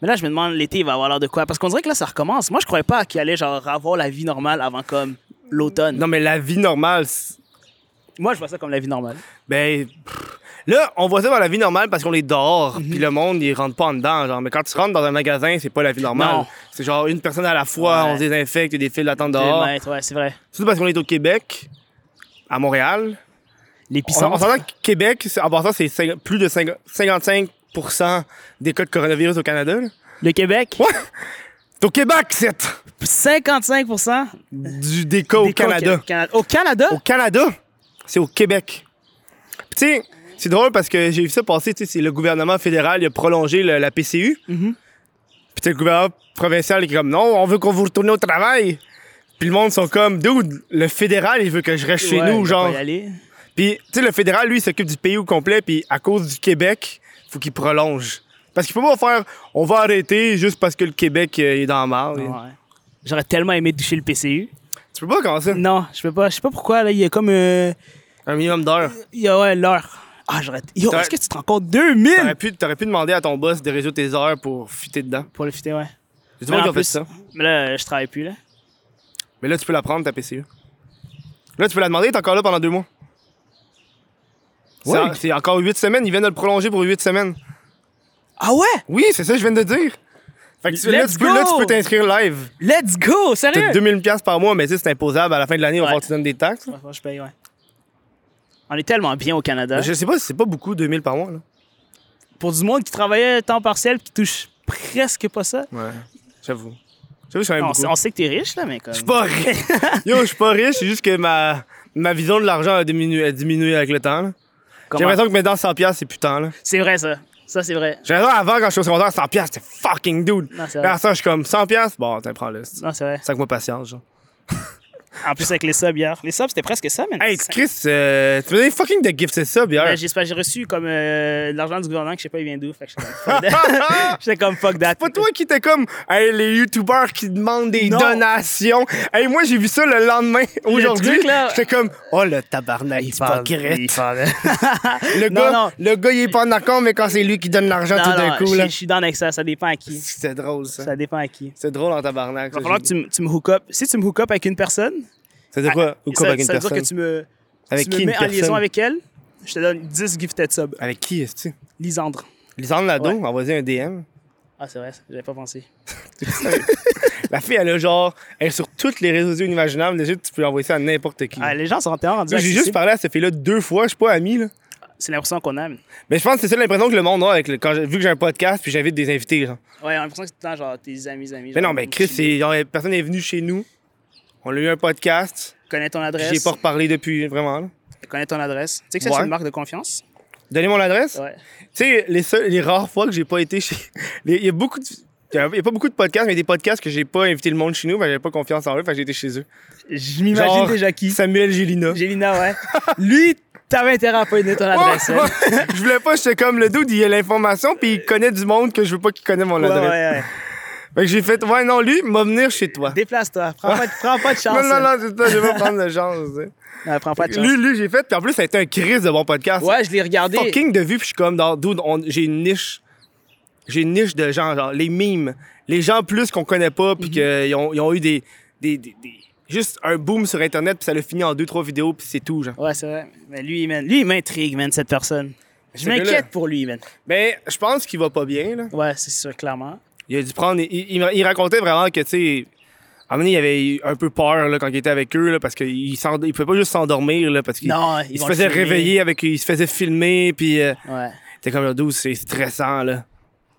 Mais là, je me demande, l'été, il va avoir l'air de quoi? Parce qu'on dirait que là, ça recommence. Moi, je croyais pas qu'il allait, genre, avoir la vie normale avant comme l'automne.
Non, mais la vie normale, c'est-
Moi, je vois ça comme la vie normale.
ben. pff, Là, on voit ça dans la vie normale parce qu'on est dehors,
Mm-hmm.
puis le monde, il rentre pas en dedans. Genre. Mais quand tu rentres dans un magasin, c'est pas la vie normale.
Non.
C'est genre une personne à la fois,
Ouais.
on se désinfecte, il y a des files d'attente
Deux
dehors.
mètres, ouais, c'est vrai.
Surtout parce qu'on est au Québec, à Montréal. On, on
L'épicentre.
s'entend que Québec, c'est- en passant, c'est cin- plus de cinq- 55 des cas de coronavirus au Canada. là.
Le Québec,
Ouais. C'est au Québec, c'est
55
du, des cas au
des cas
Canada.
Au Canada?
Au Canada, c'est au Québec. Puis, Tu sais, c'est drôle parce que j'ai vu ça passer, tu sais, c'est le gouvernement fédéral il a prolongé le- la PCU.
Mm-hmm.
Puis t'as le gouvernement provincial qui est comme non, on veut qu'on vous retourne au travail. Puis le monde sont comme dude, le fédéral il veut que je reste chez
Ouais, on
nous
va
genre.
pas y aller.
Puis tu sais le fédéral lui il s'occupe du pays au complet puis à cause du Québec, faut qu'il prolonge. Parce qu'il peut pas faire on va arrêter juste parce que le Québec euh, est dans la marde.
Ouais. J'aurais tellement aimé toucher le PCU.
Tu peux pas comme ça.
Non, je peux pas. Je sais pas pourquoi, là, il y a comme. euh,
Un minimum d'heures.
Il y a ouais, l'heure. Ah, j'aurais. Yo,
T'aurais-
est-ce que tu te rends compte 2000
T'aurais pu, t'aurais pu demander à ton boss de résoudre tes heures pour fitter dedans.
Pour le fitter, ouais.
J'ai
Mais
toujours
en
qui ont fait
plus-
ça.
Mais là, je travaille plus, là.
Mais là, tu peux la prendre, ta PCU. Là, tu peux la demander, t'es encore là pendant deux mois. C'est-
Ouais.
C'est encore huit semaines, ils viennent de le prolonger pour huit semaines.
Ah ouais
Oui, c'est ça que je viens de te dire. Fait que tu- là,
Let's
tu peux, là, tu
go!
peux t'inscrire live.
Let's go Sérieux
T'as 2000$ piastres par mois, mais tu sais, c'est imposable. À la fin de l'année, on va falloir
Ouais.
que tu donnes des taxes.
Ouais, faut que Je paye, ouais. On est tellement bien au Canada.
Je sais pas si c'est pas beaucoup, 2000$ par mois. Là.
Pour du monde qui travaillait à temps partiel qui touche presque pas ça.
Ouais. J'avoue. J'avoue, je suis quand même
On,
beaucoup.
sait- on sait que t'es riche, là, mais comme.
Je suis pas
[LAUGHS]
riche. Yo, je suis pas riche, c'est juste que ma, ma vision de l'argent a diminué, a diminué avec le temps. là. J'ai
Comment-
l'impression que maintenant 100 pièces c'est putain là.
C'est vrai, ça. Ça, c'est vrai.
J'ai l'impression avant quand je suis au secondaire 100 pièces c'était fucking dude.
Non, c'est
Là
vrai.
ça je suis comme 100 pièces bon t'en prends le.
Non, c'est vrai.
5 mois de patience genre.
En plus, avec les subs hier. Les subs, c'était presque ça, mais.
Hey, Chris, euh, tu me donnes fucking de gifted sub hier.
Ben, j'ai c'est parce que j'ai reçu comme euh, de l'argent du gouvernement que je sais pas il vient d'où. Fait que j'étais comme, [LAUGHS] fuck that.
[LAUGHS]
J'étais comme fuck that.
Pas toi qui t'es comme, hey, les youtubeurs qui demandent des
Non.
donations. Hey, moi, j'ai vu ça le
[LAUGHS]
lendemain, aujourd'hui.
truc, là-
J'étais comme, oh, le tabarnak, il
il
hypocrite. [LAUGHS]
parle. [LAUGHS]
Le,
Non,
gars,
non.
le gars, il est pas en accord, mais quand c'est lui qui donne l'argent
Non,
tout d'un
non,
coup,
je-
là.
Je suis dans avec ça, ça dépend à qui.
C'était drôle, ça.
Ça dépend à qui.
C'est drôle en tabarnak.
Il va
ça,
falloir
j'ai
que tu, me- tu me hook up. Si tu me hook up avec une personne,
dit. C'était quoi? Ou quoi
ah, ça,
avec une
ça veut dire
personne?
que tu me,
Avec
tu
qui
me
une
mets en liaison
personne?
avec elle, je te donne 10 gifted subs.
Avec qui, est-ce que?
Lisandre.
Lisandre Lado, envoyez un DM.
Ah, c'est vrai, ça, j'avais pas pensé.
La fille, elle a genre, elle est sur tous les réseaux sociaux inimaginables. Déjà, tu peux envoyer ça à n'importe qui.
Ah, les gens sont tellement rendus
J'ai juste
accessibles.
parlé à cette fille-là deux fois, je suis pas ami, là.
C'est l'impression qu'on a. mais-
Mais je pense que c'est ça l'impression que le monde a avec le- quand j'ai- vu que j'ai un podcast puis j'invite des invités. Genre.
Ouais, on a l'impression que c'est tout le temps genre tes amis, amis.
Mais
genre,
non, mais
ou
Chris,
tu
c'est, genre, personne n'est venu chez nous. On a eu un podcast.
Connais ton
puis
adresse.
J'ai pas reparlé depuis, vraiment. là.
Connais ton adresse. Tu sais que ça,
Ouais.
c'est une marque de confiance.
Donnez mon adresse.
Ouais.
Tu sais, les, seules- les rares fois que j'ai pas été chez. [LAUGHS] les- Il y a beaucoup de. Il y a il y a pas beaucoup de podcasts, mais il y a des podcasts que j'ai pas invité le monde chez nous, ben j'avais pas confiance en eux, fait que j'ai été chez eux.
Je m'imagine
Genre-
déjà qui.
Samuel Gélina.
Gélina, ouais. Lui, t'avais intérêt à pas lui donner ton adresse. hein.
je voulais pas, j'étais comme le dude, il a l'information, puis il connaît du monde que je veux pas qu'il connaisse mon
Ouais, ouais,
adresse.
ouais.
Fait que j'ai fait, ouais, non, lui, m'a venir chez toi.
Déplace-toi. Prends, pas de- prends pas de chance.
non, non,
hein.
non, c'est ça, je vais pas prendre de chance. tu sais.
Ouais, prends pas de chance.
Lui, lui, j'ai fait, puis en plus, ça a été un crise de bon podcast.
Ouais, je l'ai regardé.
Fucking de vue, puis je suis comme, dans, dude, on- j'ai une niche. J'ai une niche de gens, genre, les mimes. Les gens plus qu'on connaît pas,
Mhm.
puis qu'ils ont, ils ont eu des, des, des- des- Juste un boom sur Internet, puis ça l'a fini en deux, trois vidéos, puis c'est tout, genre.
Ouais, c'est vrai. Mais lui, man, lui, il m'intrigue, man, cette personne. Je
Ce gars-là.
m'inquiète pour lui, man.
Mais Ben, je pense qu'il va pas bien, là.
Ouais, c'est sûr, clairement.
Il a dû prendre. Il, il- il racontait vraiment que, tu sais. À un moment donné, il avait eu un peu peur là, quand il était avec eux là, parce qu'il ne pouvait pas juste s'endormir là, parce qu'il
Non, ils
il se
vont le
faisait
filmer.
réveiller avec. Il se faisait filmer, puis euh,
Ouais.
t'es comme le 12, c'est stressant là.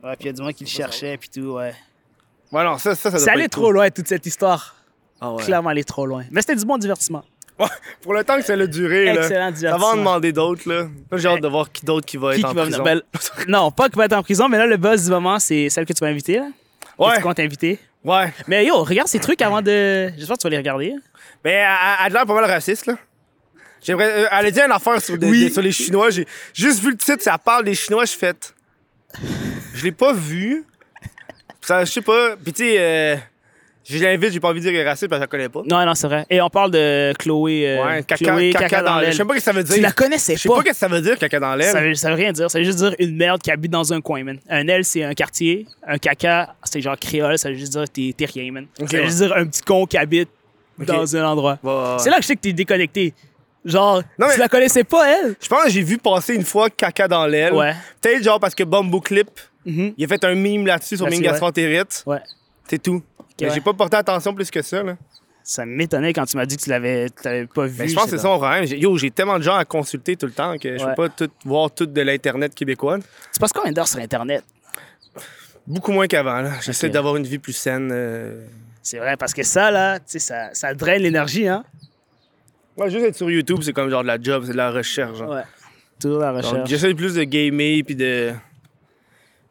Ouais, puis il y a du monde qui le cherchait, puis tout, ouais.
Ouais, non, ça, ça, ça doit
Ça
pas
allait
être
trop loin, toute cette histoire.
Ah ouais.
Clairement, elle est trop loin. Mais c'était du bon divertissement.
Pour le temps que ça l'a duré, là.
Excellent
Ça va
divertissement.
en demander d'autres, là. Là, j'ai hâte de voir qui d'autre qui va
Qui,
être en
qui va venir?
prison.
Ben, non, pas qui va être en prison, mais là, le buzz du moment, c'est celle que tu vas inviter, là. Que
ouais,
tu comptes inviter.
ouais.
Mais yo, regarde ces trucs avant de. J'espère que tu vas les regarder.
Mais elle elle a l'air pas mal raciste, là. J'aimerais, euh, elle a dit une affaire sur, des- des- sur les Chinois. J'ai juste vu le titre, ça parle des Chinois, je fête. Je l'ai pas vu. Ça, je sais pas. Puis, tu sais, euh, je l'invite, j'ai pas envie de dire qu'elle est raciste parce que je la connais pas.
Non, non, c'est vrai. Et on parle de Chloé. euh,
Ouais, caca,
Chloé,
caca, dans l'aile. Je sais pas ce que ça veut dire.
Tu la connaissais
Je sais
pas.
pas ce que ça veut dire, caca dans l'aile.
Ça veut, ça veut rien dire. Ça veut juste dire une merde qui habite dans un coin, man. Un L, c'est un quartier. Un caca, c'est genre créole. Ça veut juste dire t'es t'es rien, man. ça veut
ouais.
juste dire un petit con qui habite
Ok.
dans un endroit.
Ouais, ouais, ouais.
C'est là que je sais que t'es déconnecté. Genre,
Non, mais-
tu la connaissais pas, elle?
Je pense que j'ai vu passer une fois caca dans l'aile.
Ouais. Mhm.
Peut-être genre parce que Bamboo Clip, il a fait un mime là-dessus sur
Là-dessus,
Mingastrontérite.
Ouais.
C'est tout. Mais
ouais.
J'ai pas porté attention plus que ça, là.
Ça m'étonnait quand tu m'as dit que tu l'avais tu l'avais pas vu.
Mais je pense que c'est ça mon problème. J'ai- Yo, j'ai tellement de gens à consulter tout le temps que je
Ouais.
peux pas tout voir tout de l'Internet québécois.
Tu passes combien d'heures sur Internet?
Beaucoup moins qu'avant, là. J'essaie
Ok.
d'avoir une vie plus saine. euh.
C'est vrai, parce que ça, là, tu sais, ça, ça draine l'énergie, hein?
Ouais, juste être sur YouTube, c'est comme genre de la job, c'est de la recherche. genre.
Ouais. Toujours la
Donc,
recherche.
J'essaie plus de gamer puis de...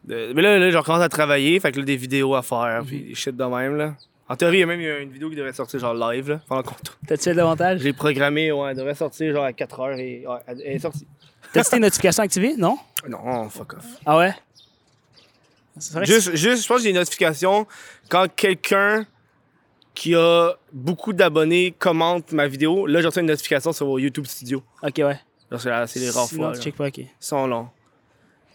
de- Mais là, là, je recommence à travailler, fait que là, des vidéos à faire, puis des shit de même, là. En théorie, il y a même eu une vidéo qui devrait sortir genre live, là, pendant qu'on tourne.
T'as-tu fait davantage?
J'ai programmé, ouais, elle devrait sortir genre à 4h et... ouais, elle est sortie.
T'as-tu tes notifications activées? Non?
Non, fuck off.
Ah ouais? C'est vrai que
Juste, juste, je pense que j'ai des notifications quand quelqu'un qui a beaucoup d'abonnés commente ma vidéo. Là, je reçois une notification sur YouTube Studio.
c'est- Ok, ouais.
Genre, C'est la- c'est les rares
Sinon,
fois.
tu
là.
check pas, ok.
Ils sont longs.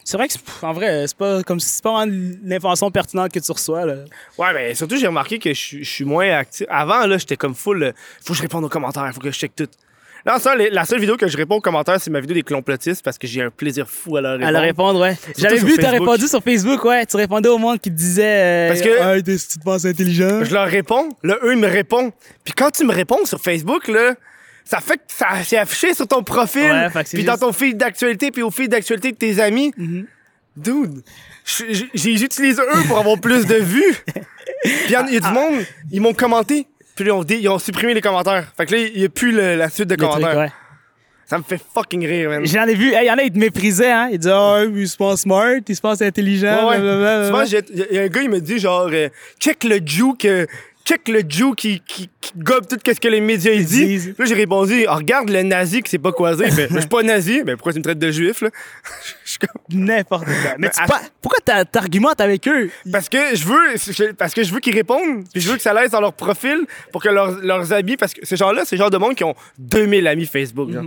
C'est vrai que, c'est- pff, en vrai, c'est pas comme si c'est pas vraiment l'information pertinente que tu reçois, là.
Ouais, mais surtout, j'ai remarqué que je suis- je suis moins actif. Avant, là, j'étais comme full. euh, faut que je réponde aux commentaires, faut que je check tout. Là, en ce moment, les- la seule vidéo que je réponds aux commentaires, c'est ma vidéo des complotistes parce que j'ai un plaisir fou à leur répondre.
À leur répondre, ouais. J'avais
sur
vu, t'as
Facebook.
répondu sur Facebook, ouais. Tu répondais au monde qui te disait. euh,
Parce que-
Hey, t'es- tu te penses intelligent.
Je leur réponds, là, eux, ils me répondent. Puis quand tu me réponds sur Facebook, là, ça fait que ça s'est affiché sur ton profil,
Ouais, fait que c'est
puis dans
juste- Mm-hmm.
ton fil d'actualité, puis au fil d'actualité de tes amis. Dude, je- je- j'ai- j'utilise eux pour avoir plus de
[LAUGHS]
vues. Puis il y, en- il y a
Ah,
du monde, ils m'ont commenté, puis ils ont, dit- ils ont supprimé les commentaires. Fait que là, il n'y a plus le- la suite de
Le truc,
commentaires.
ouais.
Ça me fait fucking rire, man.
J'en ai vu. Hey, y en a, ils te méprisaient, hein. Ils disaient, oh, il se pense smart, il se pense intelligent.
Ouais, ouais.
blablabla.
Souvent, j'ai- y a- y a un gars, il me dit genre, euh, check le Juke, euh, check le Jew qui, qui, qui gobe tout ce que les médias ils disent.
disent.
Puis là, j'ai répondu, Ah, regarde le nazi qui s'est pas croisé. [LAUGHS] Ben, je suis pas nazi, mais pourquoi tu me traites de juif, là? Je suis comme-
N'importe quoi. Mais tu
à- Ben-
pas- pourquoi t'a- t'argumentes avec eux?
Parce que je veux, je- parce que je veux qu'ils répondent, puis je veux que ça l'aise dans leur profil pour que leurs, leurs amis, parce que ces gens-là, c'est le genre de monde qui ont 2000 amis Facebook, genre.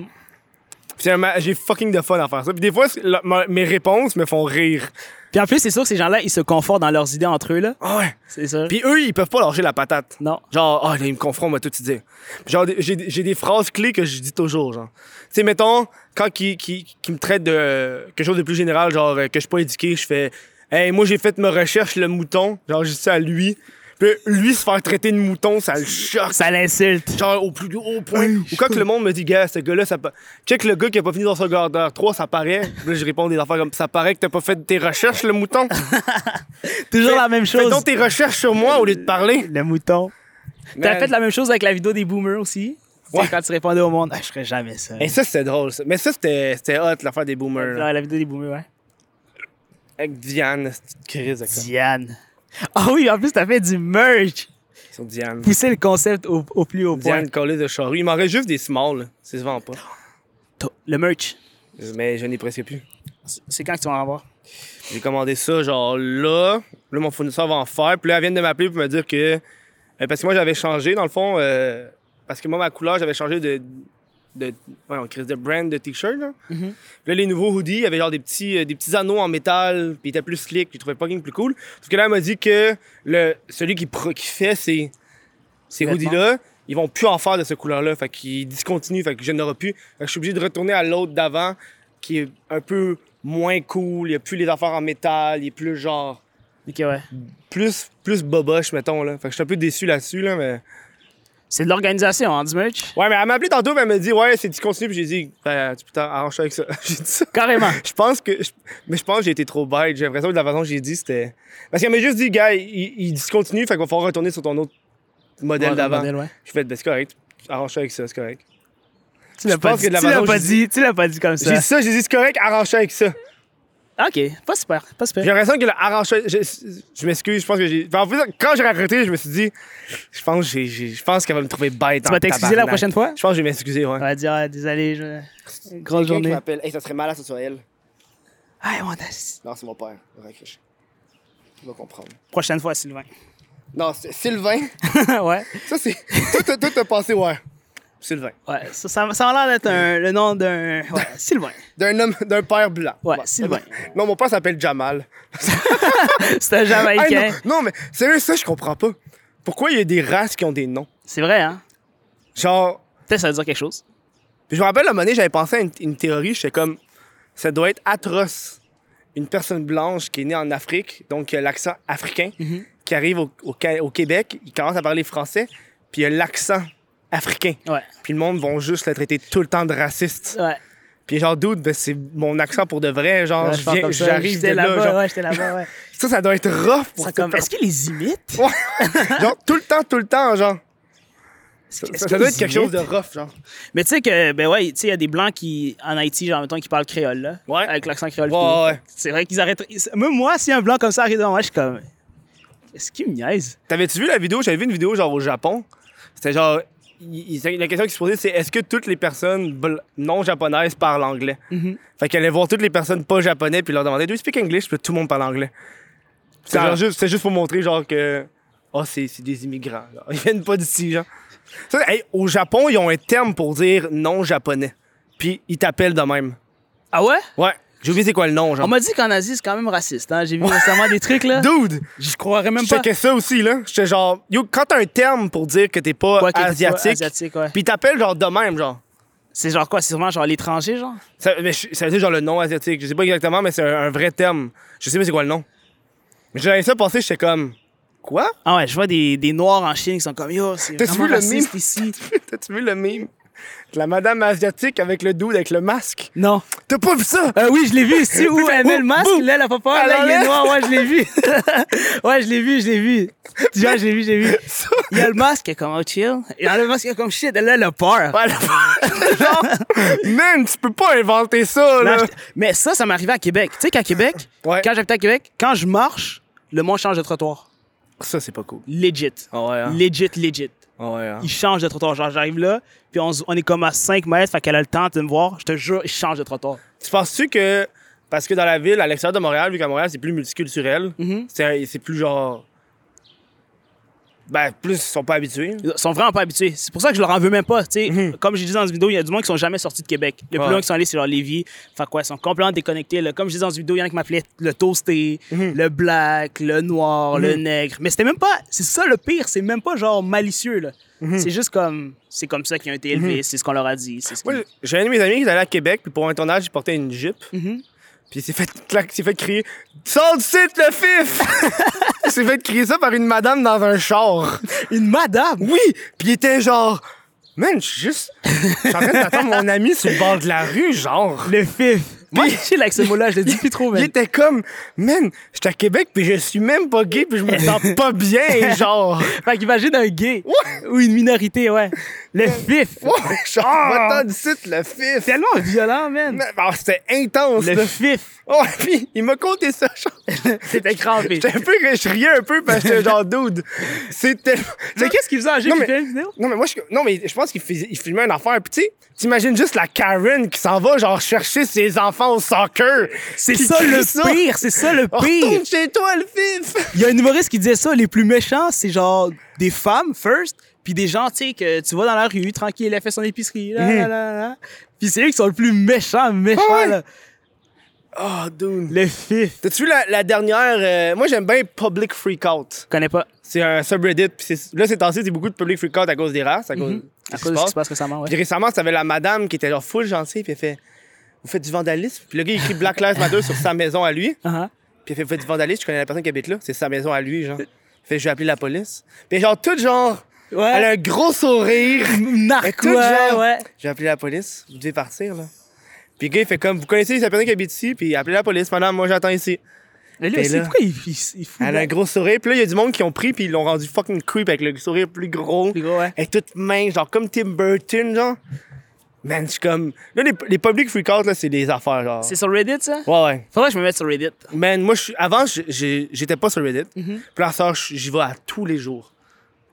Puis c'est un ma- j'ai fucking de fun à faire ça. Puis des fois, c'est- la- ma- mes réponses me font rire.
Puis en plus, c'est sûr que ces gens-là, ils se confortent dans leurs idées entre eux, là.
Ah ouais.
C'est sûr.
Puis eux, ils peuvent pas lâcher la patate.
Non.
Genre, ah, là, ils me confrontent à tout dire. Genre, des- j'ai des- j'ai des phrases clés que je dis toujours, genre. Tu sais, mettons, quand qui me traitent de euh, quelque chose de plus général, genre, euh, que je suis pas éduqué, je fais, hey, moi, j'ai fait ma recherche, le mouton. Genre, je dis ça à lui. Puis lui, se faire traiter de mouton, ça le choque.
Ça l'insulte.
Genre, au plus haut point. Ou quand que le monde me dit, gars, ce gars-là, ça. pa- Check le gars qui a pas fini dans son secondaire 3, ça paraît. Puis là, je réponds des affaires comme, ça paraît que t'as pas fait tes recherches, le mouton.
Toujours la même
Fais
chose.
donc tes recherches sur moi au lieu de parler.
Le mouton. T'as
Man.
fait la même chose avec la vidéo des boomers aussi. Tu sais,
Ouais.
Quand tu répondais au monde, Ah, je ferais jamais ça.
Et ça, c'était drôle, ça. Mais ça, c'était c'était hot, l'affaire des boomers. là.
Genre, la vidéo des boomers, ouais.
Avec Diane, cette crise avec ça.
Diane. Ah oui, en plus, t'as fait du merch.
Sur Diane.
Pousser le concept au, au plus haut point.
Diane collée de charrue. Il m'en reste juste des small, là. C'est souvent pas.
Le merch,
Mais je n'ai presque plus.
c'est quand que tu vas en avoir?
J'ai commandé ça, genre là. Là, mon fournisseur va en faire. Puis là, elle vient de m'appeler pour me dire que. euh, parce que moi, j'avais changé, dans le fond. euh, parce que moi, ma couleur, j'avais changé de. de ouais, on crée de brand de t-shirt, là. Puis là, les nouveaux hoodies, il y avait genre des petits, euh, des petits anneaux en métal. Puis ils étaient plus slick. Puis je trouvais pas game plus cool. Sauf que là, elle m'a dit que le, celui qui, pro- qui fait ces, ces
Vêtements.
hoodies-là. Ils vont plus en faire de cette couleur-là. Fait qu'ils discontinuent. Fait que je n'aurai plus. Fait que je suis obligé de retourner à l'autre d'avant qui est un peu moins cool, il y a plus les affaires en métal, il est plus genre
Ok, ouais.
plus plus boboche mettons là. Fait que je suis un peu déçu là-dessus là mais
C'est de l'organisation, hein, du merch?
Ouais, mais elle m'a appelé tantôt, puis elle m'a dit "Ouais, c'est discontinu." Puis j'ai dit "Ben, tu peux t'arranger avec ça." [LAUGHS] j'ai dit ça.
[LAUGHS] Carrément.
Je pense que je- mais je pense que j'ai été trop bête, j'ai l'impression que de la façon que j'ai dit c'était parce qu'elle m'a juste dit "Gars, il, il discontinue, fait qu'on va falloir retourner sur ton autre modèle
Ouais,
d'avant."
modèle, ouais.
Je fais "Ben, c'est correct. Arrange ça avec ça, c'est correct."
Tu l'as
Je
pas
pense
dit.
que de la
Tu l'as
façon
pas
que j'ai
dit. Tu l'as pas dit comme
J'ai
ça.
dit ça, j'ai dit "C'est correct, arrange ça avec ça."
Ok, pas super. Pas super.
J'ai l'impression que le arrangeur- Je, je m'excuse, je pense que j'ai. En fait, quand j'ai raconté, je me suis dit. Je pense, que j'ai- j'ai- je pense qu'elle va me trouver bête.
Tu vas t'excuser la prochaine fois?
Je pense que je vais m'excuser, ouais.
On va dire, ah, désolé, je... grosse journée.
m'appelle. Hey, ça serait malade que ce soit elle.
Ah, on a-
Non, c'est mon père. Il va raccrocher. Il va comprendre.
Prochaine fois, Sylvain.
Non, c'est Sylvain.
[LAUGHS] ouais.
Ça, c'est. Tout, tout, tout a passé, ouais. Sylvain.
Ouais, ça, ça, ça a l'air d'être un- le nom d'un. Ouais, Sylvain.
D'un homme, d'un père blanc.
Ouais, Sylvain.
Non, mon père s'appelle Jamal.
C'est un
Hey,
Jamaïcain.
non, non, mais sérieux, ça, je comprends pas. Pourquoi il y a des races qui ont des noms?
C'est vrai, hein?
Genre.
Peut-être ça veut dire quelque chose.
Puis je me rappelle, à un moment donné, j'avais pensé à une, une théorie, j'étais comme, ça doit être atroce. Une personne blanche qui est née en Afrique, donc qui a l'accent africain,
Mhm.
qui arrive au, au Ca- au Québec, il commence à parler français, puis il a l'accent africain.
Ouais.
Puis le monde vont juste le traiter tout le temps de raciste.
Ouais.
Puis genre, doute, c'est mon accent pour de vrai, genre,
Ouais,
Ah, je
je pense
viens-
comme ça.
j'arrive de
J'étais
là.
là-bas,
genre.
ouais, j'étais là-bas, ouais.
Ça, ça doit être rough pour
Ça
cette
comme,
per-
est-ce qu'ils les imitent?
Genre, tout le temps, tout le temps, genre.
Est-ce que-
Ça,
est-ce
ça
qu'ils
doit être quelque
imitent?
chose de rough, genre.
Mais tu sais que, ben ouais, tu sais, il y a des Blancs qui, en Haïti, genre, mettons, qui parlent créole, là.
Ouais.
Avec l'accent créole.
Ouais,
puis tout.
ouais, ouais.
C'est vrai qu'ils arrêtent. ils- Même moi, si un Blanc comme ça arrive devant moi, je suis comme. Est-ce qu'il me niaise?
T'avais-tu vu la vidéo? J'avais vu une vidéo genre au Japon. C'était genre. il- il- la question qui se posait, c'est est-ce que toutes les personnes bl- non japonaises parlent anglais?
Mm-hmm.
Fait qu'elle allait voir toutes les personnes pas japonaises puis leur demandait Do you speak English? Puis là, tout le monde parle anglais. C'est genre juste, c'est juste pour montrer genre que. Oh, c'est c'est des immigrants. là. [LAUGHS] Ils viennent pas d'ici, genre. Ça, hey, au Japon, ils ont un terme pour dire non japonais. Puis ils t'appellent de même.
Ah ouais?
Ouais. J'ai oublié c'est quoi le nom,
On
genre.
m'a dit qu'en Asie, c'est quand même raciste, hein. J'ai vu récemment des
[LAUGHS]
trucs, là.
Dude!
Je croirais même
Je
pas.
checkais ça aussi, là. J'étais genre, yo, quand t'as un terme pour dire que t'es pas
Quoi que-
asiatique,
ouais, asiatique, ouais.
Puis t'appelles genre de même, genre.
C'est genre quoi? C'est sûrement genre l'étranger, genre?
Ça, mais je- ça veut dire genre le nom asiatique. Je sais pas exactement, mais c'est un, un vrai terme. Je sais pas c'est quoi le nom. Mais j'avais ça passé, j'étais comme. Quoi? [LAUGHS]
Ah ouais, je vois des, des noirs en Chine qui sont comme yo, c'est
T'as-tu
vraiment
vu le meme?
raciste
[LAUGHS]
ici.
T'as-tu vu le meme? De La madame asiatique avec le dude avec le masque.
Non.
T'as pas vu ça?
Euh, oui, je l'ai vu
[LAUGHS]
ici où elle met le masque, là, la papa,
Elle
là, il est
enlève.
noir, ouais, je l'ai vu. [LAUGHS] ouais, je l'ai vu, je l'ai vu. Tu vois, je l'ai vu, je l'ai vu. Il y a le masque, elle est comme oh, chill. Il enlève le masque, elle est comme shit, elle, elle a peur.
Ouais, le- genre, man, tu peux pas inventer ça,
Là,
là.
je- Mais ça, ça m'est arrivé à Québec. Tu sais qu'à Québec,
Ouais.
quand j'habitais à Québec, quand je marche, le monde change de trottoir.
Ça, c'est pas cool.
Legit.
Ah ouais, hein?
Legit, legit.
Ah ouais, hein?
Il change de trottoir. Genre, j'arrive là, puis on, s- on est comme à 5 mètres, fait qu'elle a le temps de me voir. Je te jure, il change de trottoir.
Tu penses-tu que. Parce que dans la ville, à l'extérieur de Montréal, vu qu'à Montréal, c'est plus multiculturel,
Mhm.
c'est c'est plus genre. Ben, plus, ils sont pas habitués.
Ils sont vraiment pas habitués. C'est pour ça que je leur en veux même pas. tu sais. Comme j'ai dit dans une vidéo, il y a du monde qui sont jamais sortis de Québec. Le
Ouais.
plus loin qui sont allés, c'est leur Lévis. Fait quoi, ils sont complètement déconnectés. là. Comme je dis dans une vidéo, il y en a qui m'appelaient le toasté, le black, le noir, le nègre. Mais c'était même pas. C'est ça le pire. C'est même pas genre malicieux. là. C'est juste comme. C'est comme ça qu'ils ont été élevés. C'est ce qu'on leur a dit. C'est ce
Moi,
qu'ils-
j'ai un de mes amis qui est allé à Québec, puis pour un tournage, il portait une Jeep. Puis il s'est fait, clac- il s'est fait crier Sors du site, le fif [LAUGHS] Il s'est fait crier ça par une madame dans un char.
Une madame!
Oui Puis il était genre Man, je suis juste. Je suis en train d'attendre mon ami sur le bord de la rue, genre.
Le fif! Moi, [LAUGHS] je chill avec ce mot-là, je le dis plus trop,
Il
mais.
était comme Man, j'étais à Québec, puis je suis même pas gay, puis je me sens pas [LAUGHS] bien, genre.
Fait qu'imagine un gay ou une minorité, ouais. Le fif!
Ouais, genre, va-t'en du site, le fif
Tellement violent, man!
Man, alors, C'était intense,
Le
là.
fif!
Oh, puis il m'a conté ça, genre. [LAUGHS]
C'était crampé.
J'étais un peu, je riais un peu parce que j'étais genre dude. C'est tellement.
Mais qu'est-ce qu'il faisait à Jake
Non, mais-
qui fait la vidéo?
Non, mais moi, je, non, mais je pense qu'il fais- il filmait une affaire. Puis, tu sais, t'imagines juste la Karen qui s'en va, genre, chercher ses enfants au soccer.
C'est
Qui
ça
crie
le
ça.
pire, c'est ça le
On
pire.
Retourne chez toi, le fif!
Il y a un humoriste qui disait ça, les plus méchants, c'est genre des femmes first, puis des gens, tu sais, que tu vois dans la rue, tranquille, elle fait son épicerie, là, là, là, là. Puis c'est eux qui sont le plus méchants, méchants,
Ah ouais.
là. Ah,
Oh, dude.
Le fif.
T'as-tu vu la, la dernière. euh, moi, j'aime bien Public Freakout.
Je connais pas,
C'est un subreddit. Puis, c'est- là, ces temps-ci, c'est beaucoup de Public Freakout à cause des races, à cause,
Mm-hmm. à
ce
cause de ce qui se passe récemment, ouais.
Puis récemment, ça avait la madame qui était genre full gentille, puis elle fait Vous faites du vandalisme. Puis le gars, il écrit Black Lives Matter sur sa maison à lui.
Ah, ah.
Puis elle fait Vous faites du vandalisme, je connais la personne qui habite là. C'est sa maison à lui,
Euh.
genre. Elle Fait Je vais appeler la police. Puis genre, tout genre, elle a
Ouais.
un gros sourire.
Narco,
tout
ouais,
genre.
ouais.
J'ai appelé la police, vous devez partir, là. Puis le gars, il fait comme Vous connaissez cette personne qui habite ici, puis appelez la police, madame, moi j'attends ici.
Mais lui
T'es
aussi,
là.
pourquoi il, il, il fout
Elle a un gros sourire, puis là, il y a du monde qui ont pris, puis ils l'ont rendu fucking creep avec le sourire plus gros.
gros, ouais.
Elle est toute mince, genre comme Tim Burton, genre. Man, je suis comme. Là, les, les public freakouts, là, c'est des affaires, genre.
C'est sur Reddit, ça?
Ouais, ouais.
Faudrait que je me mette sur Reddit.
Man, moi, je suis- avant, je- j'ai- j'étais pas sur Reddit. Puis
Mhm.
là, ça, je- j'y vais à tous les jours.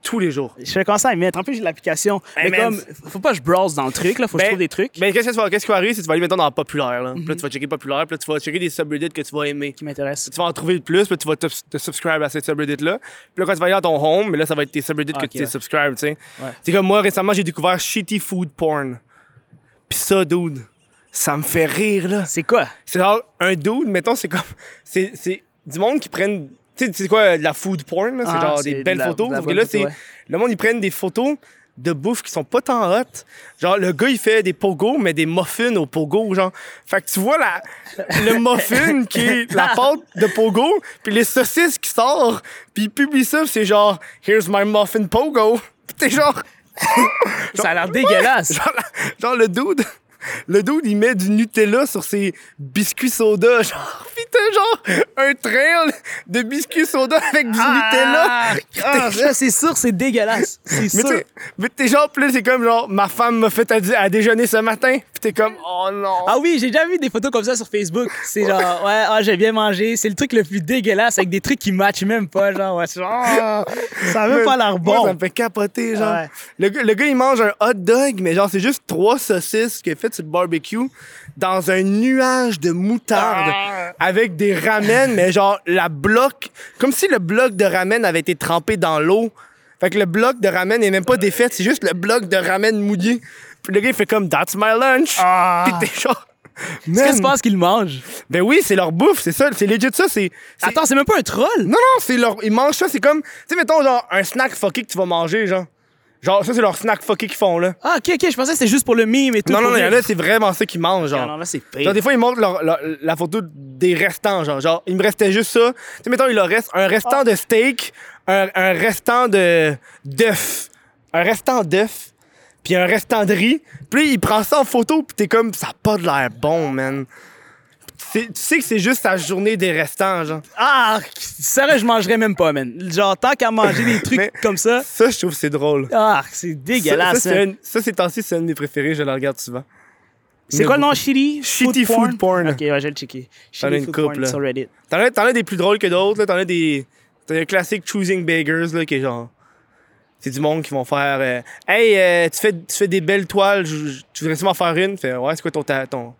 Tous les jours.
Je fais commencer à y mettre. En plus, j'ai l'application.
Hey,
mais
man.
comme, faut pas que je browse dans le truc, là. Faut que
Ben,
je trouve des trucs Mhm.
Mais qu'est-ce que tu vas- qu'est-ce qui va arriver si tu vas aller, mettons, dans populaire, là. Puis là, tu vas checker populaire, puis là, tu vas checker des subreddits que tu vas aimer.
qui m'intéressent.
Tu vas en trouver le plus, puis tu vas te, te subscribe à ces subreddits-là. Puis là, quand tu vas aller dans ton home, mais là, ça va être tes subreddits
Ah,
que
ok,
tu
ouais.
t'es subscribe, tu sais. C'est comme moi, récemment, j'ai découvert shitty food porn. Puis ça, dude, ça me fait rire, là.
C'est quoi?
C'est genre un dude, mettons, c'est comme. C'est, c'est du monde qui prennent. Tu sais, c'est quoi, de la food porn, là? C'est
Ah,
genre
c'est
des
de
belles
la-
photos.
de la
Sauf que
bonne
là,
photo,
c'est.
ouais.
Le monde, ils prennent des photos de bouffe qui sont pas tant hot. Genre, le gars, il fait des pogos, mais des muffins au pogo, genre. Fait que tu vois la,
[LAUGHS]
le muffin qui est la pâte de pogo, puis les saucisses qui sortent, puis ils publient ça, puis c'est genre, here's my muffin pogo. Puis t'es genre.
Ça a l'air
[LAUGHS]
dégueulasse.
Genre, la- genre, le dude, [LAUGHS] le dude, il met du Nutella sur ses biscuits soda. [LAUGHS] Genre, putain, genre, un trail de biscuits soda avec du
Ah,
Nutella.
ah, ça, c'est sûr, c'est dégueulasse. C'est
mais
sûr.
t'es, mais t'es genre, plus c'est comme genre, ma femme m'a fait à, dé- à déjeuner ce matin. Puis t'es comme, oh non.
Ah oui, j'ai déjà vu des photos comme ça sur Facebook. C'est genre, ouais, ah, j'ai bien mangé. C'est le truc le plus dégueulasse avec des trucs qui matchent même pas.
[LAUGHS]
Genre, ouais, c'est genre, ah, ça a même
Mais
pas l'air
moi, ça
bon.
me fait capoter, genre.
Ouais.
Le, gars- le gars, il mange un hot dog, mais genre, c'est juste trois saucisses qu'il a faites sur le barbecue dans un nuage de moutarde
Ah.
avec des ramen, mais genre, la bloc, comme si le bloc de ramen avait été trempé dans l'eau. Fait que le bloc de ramen n'est même pas défait, c'est juste le bloc de ramen mouillé. Puis le gars, il fait comme, That's my lunch.
Ah.
Puis t'es genre.
Qu'est-ce que
Man.
tu penses qu'ils mangent?
Ben oui, c'est leur bouffe, c'est ça, c'est legit ça, c'est. c'est-
Attends, c'est même pas un troll.
non, non, c'est leur. Ils mangent ça, c'est comme. Tu sais, mettons, genre, un snack fucké que tu vas manger, genre. Genre, ça, c'est leur snack fucké qu'ils font, là.
Ah, ok, ok, je pensais que c'était juste pour le mime et tout.
Non, non,
pour
non, il y en
rire.
a, c'est vraiment ça qu'ils mangent,
Ah, non,
genre.
là, c'est pire.
Genre, des fois, ils montrent leur- leur- la photo des restants, genre. Genre, il me restait juste ça. Tu sais, mettons, il leur reste un
Ah.
restant de steak, un, un restant de. d'œuf. Un restant d'œuf, puis un restant de riz. Puis il prend ça en photo, puis t'es comme, ça a pas de l'air bon, man. C'est- Tu sais que c'est juste sa journée des restants, genre.
Ah, sérieux, je mangerais même pas, man. Genre, tant qu'à manger des trucs
Mais-
comme ça.
Ça, je trouve que c'est drôle.
Ah, c'est dégueulasse,
Ça,
hein.
ça, c'est
man.
un- ça, ces temps-ci, c'est un de mes préférés, je le regarde souvent.
C'est quoi le nom? Shitty?
Shitty food porn.
Ok, ouais, je vais le checker.
T'en as
Shitty
une
food
couple,
porn
là.
sur Reddit.
T'en as, t'en as des plus drôles que d'autres, là. T'en as des. T'as un classique Choosing Beggars, là, qui est genre. C'est du monde qui vont faire. euh, hey, euh, tu, fais, tu fais des belles toiles, je- je- tu voudrais-tu m'en faire une? Fait, ouais, c'est quoi ton. ta- ton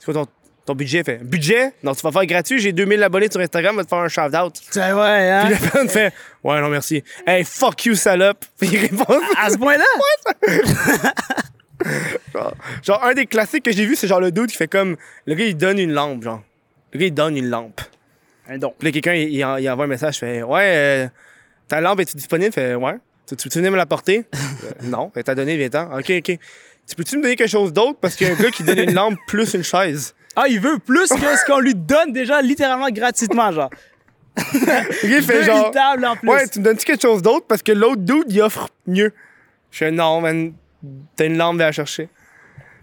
c'est quoi ton, ton budget? Fait, budget? Non, tu vas faire gratuit, j'ai 2000 abonnés sur Instagram, je vais te faire un shout-out.
Ouais, ouais, hein?
Puis la personne fait, ouais, non, merci. Hey, fuck you, salope. [LAUGHS] Puis il répond.
À ce point-là?
Genre, un des classiques que j'ai vu, c'est genre le dude qui fait comme. Le gars, il donne une lampe, genre. Le gars, il donne une lampe.
Un don.
Puis là, quelqu'un, il, il en- il envoie un message, fait Ouais, euh, ta lampe, est tu disponible Fait Ouais. Tu, tu peux-tu venir me la porter Euh, Non. Fait t'as donné, viens-t'en. Ok, ok. Tu peux-tu me donner quelque chose d'autre Parce qu'il y a un gars qui donne une lampe plus une chaise.
Ah, il veut plus que ce qu'on lui donne déjà littéralement gratuitement, genre.
Le gars, il fait
Deux
genre.
une table en plus.
Ouais, tu me donnes-tu quelque chose d'autre Parce que l'autre dude, il offre mieux. Je fais Non, man, t'as une lampe, va la chercher.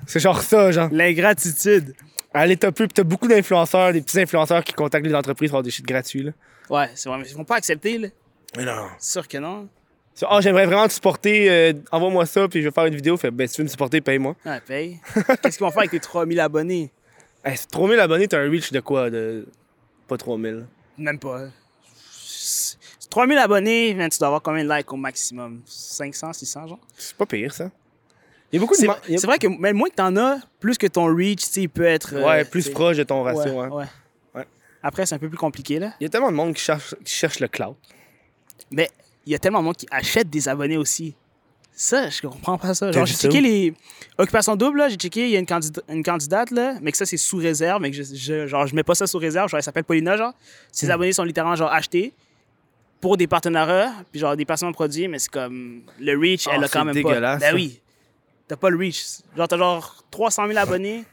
C'est genre ça, genre.
L'ingratitude.
Allez, t'as peu, pis t'as beaucoup d'influenceurs, des petits influenceurs qui contactent les entreprises pour avoir des shit gratuits, là.
Ouais, c'est vrai, mais ils vont pas accepter, là.
Mais non.
C'est sûr que non.
Ah, j'aimerais vraiment te supporter, euh, envoie-moi ça, puis je vais faire une vidéo. Fait, ben, si tu veux me supporter, paye-moi.
Ouais, Ah,
[LAUGHS]
paye. Qu'est-ce qu'ils vont faire avec tes 3000 abonnés?
Hey, c'est 3000 abonnés, t'as un reach de quoi de... Pas 3000.
Même pas. 3000 abonnés, man, tu dois avoir combien de likes au maximum? 500, 600, genre?
C'est pas pire, ça. Il y a beaucoup de.
C'est
ma- il y a-
c'est vrai que même moins que t'en as, plus que ton reach, tu sais, il peut être. euh,
Ouais, plus
t'sais,
proche de ton
ouais,
ratio. hein.
ouais.
Ouais.
Après, c'est un peu plus compliqué, là.
Il y a tellement de monde qui cherche, qui cherche le cloud.
Mais il y a tellement de monde qui achète des abonnés aussi. Ça, je comprends pas ça. Genre,
vu
j'ai
ça
checké les. Occupation double, là, j'ai checké, il y a une, candid- une candidate, là, mais que ça, c'est sous réserve, mais que je, je- genre, je mets pas ça sous réserve. Genre, elle s'appelle Paulina, genre.
Hmm.
Ses abonnés sont littéralement, genre, achetés pour des partenariats, puis genre, des placements de produits, mais c'est comme. Le reach,
Ah,
elle a
c'est
quand même
dégueulasse,
pas.
ça.
Ben oui. T'as pas le reach. Genre, t'as genre 300 000 abonnés,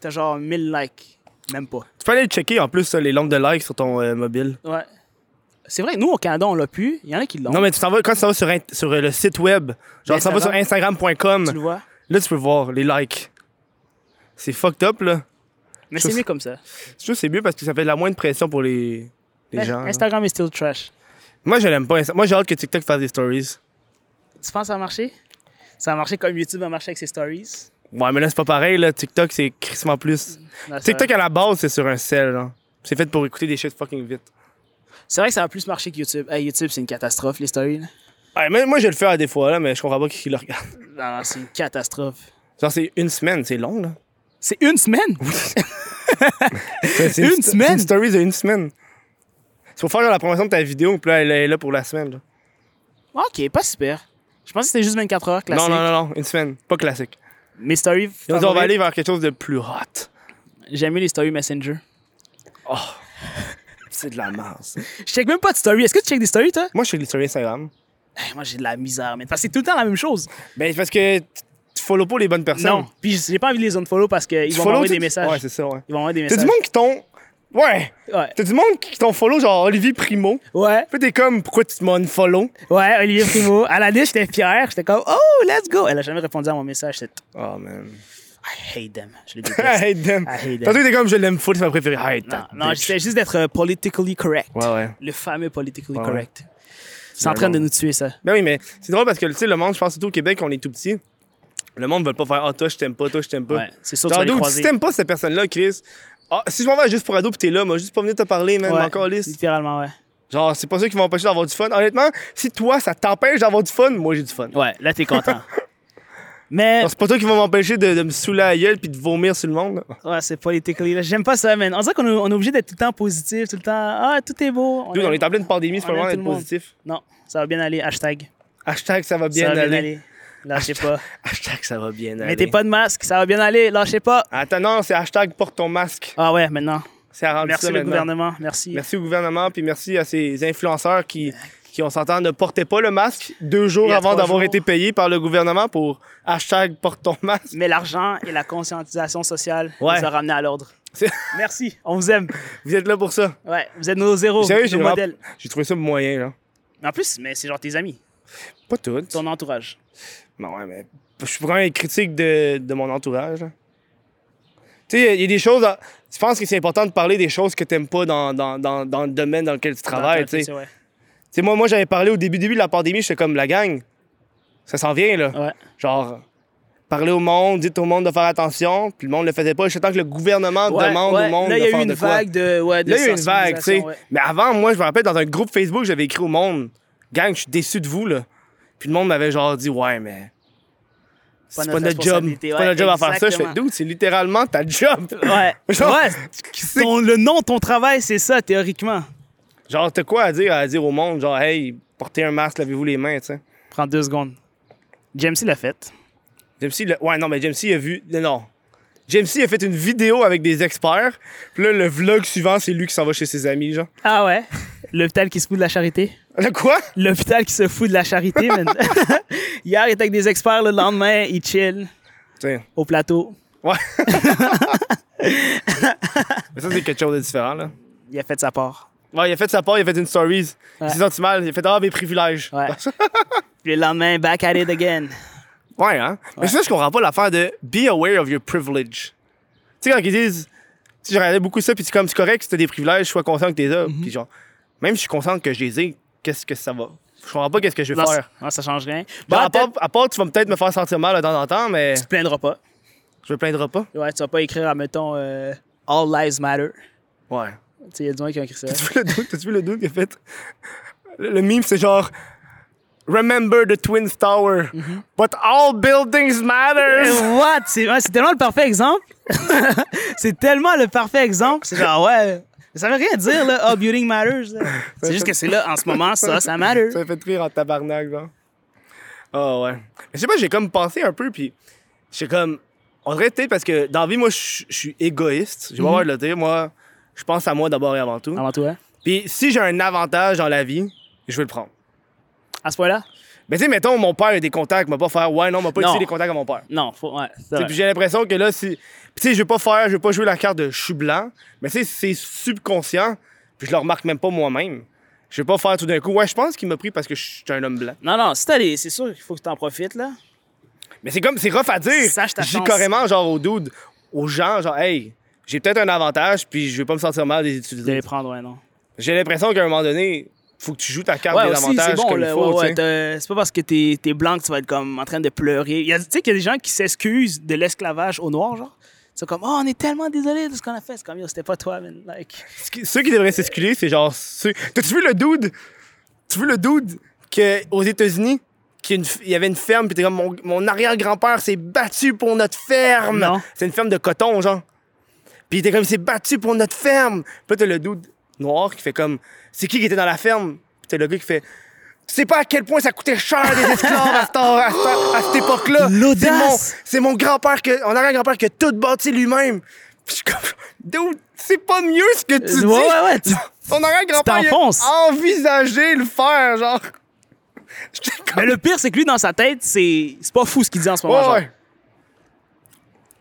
t'as genre 1000 likes. Même pas.
Tu peux aller le checker en plus, ça, les nombres de likes sur ton euh, mobile.
Ouais. C'est vrai, nous, au Canada, on l'a plus. Il y en a qui l'ont.
Non, mais tu t'en vas, quand tu t'en vas sur, int- sur euh, le site web, genre
Ben,
tu t'en
ça
vas sur
va.
Instagram.com,
Tu le vois.
là, tu peux voir les likes. C'est fucked up, là.
Mais
Je
c'est
sais-
mieux comme ça.
Je trouve que c'est mieux parce que ça fait de la moindre pression pour les, les
Mais
gens. là.
Instagram est still trash.
Moi, je l'aime pas. Insta- Moi, j'ai hâte que TikTok fasse des stories.
Tu penses que ça a marché? Ça a marché comme YouTube a marché avec ses stories.
Ouais, mais là, c'est pas pareil, là. TikTok, c'est crissement plus.
Non, c'est
TikTok,
vrai.
à la base, c'est sur un sel, genre. C'est fait pour écouter des shit fucking vite.
C'est vrai que ça a plus marché que YouTube. Hey, YouTube, c'est une catastrophe, les stories. là.
Ouais, mais moi, je le fais à des fois, là, mais je comprends pas qui le regarde. [LAUGHS]
Non, non, c'est une catastrophe.
Genre, c'est une semaine, c'est long, là.
C'est une semaine?
C'est- c'est
[LAUGHS] Une
sto-
semaine?
c'est Une story de une semaine. C'est pour faire genre, la promotion de ta vidéo, puis là, elle est là pour la semaine, là.
Ok, pas super. Je pensais que c'était juste 24 heures classique.
Non, non, non, non, une semaine. Pas classique.
Mes stories.
Ils ont dit, on va
favorites,
aller vers quelque chose de plus hot. Oh.
J'ai aimé les stories Messenger. [LAUGHS]
C'est de la masse.
Je check même pas de stories. Est-ce que tu check des stories, toi?
moi, je fais des stories Instagram.
Hey, moi, j'ai de la misère, mais Parce que c'est tout le temps la même chose.
Ben, c'est parce que tu tu follow pas les bonnes personnes.
Non. Puis j'ai pas envie de les unfollow parce qu'ils
Tu
vont
follow
m'envoyer
tout-
des messages.
Ouais, c'est ça, ouais.
Ils vont m'envoyer des
T'as
messages.
du monde qui t'ont. Ouais!
Ouais.
T'as du monde qui t'ont follow, genre Olivier Primo.
Ouais.
Puis t'es comme, pourquoi tu m'as follow?
Ouais, Olivier Primo. À la liste, j'étais fier. J'étais comme, oh, let's go. Elle a jamais répondu à mon message. C'est
Oh man.
I hate them.
[LAUGHS]
Je les
I
déteste.
hate them.
I hate them.
Tantôt t'es comme, je l'aime full, c'est ma préférée. I hate
non,
that
non
bitch.
j'essaie juste d'être euh, politically correct.
Ouais, ouais.
Le fameux politically
Ouais,
correct. C'est en train de nous tuer, ça.
Ben oui, mais c'est drôle parce que, tu sais, le monde, je pense surtout au Québec, on est tout petit. Le monde veut pas faire, ah, toi, je t'aime pas, toi, je t'aime pas.
Ouais, c'est sûr que tu
Genre,
vas les
dude, si
croiser.
t'aimes pas cette personne-là, Chris, ah, si je m'en vais à juste pour ado pis t'es là, moi, juste pas venir te parler, man,
Ouais,
encore liste.
Littéralement, ouais.
Genre, c'est pas ça qui va empêcher d'avoir du fun. Honnêtement, si toi, ça t'empêche d'avoir du fun, moi, j'ai du fun.
Ouais, là,
[LAUGHS]
t'es content. Mais,
Alors, c'est pas toi qui va m'empêcher de, de me saouler à la gueule puis de vomir sur le monde. là.
ouais, c'est politically. là. J'aime pas ça, man. On dirait qu'on est, on est obligé d'être tout le temps positif, tout le temps. Ah, tout est beau.
Dude,
aime-
on est en pleine pandémie, c'est
on
pas le
aime
moment
tout
d'être
le monde.
positif.
Non, ça va bien aller. Hashtag.
Hashtag ça va bien
ça va
aller.
bien aller. Lâchez pas.
Hashtag ça va bien aller.
Mettez pas de masque. Ça va bien aller. Lâchez pas.
Attends, non, c'est hashtag porte ton masque.
Ah ouais, maintenant.
C'est arrangé
Merci
ça
le
maintenant.
gouvernement. Merci.
Merci au gouvernement, puis merci à ces influenceurs qui, qui on s'entend, ne portaient pas le masque deux jours
Il y a
avant
trois
d'avoir
jours.
été payés par le gouvernement pour hashtag porte ton masque. [LAUGHS]
Mais l'argent et la conscientisation sociale
Ouais.
nous a ramenés à l'ordre.
C'est-
Merci, on vous aime.
Vous êtes là pour ça.
Ouais, vous êtes nos héros,
Sérieux, j'ai
nos
vraiment-
modèles.
J'ai trouvé ça moyen, là.
En plus, mais c'est genre tes amis,
Pas tout.
ton entourage.
Non, ouais, mais je suis vraiment critique de, de mon entourage. là. Tu sais, il y a des choses. à- Je pense que c'est important de parler des choses que t'aimes pas dans, dans, dans, dans le domaine dans lequel tu travailles.
Dans ta-
Tu sais.
c'est vrai.
Tu sais, moi, moi
Ah.
j'avais parlé au début, début de la pandémie, j'étais comme la gang. Ça s'en vient, là.
Ouais.
Genre, parler au monde, dites au monde de faire attention, puis le monde le faisait pas. Je temps que le gouvernement
Ouais,
demande
ouais.
au monde
Là,
de
il y a
faire
eu une
de quoi.
vague de. Ouais, de
Là, il y a eu une vague, tu sais.
sensibilisation, ouais.
Mais avant, moi, je me rappelle, dans un groupe Facebook, j'avais écrit au monde Gang, je suis déçu de vous, là. Puis le monde m'avait genre dit Ouais, mais. C'est pas
notre
notre job.
responsabilité.
C'est pas
Ouais,
notre job à faire ça. Je fais
exactement.
Dude, c'est littéralement ta job. [LAUGHS]
Ouais.
Genre,
Ouais, ton- le nom de ton travail, c'est ça, théoriquement.
Genre, t'as quoi à dire, à dire au monde Genre, hey, portez un masque, lavez-vous les mains, tu sais.
Prends deux secondes. James, il l'a fait.
Jamesy, le- ouais, non, mais Jamesy a vu. Non. Jamesy a fait une vidéo avec des experts. Puis là, le vlog suivant, c'est lui qui s'en va chez ses amis, genre.
Ah ouais? L'hôpital qui se fout de la charité.
Le quoi
L'hôpital qui se fout de la charité, [LAUGHS] man. Hier, il était avec des experts, le lendemain, il chill
Tiens.
au plateau.
Ouais. mais ça, c'est quelque chose de différent, là.
Il a fait sa part.
Ouais, il a fait sa part, il a fait une stories.
Ouais.
Il s'est senti mal, il a fait Ah, mes privilèges.
[LAUGHS] Ouais. Puis le lendemain, back at it again.
Ouais, hein. Mais ça, je comprends pas l'affaire de Be aware of your privilege. Tu sais, quand ils disent, tu sais, je regardais beaucoup ça, puis c'est comme c'est correct, si t'as des privilèges, sois conscient que t'es là. Puis genre, même si je suis conscient que je les ai, qu'est-ce que ça va? Je comprends pas qu'est-ce que je vais
Non,
faire.
ça- non, ça change rien.
Genre,
Bon,
à, part, à part, tu vas peut-être me faire sentir mal de temps en temps, mais
tu te plaindras pas.
je me plaindrai pas.
Ouais, tu vas pas écrire, admettons, euh, All Lives Matter.
Ouais.
[LAUGHS] Tu sais, il y a des gens qui ont écrit ça.
T'as-tu vu [LAUGHS] le dude, t'as-tu vu le dude qui a fait. Le, le meme, c'est genre. Remember the Twin Tower, but all buildings
[LAUGHS]
matter.
What? C'est ouais, c'est tellement le parfait exemple. [LAUGHS] c'est tellement le parfait exemple. C'est genre, ouais, ça veut rien dire, là. Oh, building matters. [LAUGHS] là. C'est juste que c'est là, en ce moment, ça, ça [LAUGHS] matter.
Ça m'a fait rire en tabarnak, genre. Ah ouais. Mais je sais pas, j'ai comme pensé un peu, puis j'ai comme... On dirait peut-être parce que dans la vie, moi, je je suis égoïste. Je vais avoir de le dire. Moi, je pense à moi d'abord et avant tout.
Avant toi, hein?
Puis si j'ai un avantage dans la vie, je vais le prendre.
À ce point-là?
Mais tu sais, mettons, mon père a des contacts, il m'a pas faire... Ouais, non, il m'a pas
Non.
utilisé les contacts à mon père.
Non, faut, ouais.
Tu
c'est
sais,
vrai.
Puis j'ai l'impression que là, si... Puis tu sais, je vais pas faire... Je vais pas jouer la carte de « je suis blanc », mais tu sais, c'est subconscient, puis je le remarque même pas moi-même. Je vais pas faire tout d'un coup « Ouais, je pense qu'il m'a pris parce que je suis un homme blanc ».
Non, non, si t'as les- c'est sûr qu'il faut que t'en profites, là.
Mais c'est comme, c'est rough à dire.
Sache ta
J'ai
chance.
carrément, genre, aux dudes, aux gens, genre, hey, j'ai peut-être un avantage, puis je vais pas me sentir mal des
De
utiliser.
les prendre, ouais, non.
J'ai l'impression qu'à un moment donné, faut que tu joues ta carte
Ouais,
des
aussi, c'est
avantages
bon,
comme il
là.
faut,
ouais, ouais,
tu sais.
t'as- c'est pas parce que t'es t'es blanc que tu vas être comme en train de pleurer. Il y a- Tu sais qu'il y a des gens qui s'excusent de l'esclavage aux Noirs, genre. C'est comme, oh, on est tellement désolé de ce qu'on a fait. C'est comme, yo, c'était pas toi, man. Like.
Ce qui- Ceux qui devraient s'excuser, c'est genre ceux. T'as-tu vu le dude? Tu vu le dude que, aux États-Unis? qu'il y a une f- Il y avait une ferme, puis t'es comme mon, mon arrière-grand-père s'est battu pour notre ferme.
Non.
C'est une ferme de coton, genre. Puis il était comme il s'est battu pour notre ferme. Puis là, t'as le dude noir qui fait comme c'est qui qui était dans la ferme? Puis t'as le gars qui fait tu sais pas à quel point ça coûtait cher des esclaves à, cette, à cette- à cette époque-là. C'est mon,
L'audace!
c'est mon grand-père, que, mon arrière-grand-père qui a tout bâti lui-même. Puis je suis comme, [LAUGHS] dude, c'est pas mieux ce que tu dis.
ouais, ouais, ouais. tu- [LAUGHS]
Ton arrière-grand-père il
t'enfonces.
a envisagé le faire, genre. [LAUGHS] J'étais comme-
Mais le pire, c'est que lui, dans sa tête, c'est c'est pas fou ce qu'il dit en ce moment.
Ouais,
genre.
ouais.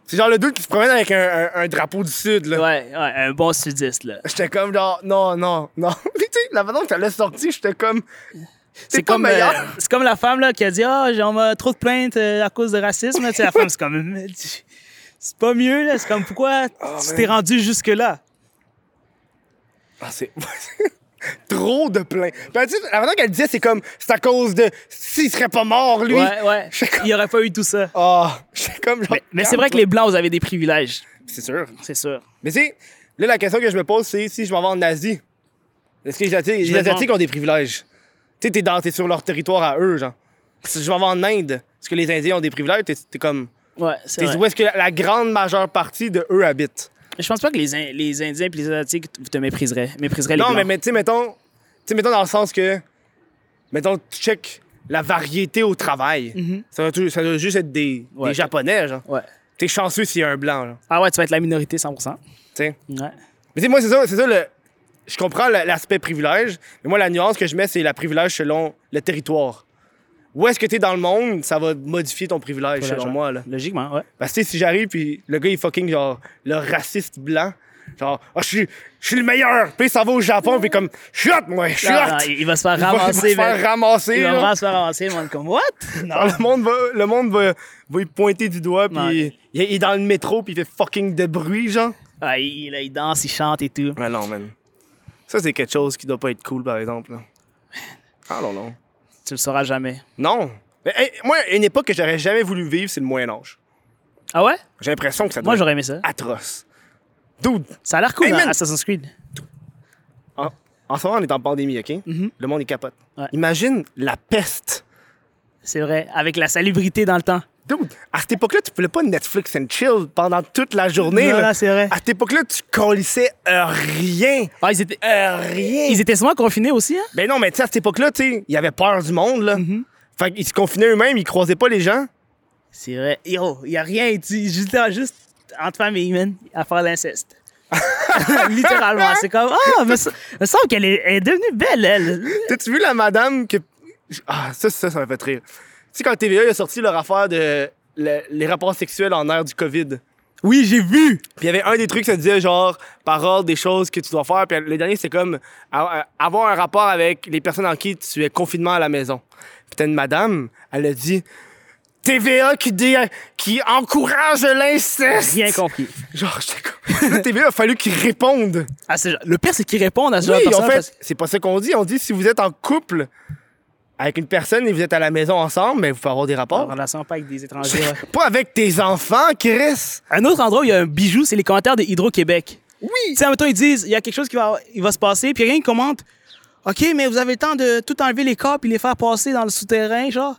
C'est genre le dude qui se promène avec un, un- un drapeau du Sud, là.
Ouais, ouais, un bon sudiste, là.
J'étais comme, genre, non, non, non. [LAUGHS] Puis tu sais, la façon que ça l'a sorti, j'étais comme, c'est pas
euh,
meilleur.
c'est comme la femme là, qui a dit Ah, j'ai- on m'a trop de plaintes euh, à cause de racisme. Tu sais, la femme, c'est comme. Mais tu- C'est pas mieux, là. C'est comme pourquoi
Oh,
tu t'es rendu jusque-là.
Ah, c'est. [LAUGHS] Trop de plaintes. Puis, tu sais, la façon qu'elle disait, c'est comme, c'est à cause de. S'il serait pas mort, lui.
Ouais, ouais.
Je sais
Il n'y aurait pas eu tout ça.
Ah, [LAUGHS] j'étais comme, genre.
Mais, mais c'est vrai que les Blancs, vous avez des privilèges.
C'est sûr.
C'est sûr.
Mais tu sais, là, la question que je me pose, c'est si je m'en vais en Asie, est-ce que les Asiatiques, les
me
Asiatiques ont des privilèges? Tu sais, t'es dans- t'es sur leur territoire à eux, genre. Si je m'en vais en Inde, est-ce que les Indiens ont des privilèges? T'es t'es comme.
Ouais, c'est
T'es
vrai.
où est-ce que la, la grande majeure partie de eux habitent?
Je pense pas que les, In- les Indiens et les Asiatiques t- te mépriseraient. mépriseraient
Non, mais,
les Blancs.
mais tu sais, mettons, tu sais, mettons dans le sens que, mettons, tu check la variété au travail. ça, doit tou- ça doit juste être des,
Mhm. Ouais.
des Japonais, genre.
Ouais.
T'es chanceux s'il y a un blanc, genre.
Ah ouais, tu vas être la minorité 100%.
Tu sais.
Ouais.
Mais tu sais, moi, c'est ça, c'est ça le. Je comprends le- l'aspect privilège, mais moi, la nuance que je mets, c'est la privilège selon le territoire. Où est-ce que t'es dans le monde, ça va modifier ton privilège, selon
Privilège,
moi, là.
Logiquement, ouais.
Parce que tu sais, si j'arrive puis le gars il est fucking genre le raciste blanc, genre Ah, je suis je suis le meilleur, puis ça va au Japon puis comme je suis hot moi, je suis hot.
Ah, Non, non, il il va se faire ramasser.
il va se
man.
faire ramasser.
Il va
là.
vraiment se faire ramasser, man.
[LAUGHS]
Comme, what?
Alors, le monde va le monde va, va y pointer du doigt
Non.
puis il, il est dans le métro puis il fait fucking de bruit genre.
Ah, il, là, il danse, il chante et tout.
Mais non man. Ça c'est quelque chose qui doit pas être cool par exemple. Là. Ah non non.
Tu le sauras jamais.
Non. Mais, hey, moi une époque que j'aurais jamais voulu vivre, c'est le Moyen Âge.
Ah ouais?
J'ai l'impression que ça doit
Moi,
être
j'aurais aimé ça.
atroce. Dude,
Ça a l'air cool,
Hey,
hein,
man.
Assassin's Creed.
en, en ce moment, on est en pandémie, OK? Le monde est capote.
Mm-hmm. Ouais.
Imagine la peste.
C'est vrai, avec la salubrité dans le temps.
Dude, à cette époque-là, tu pouvais pas Netflix and chill pendant toute la journée.
Non,
là.
non, c'est vrai.
À cette époque-là, tu colissais euh, rien.
Ah, ils étaient,
Euh, rien.
ils étaient souvent confinés aussi, hein?
Ben non, mais tu sais, à cette époque-là, tu sais, il y avait peur du monde, là.
Mm-hmm.
Fait qu'ils se confinaient eux-mêmes, ils croisaient pas les gens.
C'est vrai. Yo, y a rien, tu, juste, juste entre famille, man, à faire [LAUGHS] l'inceste. Littéralement, c'est comme, ah, mais ça il me semble qu'elle est, elle est devenue belle, elle.
T'as-tu vu la madame que. Ah, ça, ça, ça m'a fait rire. Tu sais, quand TVA a sorti leur affaire de le- les rapports sexuels en ère du COVID.
Oui, j'ai vu.
Puis il y avait un des trucs, ça disait genre, par ordre des choses que tu dois faire. Puis le dernier, c'est comme a- a- avoir un rapport avec les personnes en qui tu es confinement à la maison. Puis t'as une madame, elle a dit TVA qui, dé- qui encourage l'inceste.
Rien compris.
Genre, j'étais comme. Là, TVA a fallu qu'ils répondent.
Ah, c'est- le pire, c'est qu'ils répondent à ce genre
Oui,
de
en
personnes.
fait,
parce que-
c'est pas ça qu'on dit. On dit si vous êtes en couple avec une personne et vous êtes à la maison ensemble, mais vous pouvez avoir des
En
rapports. [LAUGHS]
relation pas avec des étrangers. Ah, ouais.
Pas avec tes enfants, Chris.
Un autre endroit où il y a un bijou, c'est les commentaires de Hydro-Québec. Oui! Tu sais, mettons, ils disent, il y a quelque chose qui va, il va se passer, puis rien, ils commentent. OK, mais vous avez le temps de tout enlever les corps puis les faire passer dans le souterrain, genre,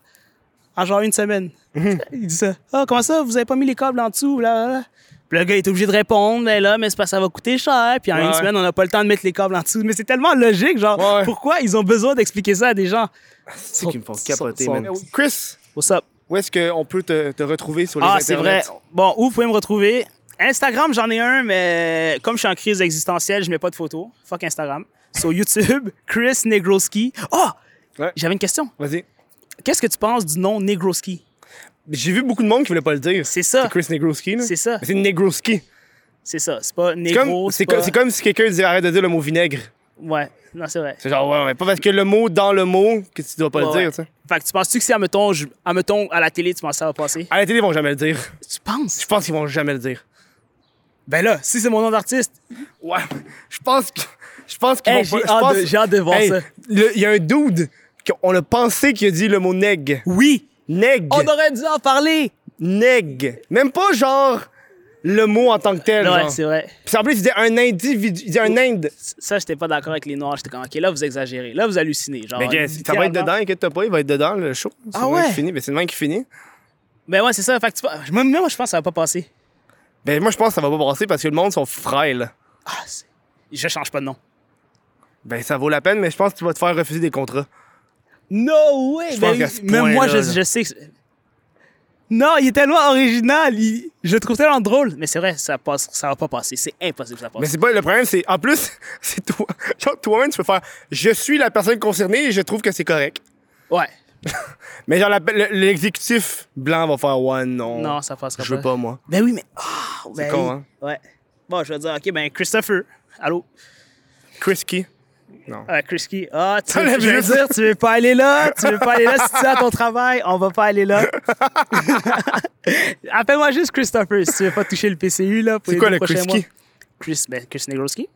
en genre une semaine.
Mhm.
Il dit ça. Ah, comment ça, vous avez pas mis les câbles en dessous, là, là, là? Puis le gars est obligé de répondre, mais là, mais c'est parce que ça va coûter cher, puis en
Ouais,
une
ouais.
semaine, on n'a pas le temps de mettre les câbles en dessous. Mais c'est tellement logique, genre,
Ouais, ouais.
pourquoi ils ont besoin d'expliquer ça à des gens?
C'est qui me font capoter,
son-
man. Chris,
What's up?
où est-ce qu'on peut te, te retrouver sur les
Ah, c'est
internets?
vrai. Bon, où vous pouvez me retrouver? Instagram, j'en ai un, mais comme je suis en crise existentielle, je mets pas de photos. Fuck Instagram. Sur YouTube, [LAUGHS] Chris Negroski. Oh!
Ouais.
J'avais une question.
Vas-y.
Qu'est-ce que tu penses du nom Negroski?
J'ai vu beaucoup de monde qui voulait pas le dire.
C'est ça.
Chris Negroski, là.
C'est ça.
C'est Negroski.
C'est ça. C'est pas
C'est
Negro.
comme, c'est
C'est
co-
pas...
c'est comme si quelqu'un disait arrête de dire le mot vinaigre.
Ouais, non, c'est vrai.
C'est genre, ouais, ouais, pas parce que le mot dans le mot que tu dois pas
Ouais,
le dire,
ouais.
tu sais.
Fait que tu penses-tu que si, admettons, je... admettons, à la télé, tu penses que ça va passer?
À la télé, ils vont jamais le dire.
Tu penses?
Je pense qu'ils vont jamais le dire.
Ben là, si c'est mon nom d'artiste,
Ouais, [LAUGHS] je pense que. Je pense qu'ils
hey,
vont
j'ai
pas. je pense-
hâte, de- j'ai hâte de voir
Hey,
ça.
le- Il y a un dude qu'on a pensé qui a dit le mot neg.
Oui!
Neg.
On aurait dû en parler!
Neg. Même pas genre le mot en tant que tel.
Ouais,
genre.
c'est vrai.
Puis en plus, il disait un individu. Il disait un ind.
ça, j'étais pas d'accord avec les Noirs. J'étais comme, OK, là, vous exagérez. Là, vous hallucinez. Genre,
Mais que- ça va être
littéralement.
dedans, inquiète pas, il va être dedans le show. C'est
Ah
le même
ouais?
qui finit. Ben, c'est le même qui finit.
Ben ouais, c'est ça. Fait que tu pas- je- Même moi, je pense que ça va pas passer.
Ben moi je pense que ça va pas passer parce que le monde sont frêles.
Ah, c'est- je change pas de nom.
Ben ça vaut la peine, mais je pense que tu vas te faire refuser des contrats.
No way!
Je
Ben
pense qu'à
oui,
ce
même moi, je,
point-là, là.
je sais que. Non, il est tellement original. il- Je le trouve tellement drôle. Mais c'est vrai, ça, passe... ça va pas passer. C'est impossible que ça passe.
Mais c'est pas le problème, c'est en plus, [LAUGHS] c'est toi. Genre toi-même tu peux faire je suis la personne concernée et je trouve que c'est correct.
Ouais.
Mais genre la- le- l'exécutif blanc va faire ouais non.
Non, ça passera
je veux pas moi.
Ben oui, mais. Ah, ben
con,
oui.
hein?
Ouais. Bon, je vais dire, OK, ben Christopher. Allô?
Chris qui
Ah, Krisky, ah, tu veux,
T'enlèves
je veux
juste.
dire, tu veux pas aller là, tu veux pas aller là, si tu es à ton travail, on va pas
[LAUGHS]
aller là. Appelle-moi juste Christopher si tu veux pas toucher le PCU, là, pour
C'est
les
quoi
deux
le
prochains
Chris
mois.
qui
Chris, ben, Chris Negroski.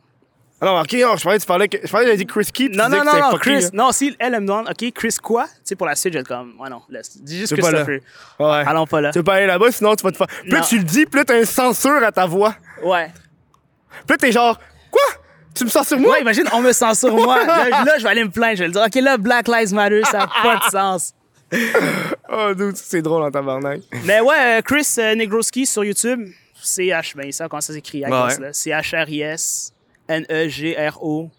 Ah non, ok, non, je parlais, tu parlais que. Je parlais que euh, j'avais dit Chris qui.
Non, non, non, non, Chris, non, si elle, elle me demande, OK, Chris quoi? Tu sais, pour la suite, je vais être comme, ouais, non, laisse, dis juste
C'est pas là.
Christopher.
Ouais.
Allons pas là.
Tu veux pas aller là-bas, sinon tu vas te faire. Plus
Non.
tu le dis, plus t'as une censure à ta voix.
Ouais.
Plus t'es genre quoi Tu me censures moi
Ouais, imagine, on me censure moi. Là, là, je vais aller me plaindre, je vais le dire, OK, là, Black Lives Matter, ça n'a pas de sens.
Oh, dude, c'est drôle en tabarnak.
Mais ouais, euh, Chris euh, Negroski sur YouTube, C-H, ben ça, comment ça s'écrit, I E guess,
Ouais.
là. C-H-R-I-S, N-E-G-R-O,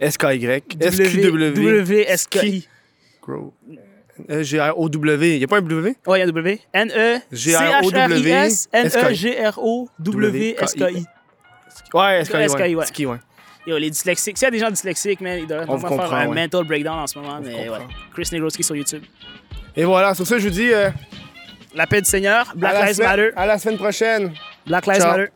S-K-Y. S-Q-W.
E W-S-K-I.
Grow. Euh, G-R-O-W. Y a pas un W?
Ouais, il y a W. E,
G-R-O-W-S-K-I.
N-E-C-H-R-I-S, N-E-G-R-O-W-s-K-I.
Ouais, S-K-I.
S-K-I, ouais.
Ski, ouais.
Yo, les dyslexiques, s'il y a des gens dyslexiques, man, ils devraient
On vous
vraiment faire
comprend,
un
ouais.
mental breakdown en ce moment, mais
comprend.
ouais. Chris Negroski sur YouTube.
Et voilà, sur ça, je vous dis euh,
La paix du Seigneur,
à la
Black Lives
semaine-
Matter,
à la semaine prochaine.
Black Lives
Ciao.
Matter.